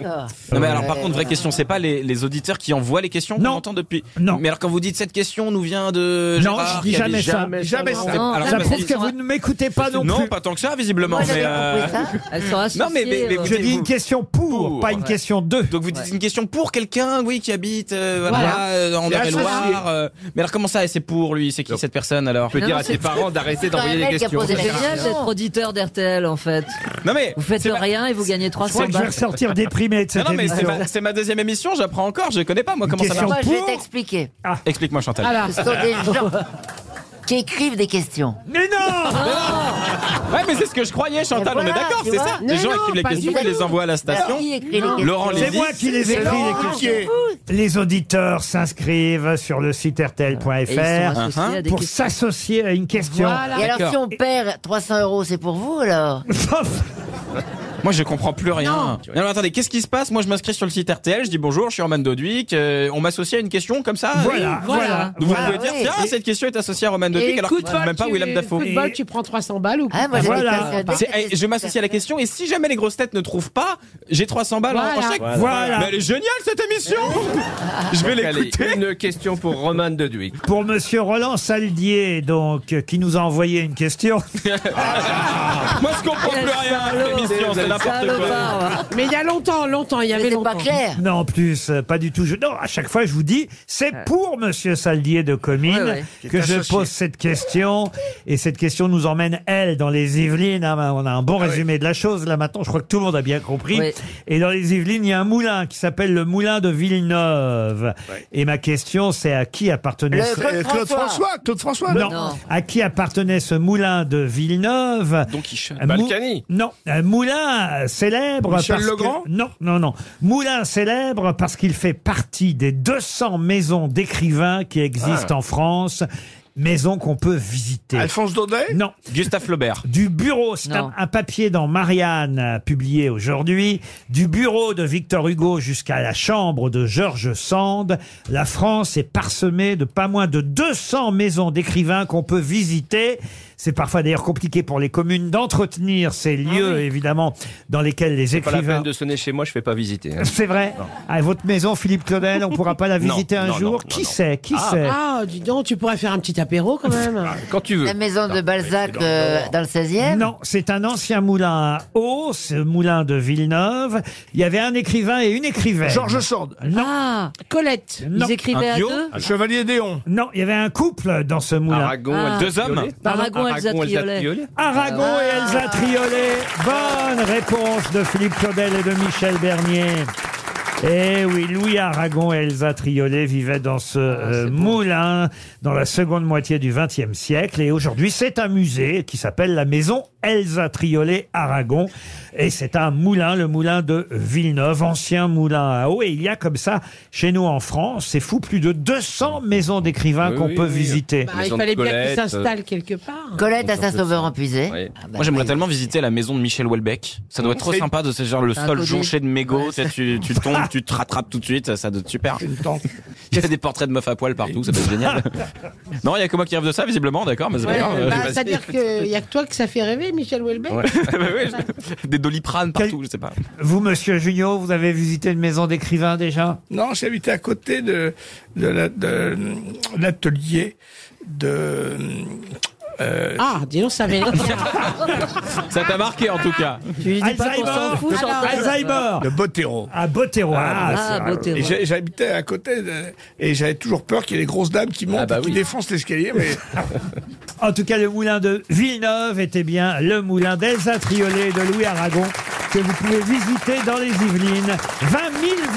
S10: Non, mais alors, par contre, vraie question, c'est pas les, les auditeurs qui envoient les questions qu'on entend depuis. Non. Mais alors, quand vous dites cette question nous vient de.
S2: Non,
S10: Gérard,
S2: je dis
S10: qui a
S2: jamais
S10: déjà-
S2: ça. Jamais ça.
S10: C'est-
S2: Non.
S10: alors,
S2: Ça
S10: c'est parce
S2: prouve
S10: qu'ils
S2: que
S10: sont-
S2: vous ne m'écoutez pas non plus.
S10: pas tant que ça, visiblement.
S2: Moi,
S10: mais,
S2: j'avais
S10: euh,
S2: compris ça.
S9: Elles sont associées.
S10: Non, mais, mais- mais
S9: euh,
S10: écoutez,
S2: Je dis une
S10: vous-
S2: question pour,
S10: pour,
S2: pas une
S10: ouais.
S2: question de.
S10: Donc, vous dites une question pour quelqu'un, oui, qui habite euh, voilà,
S2: Voilà.
S10: euh, en
S2: C'est associé.
S10: Eure-et-Loire. euh, mais alors, comment ça, et c'est pour lui C'est qui cette personne alors
S8: Non, dire non, à c'est- tes parents d'arrêter
S9: c'est
S8: d'envoyer
S9: un
S8: des
S9: mec qui a
S8: questions.
S9: posé la
S8: Ça
S9: question.
S8: sert à
S9: C'est bien
S8: rien.
S9: d'être auditeur d'RTL, en fait.
S10: Non, mais.
S9: Vous faites
S10: c'est ma-
S9: rien et vous gagnez
S2: Je crois
S9: 300
S2: que je vais
S9: balles.
S2: ressortir déprimé de cette
S10: Non, non, mais c'est
S2: émission.
S10: ma, c'est ma deuxième émission, j'apprends encore, je connais pas moi comment ça
S2: question
S10: marche.
S7: Moi, je Ah vais t'expliquer.
S10: Explique-moi, Chantal.
S7: Ce sont des gens qui écrivent des questions.
S2: Mais non
S9: Ah.
S10: Ouais, mais c'est ce que je croyais, Chantal,
S7: Et
S10: on est
S7: voilà,
S10: d'accord,
S7: tu
S10: c'est
S7: vois.
S10: ça.
S7: Mais
S10: Les gens
S7: non,
S10: écrivent les
S7: pas
S10: questions,
S7: du
S10: ils les
S7: tout.
S10: envoient à la station.
S7: Alors, qui écrit les
S10: Non.
S7: questions
S10: Laurent
S2: C'est
S10: Lévy.
S2: moi qui les écris,
S7: Laurent
S2: les questions. Les auditeurs s'inscrivent sur le site
S7: Et ils sont
S2: rtl.fr
S7: associés à des
S2: pour
S7: questions.
S2: s'associer à une question.
S7: Et alors, si on perd 300 euros, c'est pour vous alors
S10: Moi, je comprends plus rien. Non, mais attendez, qu'est-ce qui se passe Moi, je m'inscris sur le site RTL, je dis bonjour, je suis Roman Dodwick. euh, on m'associe à une question comme ça
S2: Voilà,
S10: Oui,
S2: voilà.
S10: Donc,
S2: Voilà,
S10: vous pouvez
S2: oui.
S10: dire, tiens, cette question est associée à Roman Dodwick,
S6: Et
S10: alors
S6: coup de
S10: je sais
S6: bol,
S10: même pas
S6: tu-
S10: Willem Dafoe.
S6: coup de bol, tu prends 300 balles ou
S7: Ah, moi, j'étais
S10: Voilà.
S6: euh,
S7: persuadée
S10: C'est-
S7: que
S10: eh, je m'associe à la question et si jamais les grosses têtes ne trouvent pas, j'ai 300 balles en
S6: Voilà.
S10: chèque.
S2: Voilà.
S10: Mais elle est géniale cette émission. je vais l'écouter. Une question pour Roman Dodwick.
S2: Pour monsieur Roland Saldier,
S8: Ah,
S2: donc, euh, qui nous a envoyé une question.
S7: Ah,
S10: Moi je comprends plus rien à cette émission, c'est n'importe quoi.
S6: Mais il y a longtemps, longtemps, il y avait longtemps.
S2: Non, en plus, euh, pas du tout. Je- non, à chaque fois, je vous dis, c'est pour Monsieur Saldier de Comines
S5: Ouais, ouais.
S2: que
S5: Qui est
S2: je
S5: associé.
S2: pose cette question. Et cette question nous emmène, elle, dans les Yvelines. hein. on a un
S5: Ah
S2: bon résumé de la chose, là, maintenant. Je crois que tout le monde a bien compris.
S5: Oui.
S2: Et dans les Yvelines, il y a un moulin qui s'appelle le Moulin de Villeneuve. Et ma question, c'est à qui appartenait
S4: Le
S2: ce...
S4: Claude Euh, Claude François. François, Claude François,
S2: non.
S4: non. Non.
S2: À qui appartenait ce moulin de Villeneuve Don Quichotte.
S10: Balkany.
S2: Non. Un moulin euh, célèbre.
S4: Michel
S2: parce que-
S4: Legrand
S2: Non, non, non. Moulin célèbre parce qu'il fait partie des 200 maisons d'écrivains qui existent
S10: Ah.
S2: en France. Maisons qu'on peut visiter.
S4: Alphonse Daudet
S2: Non.
S10: Gustave Flaubert.
S2: Du bureau, c'est un,
S10: Non.
S2: un papier dans Marianne euh, publié aujourd'hui. Du bureau de Victor Hugo jusqu'à la chambre de Georges Sand, la France est parsemée de pas moins de 200 maisons d'écrivains qu'on peut visiter. C'est parfois d'ailleurs compliqué pour les communes d'entretenir ces lieux, évidemment, dans lesquels les
S8: C'est pas la
S2: écrivains
S8: peine de sonner chez moi, je fais pas visiter. hein.
S2: c'est vrai.
S8: Non.
S2: À votre maison, Philippe Claudel, on pourra pas la
S8: Non,
S2: visiter un
S8: non,
S2: jour.
S8: non,
S2: qui sait Qui
S6: ah,
S2: sait
S6: ah, dis donc, tu pourrais faire un petit apéro quand même.
S8: Quand tu veux.
S7: La maison de Balzac euh, dans le 16e
S2: Non, c'est un ancien moulin à eau, ce moulin de Villeneuve. Il y avait un écrivain et une écrivaine.
S4: Georges Sand.
S2: Non.
S6: Ah, Colette.
S2: Non.
S6: Ils écrivaient à deux.
S4: Chevalier Déon.
S2: Non, il y avait un couple dans ce moulin.
S8: Aragon,
S6: Ah. Elsa
S8: Deux hommes Triolet.
S2: Pardon
S8: Aragon, Elsa Aragon, Elsa Triolet. Triolet.
S2: Aragon et Elsa Triolet. Bonne réponse de Philippe Claudel et de Michel Bernier. Eh oui, Louis Aragon et Elsa Triolet vivaient dans ce
S8: Ah,
S2: euh, moulin dans la seconde moitié du XXe siècle. Et aujourd'hui, c'est un musée qui s'appelle la Maison Elsa Triolet Aragon. Et c'est un moulin, le moulin de Villeneuve, ancien moulin à eau. Et il y a comme ça, chez nous en France, c'est fou, plus de 200 maisons d'écrivains qu'on
S8: oui,
S2: peut
S8: oui.
S2: visiter.
S8: Bah, il fallait bien qu'ils s'installent
S6: quelque part.
S7: Colette à Saint-Sauveur-en-Puisé.
S6: Ah, bah,
S8: Moi, j'aimerais tellement visiter la maison de Michel Houellebecq. Ça doit être trop
S7: C'est-
S8: sympa de se genre le
S7: C'est un
S8: sol
S7: codé.
S8: jonché de mégots. tu sais, tu, tu tombes, tu te rattrapes tout de suite. Ça, ça doit être super. Il y a des portraits de meufs à poil partout. Ça peut être génial. non, il y a que moi qui rêve de ça, visiblement. D'accord, mais c'est pas
S6: Ouais,
S8: grave.
S6: bah,
S8: Vas-y.
S6: C'est-à-dire qu'il y a que toi que ça fait rêver, Michel Houellebecq.
S8: Ouais. Bah ouais, je- Des doliprane partout, je sais pas.
S2: Vous, monsieur Junio, vous avez visité une maison d'écrivain déjà
S4: Non, j'habitais à côté de, de la- de- de l'atelier de. euh,
S6: Ah, dis donc, ça avait.
S8: Ça t'a marqué en tout cas.
S6: Tu lui dis pas qu'on s'en
S4: Alzheimer
S6: fout, Chantal.
S2: Alzheimer
S4: De Bottero.
S2: Ah, Bottero.
S6: Ah, ah, Bottero.
S4: Et j'ai- J'habitais à côté de- et j'avais toujours peur qu'il y ait des grosses dames qui
S8: Ah,
S4: montent
S8: bah
S4: et qui défoncent l'escalier. Mais...
S2: En tout cas, le moulin de Villeneuve était bien le moulin d'Elsa Triolet et de Louis Aragon que vous pouvez visiter dans les Yvelines. 20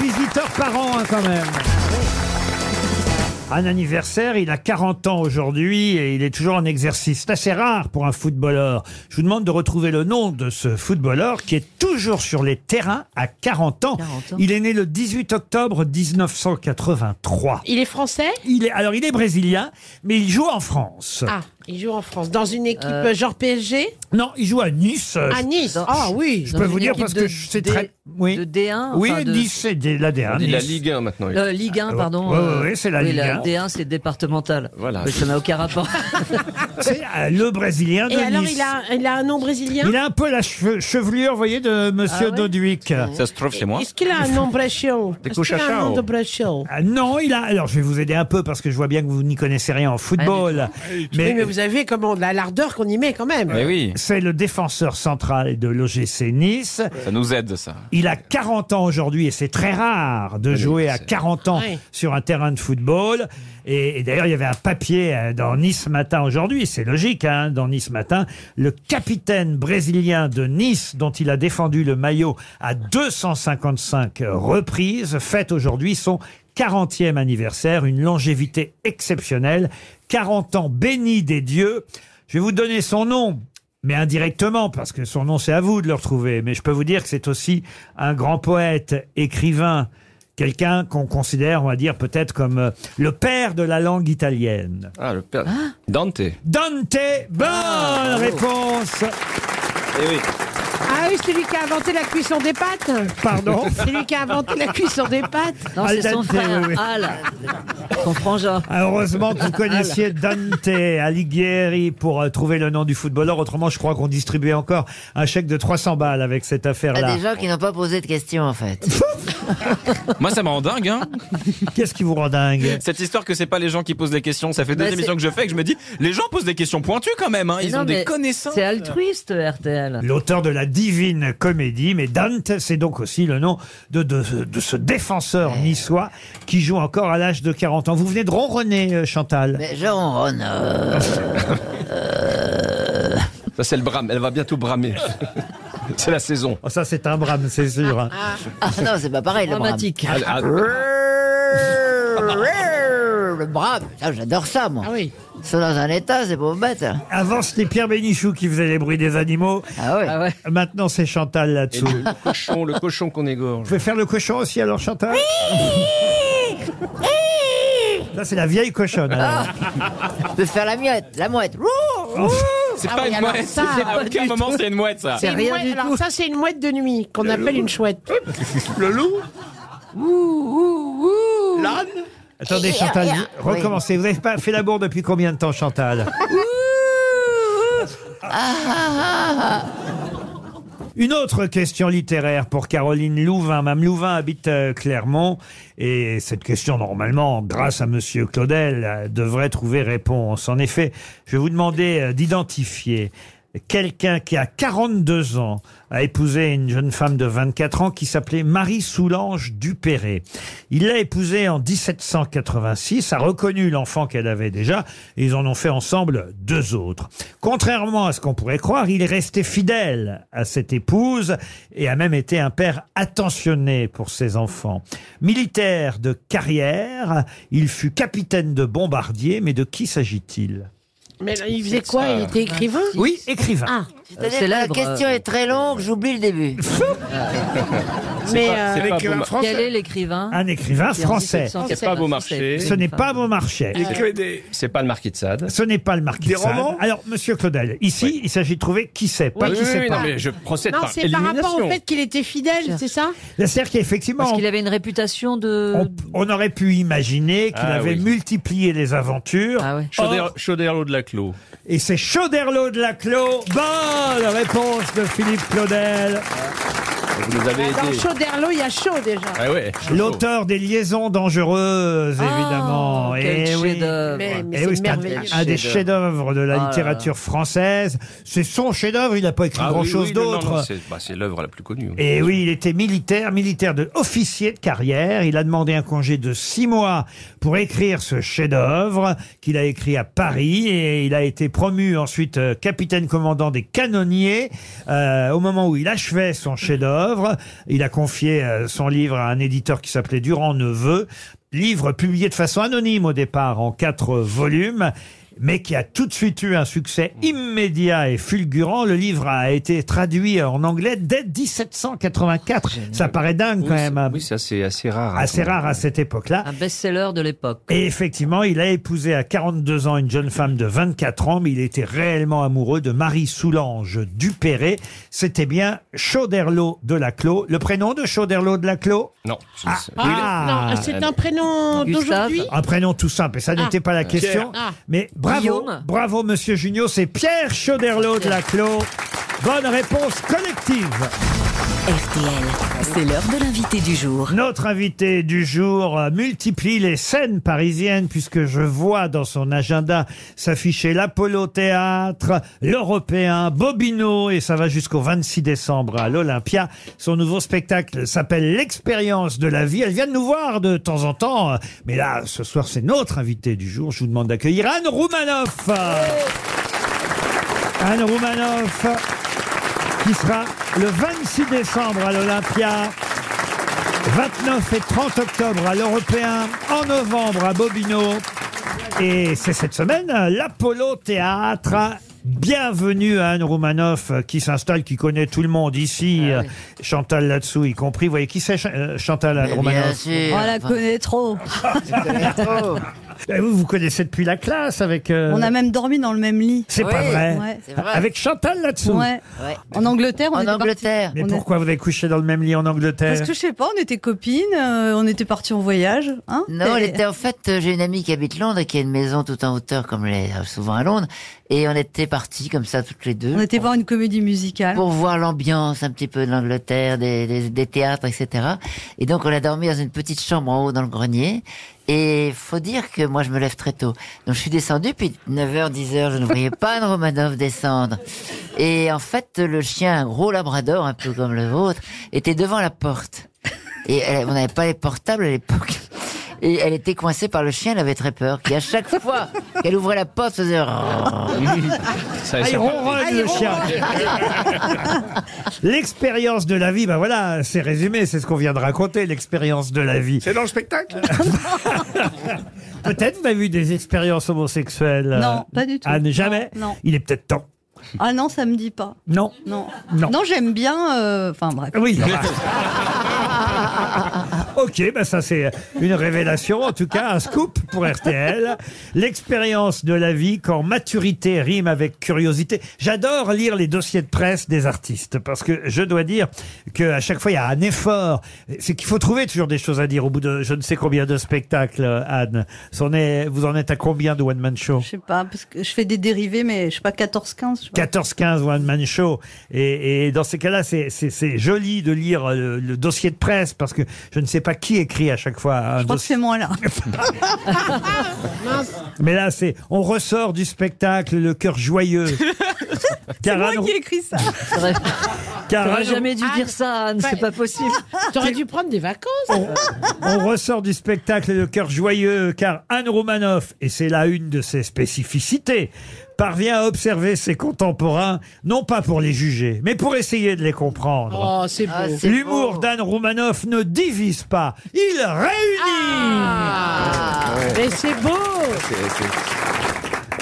S2: 000 visiteurs par an, hein, quand même. Un anniversaire, il a 40 ans aujourd'hui et il est toujours en exercice. C'est assez rare pour un footballeur. Je vous demande de retrouver le nom de ce footballeur qui est toujours sur les terrains à 40 ans.
S6: 40 ans.
S2: Il est né le 18 octobre 1983.
S6: Il est français
S2: Il est, alors il est brésilien, mais il joue en France.
S6: Ah, il joue en France. Dans une équipe
S2: Euh,
S6: genre PSG
S2: Non, il joue à Nice.
S6: À Nice. Ah oui.
S2: Je
S6: Dans
S2: peux
S6: une
S2: vous dire
S6: équipe
S2: parce
S6: de
S2: que je- c'est
S6: D-
S2: très. Oui.
S9: de D1,
S2: Oui,
S9: enfin, de-
S2: Nice, c'est des- la D1.
S8: On dit la
S2: Nice.
S8: Ligue 1 maintenant. oui.
S6: Euh,
S9: Le Euh, Ligue 1,
S2: Ah, ouais.
S9: pardon.
S2: Ouais,
S9: euh,
S2: ouais, ouais, c'est la
S9: oui,
S2: Ligue 1.
S9: D1, c'est départemental.
S8: Voilà.
S9: Mais ça n'a aucun rapport.
S2: C'est euh, le brésilien de
S6: Et alors,
S2: Nice.
S6: il, a, il a un nom brésilien
S2: Il a un peu la cheve- chevelure, vous voyez, de Monsieur
S6: Ah ouais
S2: Doduic.
S8: Ça se trouve chez moi.
S6: Est-ce qu'il a un nom brésilien
S2: Des
S6: Est-ce qu'il a un nom
S2: cochachao.
S6: de brésilien
S2: Ah non, il a. Alors, je vais vous aider un peu parce que je vois bien que vous n'y connaissez rien en football.
S6: Ah, mais, oui, mais vous avez comment la l'ardeur qu'on y met quand même.
S8: Mais oui.
S2: C'est le défenseur central de l'OGC Nice.
S8: Ça nous aide ça.
S2: Il a 40 ans aujourd'hui et c'est très rare de jouer à 40 ans
S6: Ouais.
S2: sur un terrain de football. Et, et d'ailleurs, il y avait un papier euh, dans Nice Matin aujourd'hui, c'est logique, hein, dans Nice Matin, le capitaine brésilien de Nice, dont il a défendu le maillot à 255 reprises, fête aujourd'hui son 40e anniversaire, une longévité exceptionnelle, 40 ans bénis des dieux. Je vais vous donner son nom, mais indirectement, parce que son nom, c'est à vous de le retrouver. Mais je peux vous dire que c'est aussi un grand poète, écrivain, quelqu'un qu'on considère, on va dire, peut-être comme euh, le père de la langue italienne.
S8: Ah, le père. Dante. Eh
S2: Dante, bonne
S6: Ah, bravo.
S2: réponse
S8: Eh oui.
S6: Ah oui, c'est lui qui a inventé la cuisson des pâtes.
S2: Pardon
S6: C'est lui qui a inventé la cuisson des pâtes.
S9: Non, c'est son
S2: Al dente,
S9: frère.
S2: oui, oui.
S9: Al. comprends, Jean.
S2: Ah, heureusement que vous connaissiez Dante Alighieri pour euh, trouver le nom du footballeur. Autrement, je crois qu'on distribuait encore un chèque de 300 balles avec cette
S9: Ah,
S2: affaire-là.
S7: Ah, des gens qui n'ont pas posé de questions, en fait.
S10: Moi, ça me rend dingue. Hein.
S2: Qu'est-ce qui vous rend dingue
S10: Cette histoire que c'est pas les gens qui posent des questions, ça fait deux
S9: Bah,
S10: émissions
S9: c'est-
S10: que je fais et que je me dis, les gens posent des questions pointues quand même. Hein. Ils
S9: Mais non,
S10: ont des
S9: mais
S10: connaissances.
S9: C'est altruiste, RTL.
S2: L'auteur de la divine comédie, mais Dante, c'est donc aussi le nom de, de, de ce défenseur niçois qui joue encore à l'âge de 40 ans. Vous venez de ronronner, euh, Chantal
S7: Mais je ronronne. euh,
S8: Ça, c'est le brame. Elle va bientôt bramer. c'est la saison.
S2: Oh, ça, c'est un brame, c'est sûr. hein.
S7: Ah non, c'est pas pareil, le brame.
S8: Dramatique. Ah, ah.
S7: Le brame, ça, j'adore ça, moi. Ah
S6: oui.
S7: C'est dans un état, c'est pas bête.
S2: Avant, c'était Pierre Bénichou qui faisait les bruits des animaux.
S6: Ah
S2: Maintenant, c'est Chantal là-dessous.
S8: Le cochon, le cochon qu'on
S2: Vous
S8: égorge.
S2: pouvez faire le cochon aussi, alors, Chantal Ça, c'est la vieille cochonne. alors.
S7: De faire la mouette, la mouette.
S6: Oh,
S2: Oh.
S7: Ouh, ouh.
S10: C'est
S7: Ah
S10: pas
S7: oui,
S10: une
S7: alors
S10: mouette.
S7: ça,
S10: C'est- à aucun moment, c'est une mouette, ça.
S6: euh, C'est une mouette- alors ça, c'est une mouette de nuit qu'on appelle une chouette.
S4: Le loup
S6: L'âne
S2: Attendez,
S6: Ah. Et-
S2: Chantal,
S6: et-
S2: vous-
S6: oui.
S2: recommencez. Vous n'avez pas fait la bourre depuis combien de temps, Chantal
S7: Ah, ah, ah.
S2: Une autre question littéraire pour Caroline Louvain. Mme Louvain habite euh, Clermont et cette question, normalement, grâce à Monsieur Claudel, euh, devrait trouver réponse. En effet, je vais vous demander euh, d'identifier quelqu'un qui a 42 ans a épousé une jeune femme de 24 ans qui s'appelait Marie Soulange Dupéré. Il l'a épousée en 1786, a reconnu l'enfant qu'elle avait déjà, et ils en ont fait ensemble deux autres. Contrairement à ce qu'on pourrait croire, il est resté fidèle à cette épouse et a même été un père attentionné pour ses enfants. Militaire de carrière, il fut capitaine de bombardier, mais de qui s'agit-il
S6: Mais il faisait quoi Il était écrivain Ah.
S2: Oui, écrivain.
S7: C'est-à-dire que la
S6: euh.
S7: question est très longue, j'oublie le début.
S6: Mais euh,
S7: pas- c'est pas
S6: quel-
S7: Beaumar-
S6: quel
S9: Quel est l'écrivain
S2: Un écrivain
S9: C'est en
S2: français.
S9: 1786.
S8: C'est pas Beaumarchais.
S2: Ce n'est pas Beaumarchais.
S8: C'est pas le marquis de Sade.
S2: Ce n'est pas le marquis
S8: Des
S2: de Sade.
S8: romans
S2: Alors, monsieur Claudel, ici, il s'agit de trouver qui c'est, pas
S8: Oui,
S2: qui
S8: oui,
S2: c'est
S8: oui,
S2: pas.
S8: non, mais je procède
S6: Non,
S8: par
S6: c'est par rapport au
S8: élimination.
S6: fait qu'il était fidèle, c'est ça
S2: C'est-à-dire qu'effectivement,
S9: Parce
S2: on,
S9: qu'il avait une réputation de.
S2: on aurait pu imaginer qu'il
S8: Ah,
S2: avait
S8: oui.
S2: multiplié les aventures.
S8: Chauder-
S2: Or-
S8: Chauderlot de la Clos.
S2: et c'est Chauderlot de la Clos. Bonne réponse de Philippe Claudel.
S8: Vous nous avez
S6: Dans
S8: aidés.
S6: Chauderlot, il y a chaud déjà.
S8: Ah ouais. chaud, chaud.
S2: L'auteur des Liaisons dangereuses, évidemment.
S9: quel
S2: Eh oui.
S9: chef-d'œuvre.
S6: Mais- mais
S2: Eh
S6: c'est
S2: oui, c'est un,
S6: merveilleux.
S2: un des
S6: Chef-d'œuvre.
S2: chefs-d'œuvre de la
S8: Ah là là.
S2: littérature française. C'est son chef-d'œuvre. Il n'a pas écrit
S8: Ah oui,
S2: grand-chose
S8: oui, non, non,
S2: d'autre.
S8: non, C'est bah, c'est l'œuvre la plus connue. oui.
S2: Et Eh oui, il était militaire, militaire de officier de carrière. Il a demandé un congé de six mois pour écrire ce chef-d'œuvre qu'il a écrit à Paris. Et il a été promu ensuite euh, capitaine commandant des canonniers. Euh, au moment où il achevait son chef-d'œuvre, il a confié euh, son livre à un éditeur qui s'appelait Durand Neveu. Livre publié de façon anonyme au départ en quatre volumes mais qui a tout de suite eu un succès
S8: Mm.
S2: immédiat et fulgurant. Le livre a été traduit en anglais dès 1784. Ça paraît dingue quand même.
S8: Oh, Oui, c'est assez, assez rare. hein,
S2: Assez
S8: quand même.
S2: rare à cette époque-là.
S9: Un best-seller de l'époque.
S2: Et effectivement, il a épousé à 42 ans une jeune femme de 24 ans, mais il était réellement amoureux de Marie Soulange Dupéré. C'était bien Chauderlot de la Clos. Le prénom de Chauderlot de la Clos
S8: Non.
S6: Ah, non, c'est un prénom d'aujourd'hui
S2: un prénom tout simple, et ça n'était pas la question.
S6: Pierre. Ah.
S2: Mais bravo,
S6: Guillaume.
S2: bravo Monsieur Junio, c'est Pierre Chauderlot de la Clos. Bonne réponse collective.
S13: RTL, c'est l'heure de l'invité du jour.
S2: Notre invité du jour euh, multiplie les scènes parisiennes puisque je vois dans son agenda s'afficher l'Apollo Théâtre, l'Européen, Bobino et ça va jusqu'au 26 décembre à l'Olympia. Son nouveau spectacle s'appelle L'expérience de la vie. Elle vient de nous voir de temps en temps, euh, mais là ce soir c'est notre invité du jour. Je vous demande d'accueillir Anne Roumanoff. Anne Roumanoff qui sera le 26 décembre à l'Olympia. 29 et 30 octobre à l'Européen, en novembre à Bobino. Et c'est cette semaine, euh, l'Apollo Théâtre. Bienvenue à Anne Roumanoff euh, qui s'installe, qui connaît tout le monde ici, euh, Chantal là-dessous y compris. Vous voyez qui c'est Ch- euh, Chantal Anne
S7: Mais bien
S2: Roumanoff
S7: sûr.
S3: On la connaît trop.
S2: Eh, Vous vous connaissez depuis la classe avec. euh,
S19: On a même dormi dans le même lit.
S2: C'est pas vrai.
S19: Ouais.
S2: Avec Chantal là-dessous.
S19: Ouais. En Angleterre, on
S7: En
S19: était partis-
S7: Angleterre.
S2: Mais
S19: on est-
S2: pourquoi vous avez couché dans le même lit en Angleterre
S19: Parce que je sais pas, on était copines, euh, on était partis en voyage. Hein
S7: Non, elle
S19: Et-
S7: était en fait, euh, j'ai une amie qui habite Londres et qui a une maison tout en hauteur comme les, euh, souvent à Londres. Et on était partis comme ça toutes les deux.
S19: On était voir une comédie musicale.
S7: Pour voir l'ambiance un petit peu de l'Angleterre, des, des- des théâtres, etc. Et donc on a dormi dans une petite chambre en haut dans le grenier. Et faut dire que moi je me lève très tôt. Donc je suis descendu, puis 9h, 10h, je ne voyais pas un Romanov descendre. Et en fait, le chien, un gros labrador, un peu comme le vôtre, était devant la porte. Et elle- on n'avait pas les portables à l'époque. Et elle était coincée par le chien, elle avait très peur, qui à chaque fois qu'elle ouvrait la porte faisait...
S2: Ah, il ronronne,
S7: Ah, il
S2: le chien.
S19: Ah.
S2: L'expérience de la vie, ben voilà, c'est résumé, c'est ce qu'on vient de raconter, l'expérience de la vie.
S4: C'est dans le spectacle
S2: Peut-être vous avez eu des expériences homosexuelles.
S19: Non,
S2: euh,
S19: pas du tout.
S2: Anne, jamais
S19: Non, non.
S2: Il est peut-être temps.
S19: Ah non, ça me dit pas.
S2: Non.
S19: Non.
S2: Non.
S19: j'aime bien. euh, Enfin bref.
S2: Oui. ok, ben ça c'est une révélation, en tout cas un scoop pour RTL. L'expérience de la vie quand maturité rime avec curiosité. J'adore lire les dossiers de presse des artistes parce que je dois dire que à chaque fois il y a un effort. C'est qu'il faut trouver toujours des choses à dire au bout de je ne sais combien de spectacles, Anne. C'en est- vous en êtes à combien de One Man Show
S19: Je sais pas, parce que je fais des dérivés, mais je sais pas, 14-15. je sais pas.
S2: 14-15 One Man Show. Et, et dans ces cas-là, c'est- c'est c'est joli de lire euh, le, le dossier de presse parce que je ne sais pas qui écrit à chaque fois. un
S19: Je crois que
S2: dossier.
S19: c'est moi là.
S2: Mais là, c'est on ressort du spectacle le cœur joyeux.
S19: c'est moi
S2: Anne-
S19: qui ai écrit ça.
S2: car
S9: T'aurais
S2: Anne-
S9: jamais dû dire ça, Anne, c'est pas possible. Oh.
S6: T'aurais dû prendre des vacances.
S2: On ressort du spectacle le cœur joyeux car Anne Romanoff, et c'est là une de ses spécificités, parvient à observer ses contemporains, non pas pour les juger, mais pour essayer de les comprendre.
S6: Oh, c'est beau. Ah, c'est
S2: L'humour
S6: beau.
S2: d'Anne Romanoff ne divise pas, il réunit
S6: Mais c'est beau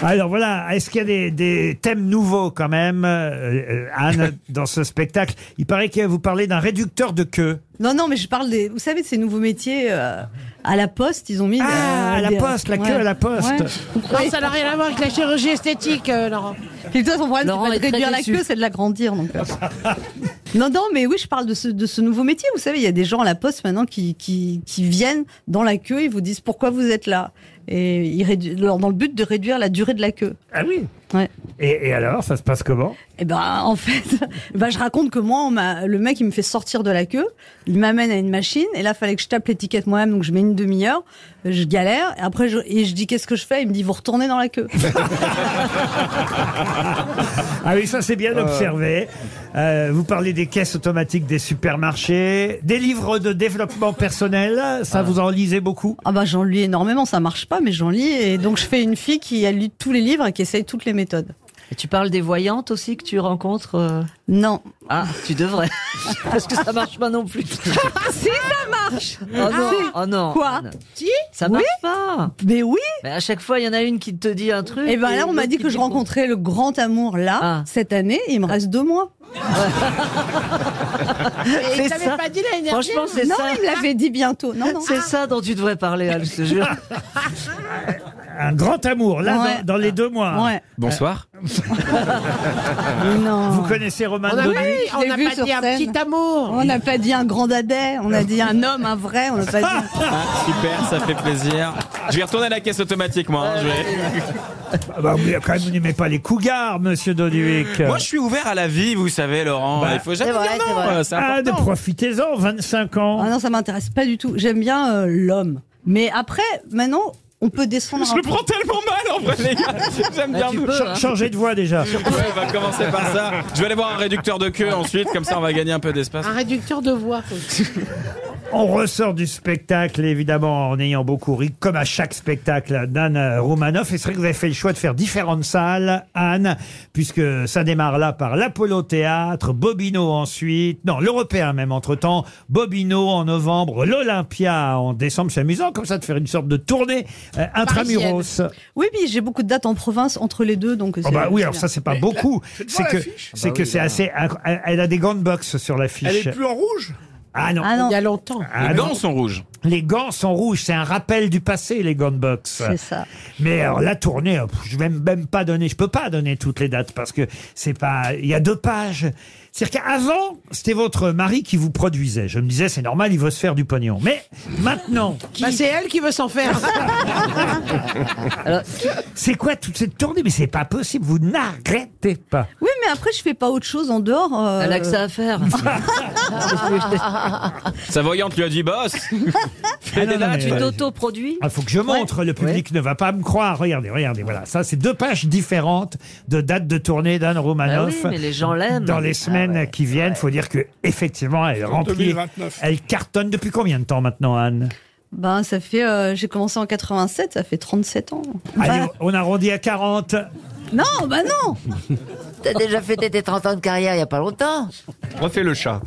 S2: Alors voilà, est-ce qu'il y a des, des thèmes nouveaux quand même, euh, euh, Anne, dans ce spectacle Il paraît qu'il va vous parler d'un réducteur de queue.
S19: Non, non, mais je parle des. Vous savez, de ces nouveaux métiers euh, à la poste, ils ont mis.
S2: Ah, à la poste, la queue à la poste.
S6: Non, ça n'a rien à voir avec la chirurgie esthétique, euh, Laurent.
S19: Et toi, ton problème,
S6: Laurent
S19: c'est
S6: est
S19: pas
S6: très
S19: de réduire la
S6: déçu.
S19: queue, c'est de l'agrandir. Donc. euh. non, non, mais oui, je parle de ce, de ce nouveau métier. Vous savez, il y a des gens à la poste maintenant qui, qui, qui viennent dans la queue, ils vous disent pourquoi vous êtes là. Et ils rédu- leur- dans le but de réduire la durée de la queue.
S2: Ah oui
S19: Ouais.
S2: Et, et alors, ça se passe comment
S19: Et ben en fait, ben, je raconte que moi, on m'a- le mec il me fait sortir de la queue, il m'amène à une machine et là fallait que je tape l'étiquette moi-même, donc je mets une demi-heure, je galère et après je, et je dis qu'est-ce que je fais, il me dit vous retournez dans la queue.
S2: Ah oui, ça c'est bien
S19: Euh.
S2: observé. Euh, vous parlez des caisses automatiques des supermarchés, des livres de développement personnel, ça vous en lisez beaucoup
S19: ah bah j'en lis énormément, ça marche pas mais j'en lis et donc je fais une fille qui a lu tous les livres et qui essaye toutes les méthodes.
S9: Et tu parles des voyantes aussi que tu rencontres euh
S19: Non.
S9: Ah, tu devrais. Parce que ça marche pas non plus.
S19: si ça marche.
S9: Oh non,
S19: Si.
S9: oh non.
S19: Ah, Quoi
S9: Anne.
S19: Si
S9: Ça
S19: Oui.
S9: marche pas.
S19: Mais oui.
S9: Mais à chaque fois, il y en a une qui te dit un truc.
S19: Et ben là on
S9: l'autre
S19: m'a dit
S9: qui
S19: que
S9: dit
S19: je rencontrais le grand amour là
S9: Ah.
S19: cette année, et il me reste deux mois.
S6: Et il t'avait pas dit la énergie hein Ah.
S9: Franchement, c'est
S19: non,
S9: ça.
S19: il me l'avait dit bientôt. Non, non.
S9: C'est ça dont tu devrais parler, Al, je te jure.
S2: Un grand amour, là,
S9: Ouais.
S2: dans, dans les deux mois.
S9: Ouais.
S10: Bonsoir.
S2: Vous connaissez Roman
S19: On a-
S2: Dodu
S19: Ah bah oui, je l'ai vu sur scène. On n'a pas dit un grand adet, on a dit un homme, un vrai, on n'a pas
S2: Ah,
S19: dit.
S10: Ah, Super, ça fait plaisir. Je vais retourner à la caisse automatique, moi. hein, je vais-
S2: Ah bah, vous, quand même, vous n'aimez pas les cougars, monsieur Doduic.
S10: Moi, je suis ouvert à la vie, vous savez, Laurent.
S2: Bah,
S10: Il faut jamais
S19: c'est vrai,
S10: dire
S19: c'est
S10: non.
S19: vrai.
S10: euh, c'est
S2: Ah, de
S10: important.
S2: profitez-en, 25 ans.
S19: Ah non, ça m'intéresse pas du tout. J'aime bien euh, l'homme. Mais après, maintenant, on peut descendre.
S10: Je le prends tellement mal en vrai, les gars. J'aime bien.
S2: Ch- Changer de voix déjà.
S10: Ouais, on va commencer par ça. Je vais aller voir un réducteur de queue ensuite, comme ça on va gagner un peu d'espace.
S6: Un réducteur de voix.
S2: On ressort du spectacle, évidemment, en ayant beaucoup ri, comme à chaque spectacle d'Anne Romanoff. Et c'est vrai que vous avez fait le choix de faire différentes salles, Anne, puisque ça démarre là par l'Apollo Théâtre, Bobino ensuite, non, l'Européen même entre-temps, Bobino en novembre, l'Olympia en décembre. C'est amusant comme ça de faire une sorte de tournée euh, intramuros.
S19: Oui, puis j'ai beaucoup de dates en province entre les deux, donc. euh,
S2: Oh
S19: c'est-
S2: bah oui,
S19: c'est
S2: alors
S19: bien.
S2: ça c'est pas beaucoup.
S19: c'est devant
S2: C'est que
S19: l'affiche.
S2: c'est
S19: Ah bah
S2: que
S19: oui,
S2: c'est
S19: là.
S2: assez. incro- Elle elle a des gants de boxe sur l'affiche.
S4: Elle est plus en rouge
S2: Ah non.
S6: Il y a longtemps.
S2: Ah non.
S10: sont rouges.
S2: Les gants sont rouges, c'est un rappel du passé, les gants de boxe.
S19: C'est ça.
S2: Mais alors la tournée, euh, pff, je vais même pas donner, je peux pas donner toutes les dates parce que c'est pas, il y a deux pages. C'est-à-dire qu'avant, c'était votre mari qui vous produisait. Je me disais, c'est normal, il veut se faire du pognon. Mais maintenant,
S6: Bah, c'est elle qui veut s'en faire.
S2: c'est quoi toute cette tournée Mais c'est pas possible, vous n'arrêtez pas.
S19: Oui, mais après, je fais pas autre chose en dehors. euh,
S9: Elle a que ça à faire.
S10: Sa voyante lui a dit boss.
S2: Ah
S10: Fais des dates.
S2: euh,
S9: tu t'auto-produis
S2: Il Ah, faut que je montre, le public ne va pas me croire. Regardez, regardez, voilà. Ça, c'est deux pages différentes de dates de tournée d'Anne Romanoff.
S9: Ah oui, mais les gens l'aiment.
S2: Dans les
S9: Ah
S2: semaines qui viennent, il faut dire que effectivement, elle
S19: En
S2: remplit.
S19: 2029.
S2: Elle cartonne depuis combien de temps maintenant, Anne
S19: Ben, ça fait. euh, J'ai commencé en 87, ça fait 37 ans.
S9: Bah-
S2: Allez, on arrondit à 40.
S19: Non, bah non
S7: T'as déjà fêté tes 30 ans de carrière il y a pas longtemps.
S8: Refais le chat.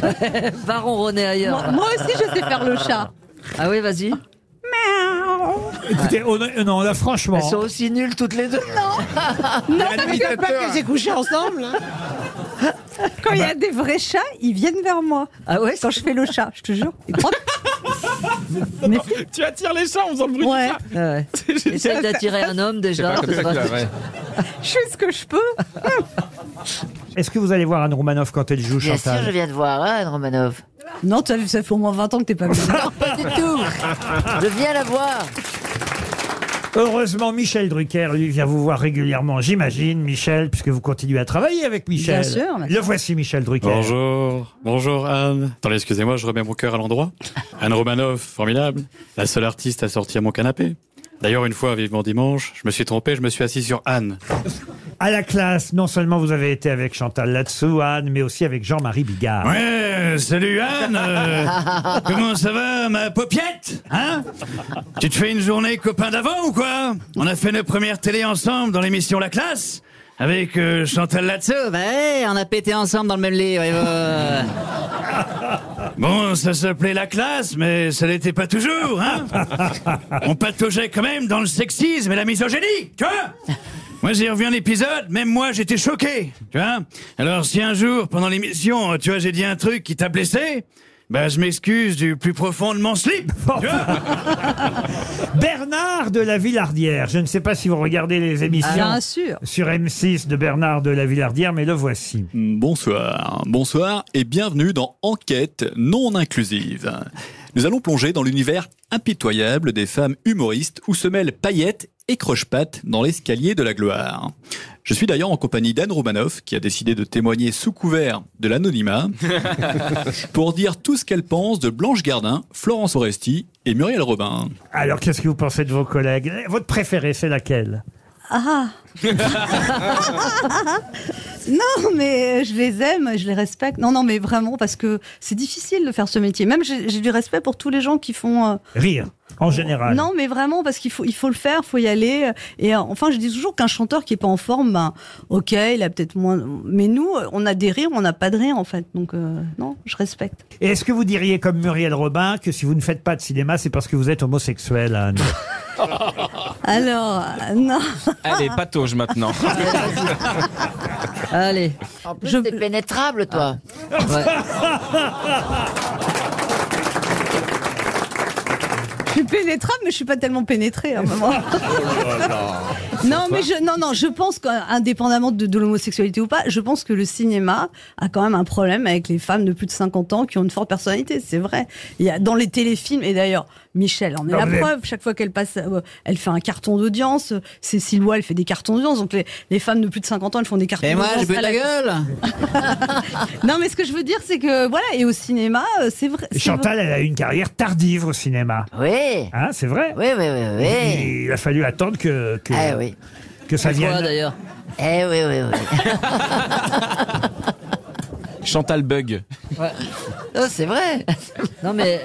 S9: Va ronronner ailleurs.
S19: Moi- moi aussi, je sais faire le chat.
S9: Ah oui, vas-y.
S2: Écoutez, on, euh, non, là, franchement.
S9: Elles sont aussi nulles toutes les deux.
S6: Non, parce que pas qu'elles aient couché ensemble. hein.
S19: Quand il y a des vrais chats, ils viennent vers moi.
S9: Ah ouais
S19: Quand je fais le chat, je te jure. Ils croient-
S10: Tu attires les chats en faisant le bruit
S19: Ouais.
S10: du chat.
S9: Ah, Ouais.
S10: C'est
S9: Euh, Essaye
S10: génial.
S9: d'attirer un homme déjà.
S10: C'est pas
S9: ce
S10: comme ça que
S9: sera-
S10: tu as- ouais.
S19: Je fais ce que je peux.
S2: Est-ce que vous allez voir Anne Romanoff quand elle joue
S7: Bien
S2: Chantal
S7: sûr, je viens de voir, hein, Anne Romanov.
S19: Non, t'as vu, ça fait au moins 20 ans que t'es pas venu.
S7: Pas du tout. Je viens la voir.
S2: Heureusement, Michel Drucker, lui, vient vous voir régulièrement, j'imagine, Michel, puisque vous continuez à travailler avec Michel.
S20: Bien sûr, bien
S2: Le voici, Michel Drucker.
S20: Bonjour, bonjour Anne. Attendez, excusez-moi, je remets mon cœur à l'endroit. Anne Romanoff, formidable, la seule artiste à sortir mon canapé. D'ailleurs, une fois, vivement dimanche, je me suis trompé, je me suis assis sur Anne.
S2: À la classe, non seulement vous avez été avec Chantal Latsou, Anne, mais aussi avec Jean-Marie Bigard.
S20: Ouais, salut Anne. euh, comment ça va, ma paupiette Hein Tu te fais une journée copain d'avant ou quoi On a fait nos premières télé ensemble dans l'émission La Classe avec euh, Chantal Latsou. on a pété ensemble dans le même lit. Bon, ça s'appelait La Classe, mais ça l'était pas toujours. Hein on pataugeait quand même dans le sexisme et la misogynie, tu vois moi, j'ai revu un épisode, même moi, j'étais choqué, tu vois. Alors, si un jour, pendant l'émission, tu vois, j'ai dit un truc qui t'a blessé, bah, je m'excuse du plus profond de mon slip, tu vois.
S2: Bernard de la Villardière. Je ne sais pas si vous regardez les émissions
S19: Ah, bien sûr.
S2: sur M6 de Bernard de la Villardière, mais le voici.
S21: Bonsoir, bonsoir et bienvenue dans Enquête non inclusive. Nous allons plonger dans l'univers impitoyable des femmes humoristes où se mêlent paillettes et croche-pattes dans l'escalier de la gloire. Je suis d'ailleurs en compagnie d'Anne Romanoff qui a décidé de témoigner sous couvert de l'anonymat pour dire tout ce qu'elle pense de Blanche Gardin, Florence Oresti et Muriel Robin.
S2: Alors, qu'est-ce que vous pensez de vos collègues Votre préférée, c'est laquelle
S19: Ah Non, mais je les aime, je les respecte. Non, non, mais vraiment, parce que c'est difficile de faire ce métier. Même j'ai j'ai du respect pour tous les gens qui font. euh,
S2: Rire, en général.
S19: Non, mais vraiment, parce qu'il faut, il faut le faire, faut y aller. Et euh, enfin, je dis toujours qu'un chanteur qui est pas en forme, ben, ok, il a peut-être moins. Mais nous, euh, on a des rires, on n'a pas de rire, en fait. Donc, euh, non, je respecte.
S2: Et est-ce que vous diriez, comme Muriel Robin, que si vous ne faites pas de cinéma, c'est parce que vous êtes homosexuel, Anne
S19: Alors, euh, non.
S10: Allez, patauge maintenant.
S19: Allez. Ah.
S7: En plus, t'es pénétrable, toi.
S19: Je suis pénétrable, euh, mais je suis pas tellement pénétrée à un moment.
S2: Oh
S19: non, mais je, non, non, je pense qu'indépendamment de, de l'homosexualité ou pas, je pense que le cinéma a quand même un problème avec les femmes de plus de 50 ans qui ont une forte personnalité, c'est vrai. Il y a, dans les téléfilms, et d'ailleurs, Michel en est
S22: Non,
S19: la
S22: mais-
S19: preuve, chaque fois qu'elle passe, euh, elle fait un carton d'audience, Cécile Wahl fait des cartons d'audience, donc les, les femmes de plus de 50 ans, elles font des cartons
S22: Et moi,
S19: d'audience.
S22: je bute
S19: à
S22: la gueule
S19: Non, mais ce que je veux dire, c'est que, voilà, et au cinéma, euh, c'est vrai.
S2: Et
S19: c'est
S2: Chantal,
S19: vrai.
S2: elle a eu une carrière tardive au cinéma.
S7: Oui.
S2: Hein, c'est vrai
S7: Oui, oui, oui, oui.
S2: Il a fallu attendre que, que,
S7: Ah oui.
S2: que ça vienne.
S7: d'ailleurs Eh oui, oui, oui.
S10: Chantal Bug.
S7: Non, c'est vrai.
S9: Non, mais.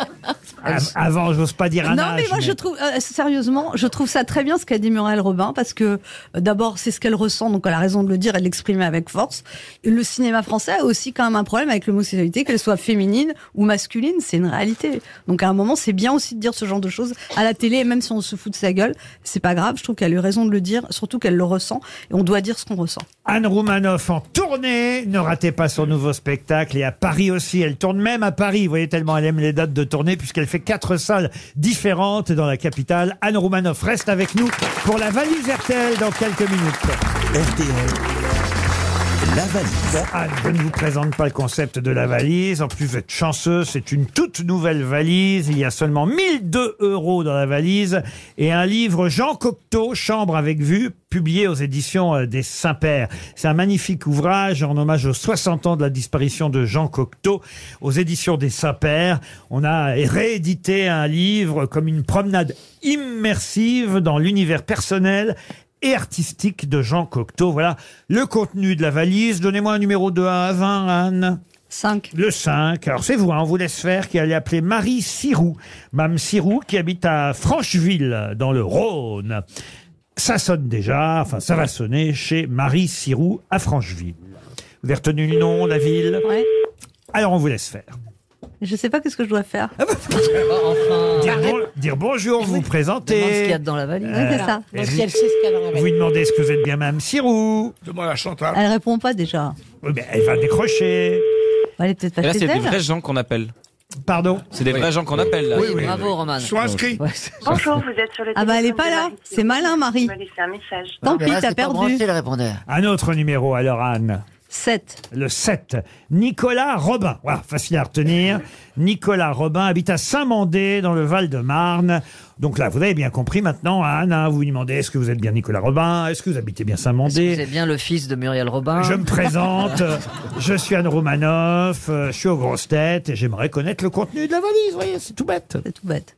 S2: Av- Avant, j'ose pas dire un
S19: non,
S2: âge,
S19: mais moi, je trouve, euh, sérieusement, je trouve ça très bien ce qu'a dit Muriel Robin, parce que euh, d'abord, c'est ce qu'elle ressent, donc elle a raison de le dire et de l'exprimer avec force. Le cinéma français a aussi quand même un problème avec l'homosexualité, qu'elle soit féminine ou masculine, c'est une réalité. Donc à un moment, c'est bien aussi de dire ce genre de choses à la télé, et même si on se fout de sa gueule, c'est pas grave, je trouve qu'elle a eu raison de le dire, surtout qu'elle le ressent, et on doit dire ce qu'on ressent.
S2: Anne Roumanoff en tournée. Ne ratez pas son nouveau spectacle. Et à Paris aussi. Elle tourne même à Paris. Vous voyez tellement elle aime les dates de tournée puisqu'elle fait quatre salles différentes dans la capitale. Anne Roumanoff reste avec nous pour la valise RTL dans quelques minutes. La valise. Anne, je ne vous présente pas le concept de la valise. En plus, vous êtes chanceux. C'est une toute nouvelle valise. Il y a seulement 1002 euros dans la valise et un livre Jean Cocteau, Chambre avec vue, publié aux éditions euh, des Saint-Pères. C'est un magnifique ouvrage en hommage aux 60 ans de la disparition de Jean Cocteau aux éditions des Saint-Pères. On a réédité un livre comme une promenade immersive dans l'univers personnel et artistique de Jean Cocteau. Voilà le contenu de la valise. Donnez-moi un numéro de 1 à 20, Anne.
S19: 5.
S2: Le 5. Alors c'est vous, hein, on vous laisse faire, qui allez appeler Marie Sirou. Mme Sirou qui habite à Francheville, dans le Rhône. Ça sonne déjà, enfin ça va sonner chez Marie Sirou à Francheville. Vous avez retenu le nom, la ville
S19: Ouais.
S2: Alors on vous laisse faire.
S19: Je sais pas qu'est-ce que je dois faire.
S2: Ah bah, Dire, bon- dire bonjour, vous présenter. Euh,
S19: Demande ce qu'il y a dans la valise. Oui, c'est ça.
S2: et
S19: Donc,
S2: vous-
S19: si elle sait ce qu'il y a dans la valise.
S2: Vous lui demandez est-ce que vous êtes bien Mme Sirou
S4: Demande à Chantal.
S19: Elle répond pas déjà.
S2: Oui, mais elle va décrocher.
S19: Elle est peut-être pas
S10: là,
S19: chez
S10: c'est des
S19: elle.
S10: vrais gens qu'on appelle.
S2: Pardon
S10: C'est des vrais gens qu'on appelle, là.
S19: Oui, Oui, oui, bravo, oui. Roman.
S10: Sois inscrit.
S19: Bonjour,
S15: vous êtes sur le
S19: Ah bah elle est pas là. C'est malin Marie.
S15: C'est un message.
S2: Ah,
S19: Tant pis, t'as perdu.
S2: Un autre numéro alors, Anne.
S19: 7.
S2: Le 7. Nicolas Robin. Voilà, facile à retenir. Nicolas Robin habite à Saint-Mandé, dans le Val-de-Marne. Donc là, vous avez bien compris maintenant, Anne, hein, vous lui demandez est-ce que vous êtes bien Nicolas Robin Est-ce que vous habitez bien Saint-Mandé
S9: C'est bien le fils de Muriel Robin.
S2: Je me présente, euh, je suis Anne Romanoff, euh, je suis aux grosses têtes et j'aimerais connaître le contenu de la valise, vous voyez, c'est tout bête.
S19: C'est tout bête.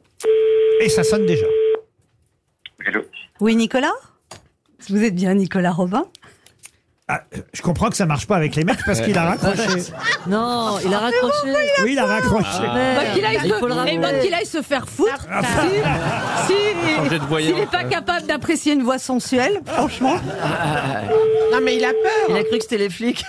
S2: Et ça sonne déjà.
S19: Oui, Nicolas Vous êtes bien Nicolas Robin
S2: Ah, Je comprends que ça marche pas avec les mecs parce qu'il a raccroché.
S9: Non, Oh, il a raccroché.
S2: Oui, il a raccroché.
S22: Bah, qu'il aille,
S9: Il faut le
S22: se...
S9: rappeler.
S22: eh ben, qu'il aille se faire foutre.
S15: Ah,
S22: si, si-
S9: Changer de voyant.
S22: s'il n'est pas capable d'apprécier une voix sensuelle, franchement.
S2: Ah.
S6: Non, mais il a peur.
S9: Il a cru que c'était les flics.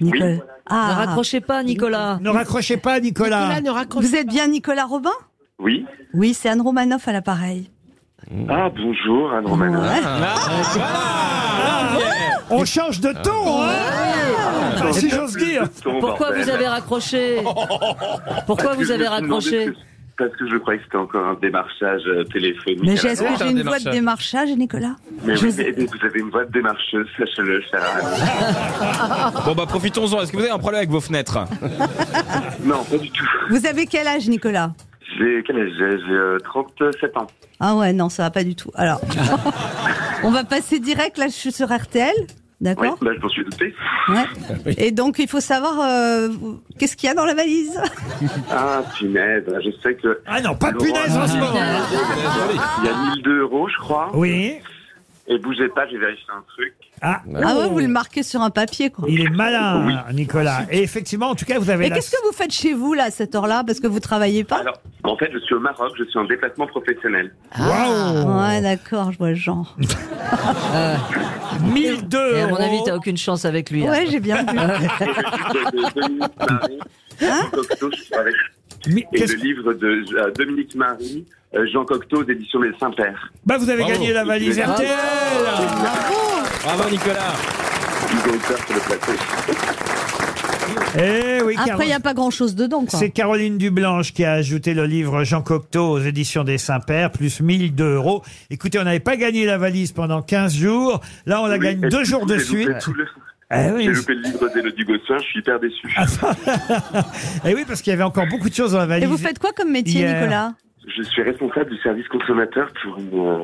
S19: Nicolas. Ah.
S9: Ne raccrochez pas, Nicolas.
S2: Ne raccrochez pas, Nicolas.
S19: Vous êtes bien Nicolas Robin
S15: Oui.
S19: Oui, c'est Anne Romanoff à l'appareil.
S2: Mmh.
S15: Ah, bonjour, Anne Romanoff.
S2: Ah, On change de ton, hein Enfin, Si j'ose dire.
S9: Pourquoi vous avez raccroché Pourquoi vous avez raccroché
S15: Parce que je croyais que c'était encore un démarchage euh, téléphonique.
S19: Mais j'ai- est-ce que j'ai une voix de démarchage, Nicolas
S15: Mais
S19: Je
S15: oui,
S19: sais-
S15: mais- mais vous avez une voix de démarcheuse, sachez-le, cher
S10: Bon, bah, profitons-en. Est-ce que vous avez un problème avec vos fenêtres
S15: Non, pas du tout.
S19: Vous avez quel âge, Nicolas
S15: J'ai quel âge j'ai J'ai euh, 37 ans.
S19: Ah ouais, non, ça va pas du tout. Alors, on va passer direct, là je suis sur RTL,
S15: Oui,
S19: d'accord
S15: bah, je m'en suis douté.
S19: Ouais. Et donc, il faut savoir euh, qu'est-ce qu'il y a dans la valise
S15: Ah, punaise, je sais que.
S2: Ah non, pas
S15: punaise
S2: en ce moment.
S15: Il y a 1002 euros, je crois.
S2: Oui.
S15: Et bougez pas, j'ai vérifié un truc.
S2: Ah,
S15: Oh.
S19: Ah ouais, vous le marquez sur un papier, quoi.
S2: Il est malin, Nicolas. Et effectivement, en tout cas, vous avez
S19: Mais
S2: la-
S19: qu'est-ce que vous faites chez vous, là, à cette heure-là Parce que vous travaillez pas
S15: En fait, je suis au Maroc, je suis en déplacement professionnel.
S19: Ah. Ouais, d'accord, je vois le genre.
S2: Euh, 1002
S9: Et à mon
S19: euros.
S9: avis, t'as aucune chance avec lui.
S19: Ouais, j'ai bien vu.
S15: Jean Cocteau, je suis avec. Et le livre de euh, Dominique Marie, euh, Jean Cocteau, aux éditions des Saint-Pères.
S2: Bah, vous avez gagné la valise
S15: Bravo.
S2: RTL
S10: Bravo, Nicolas.
S15: Ils ont peur sur le plateau.
S2: Eh oui, Caro-
S19: Après, il n'y a pas grand-chose dedans, quoi.
S2: C'est Caroline Dublanche qui a ajouté le livre Jean Cocteau aux éditions des Saint-Pères, plus 1002 euros. Écoutez, on n'avait pas gagné la valise pendant 15 jours. Là, on la
S15: Oui,
S2: gagne
S15: et
S2: deux
S15: du
S2: jours
S15: coup,
S2: de
S15: j'ai loupé
S2: suite.
S15: tout le-
S2: Eh oui. Ah,
S15: J'ai loupé le livre d'Élodie Gossuin, je suis hyper déçu.
S2: Et Eh oui, parce qu'il y avait encore beaucoup de choses dans la valise.
S19: Et vous faites quoi comme métier,
S2: Hier.
S19: Nicolas
S15: Je suis responsable du service consommateur pour une, euh,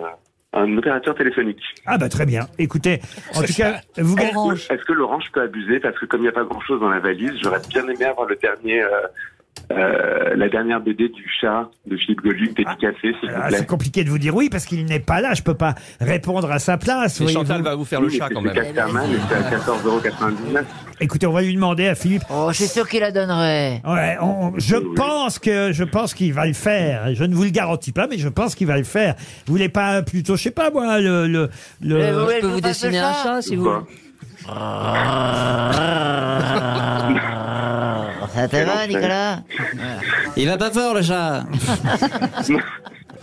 S15: un opérateur téléphonique.
S2: Ah bah très bien. Écoutez, en tout cas, vous gagnez...
S15: Est-ce que l'orange peut abuser Parce que comme il n'y a pas grand-chose dans la valise, j'aurais bien aimé avoir le dernier, euh, euh, la dernière BD du chat de Philippe Goluc, dédicacée, s'il vous
S2: Ah,
S15: plaît.
S2: c'est compliqué de vous dire oui parce qu'il n'est pas là. Je peux pas répondre à sa place.
S10: Et
S2: voyez-vous.
S10: Chantal va vous faire le
S15: Oui,
S10: chat,
S15: mais
S10: quand
S15: c'est
S10: même.
S15: Casterman et c'est à 14,99€.
S2: Écoutez, on va lui demander à Philippe.
S7: Oh, je suis sûr qu'il la donnerait.
S2: Ouais, on- je pense que je pense qu'il va le faire. Je ne vous le garantis pas, mais je pense qu'il va le faire. Vous voulez pas plutôt, je sais pas moi, le le le.
S9: Mais vous voulez Euh, Je peux que vous je fasse dessiner le un chat chat, si vous voulez.
S7: Ça te va, Nicolas
S2: Il va pas fort le chat.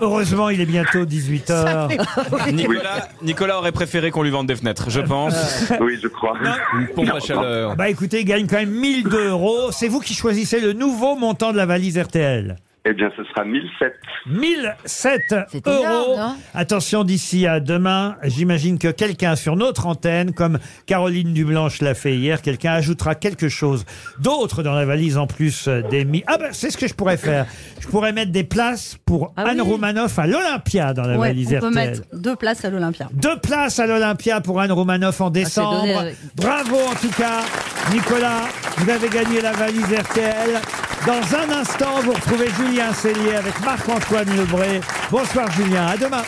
S2: Heureusement, il est bientôt 18 h
S10: Nicolas, Nicolas aurait préféré qu'on lui vende des fenêtres, je pense.
S15: Oui, je crois.
S10: Une pompe à chaleur.
S2: Bah écoutez, il gagne quand même 1002 euros. C'est vous qui choisissez le nouveau montant de la valise RTL.
S15: Eh bien, ce sera 1007.
S2: 1007 euros.
S15: énorme, non
S2: Attention d'ici à demain, j'imagine que quelqu'un sur notre antenne, comme Caroline Dublanche l'a fait hier, quelqu'un ajoutera quelque chose d'autre dans la valise en plus des mi. Ah ben c'est ce que je pourrais faire. Je pourrais mettre des places pour Anne Romanoff à l'Olympia dans la
S19: Ah Ouais,
S2: valise
S19: on peut
S2: RTL.
S19: mettre deux places à l'Olympia.
S2: Deux places à l'Olympia pour Anne Romanoff en décembre.
S19: Ah, donné avec-
S2: Bravo en tout cas, Nicolas. Vous avez gagné la valise RTL. Dans un instant, vous retrouvez Julien Cellier avec Marc-Antoine Lebré. Bonsoir Julien, à demain.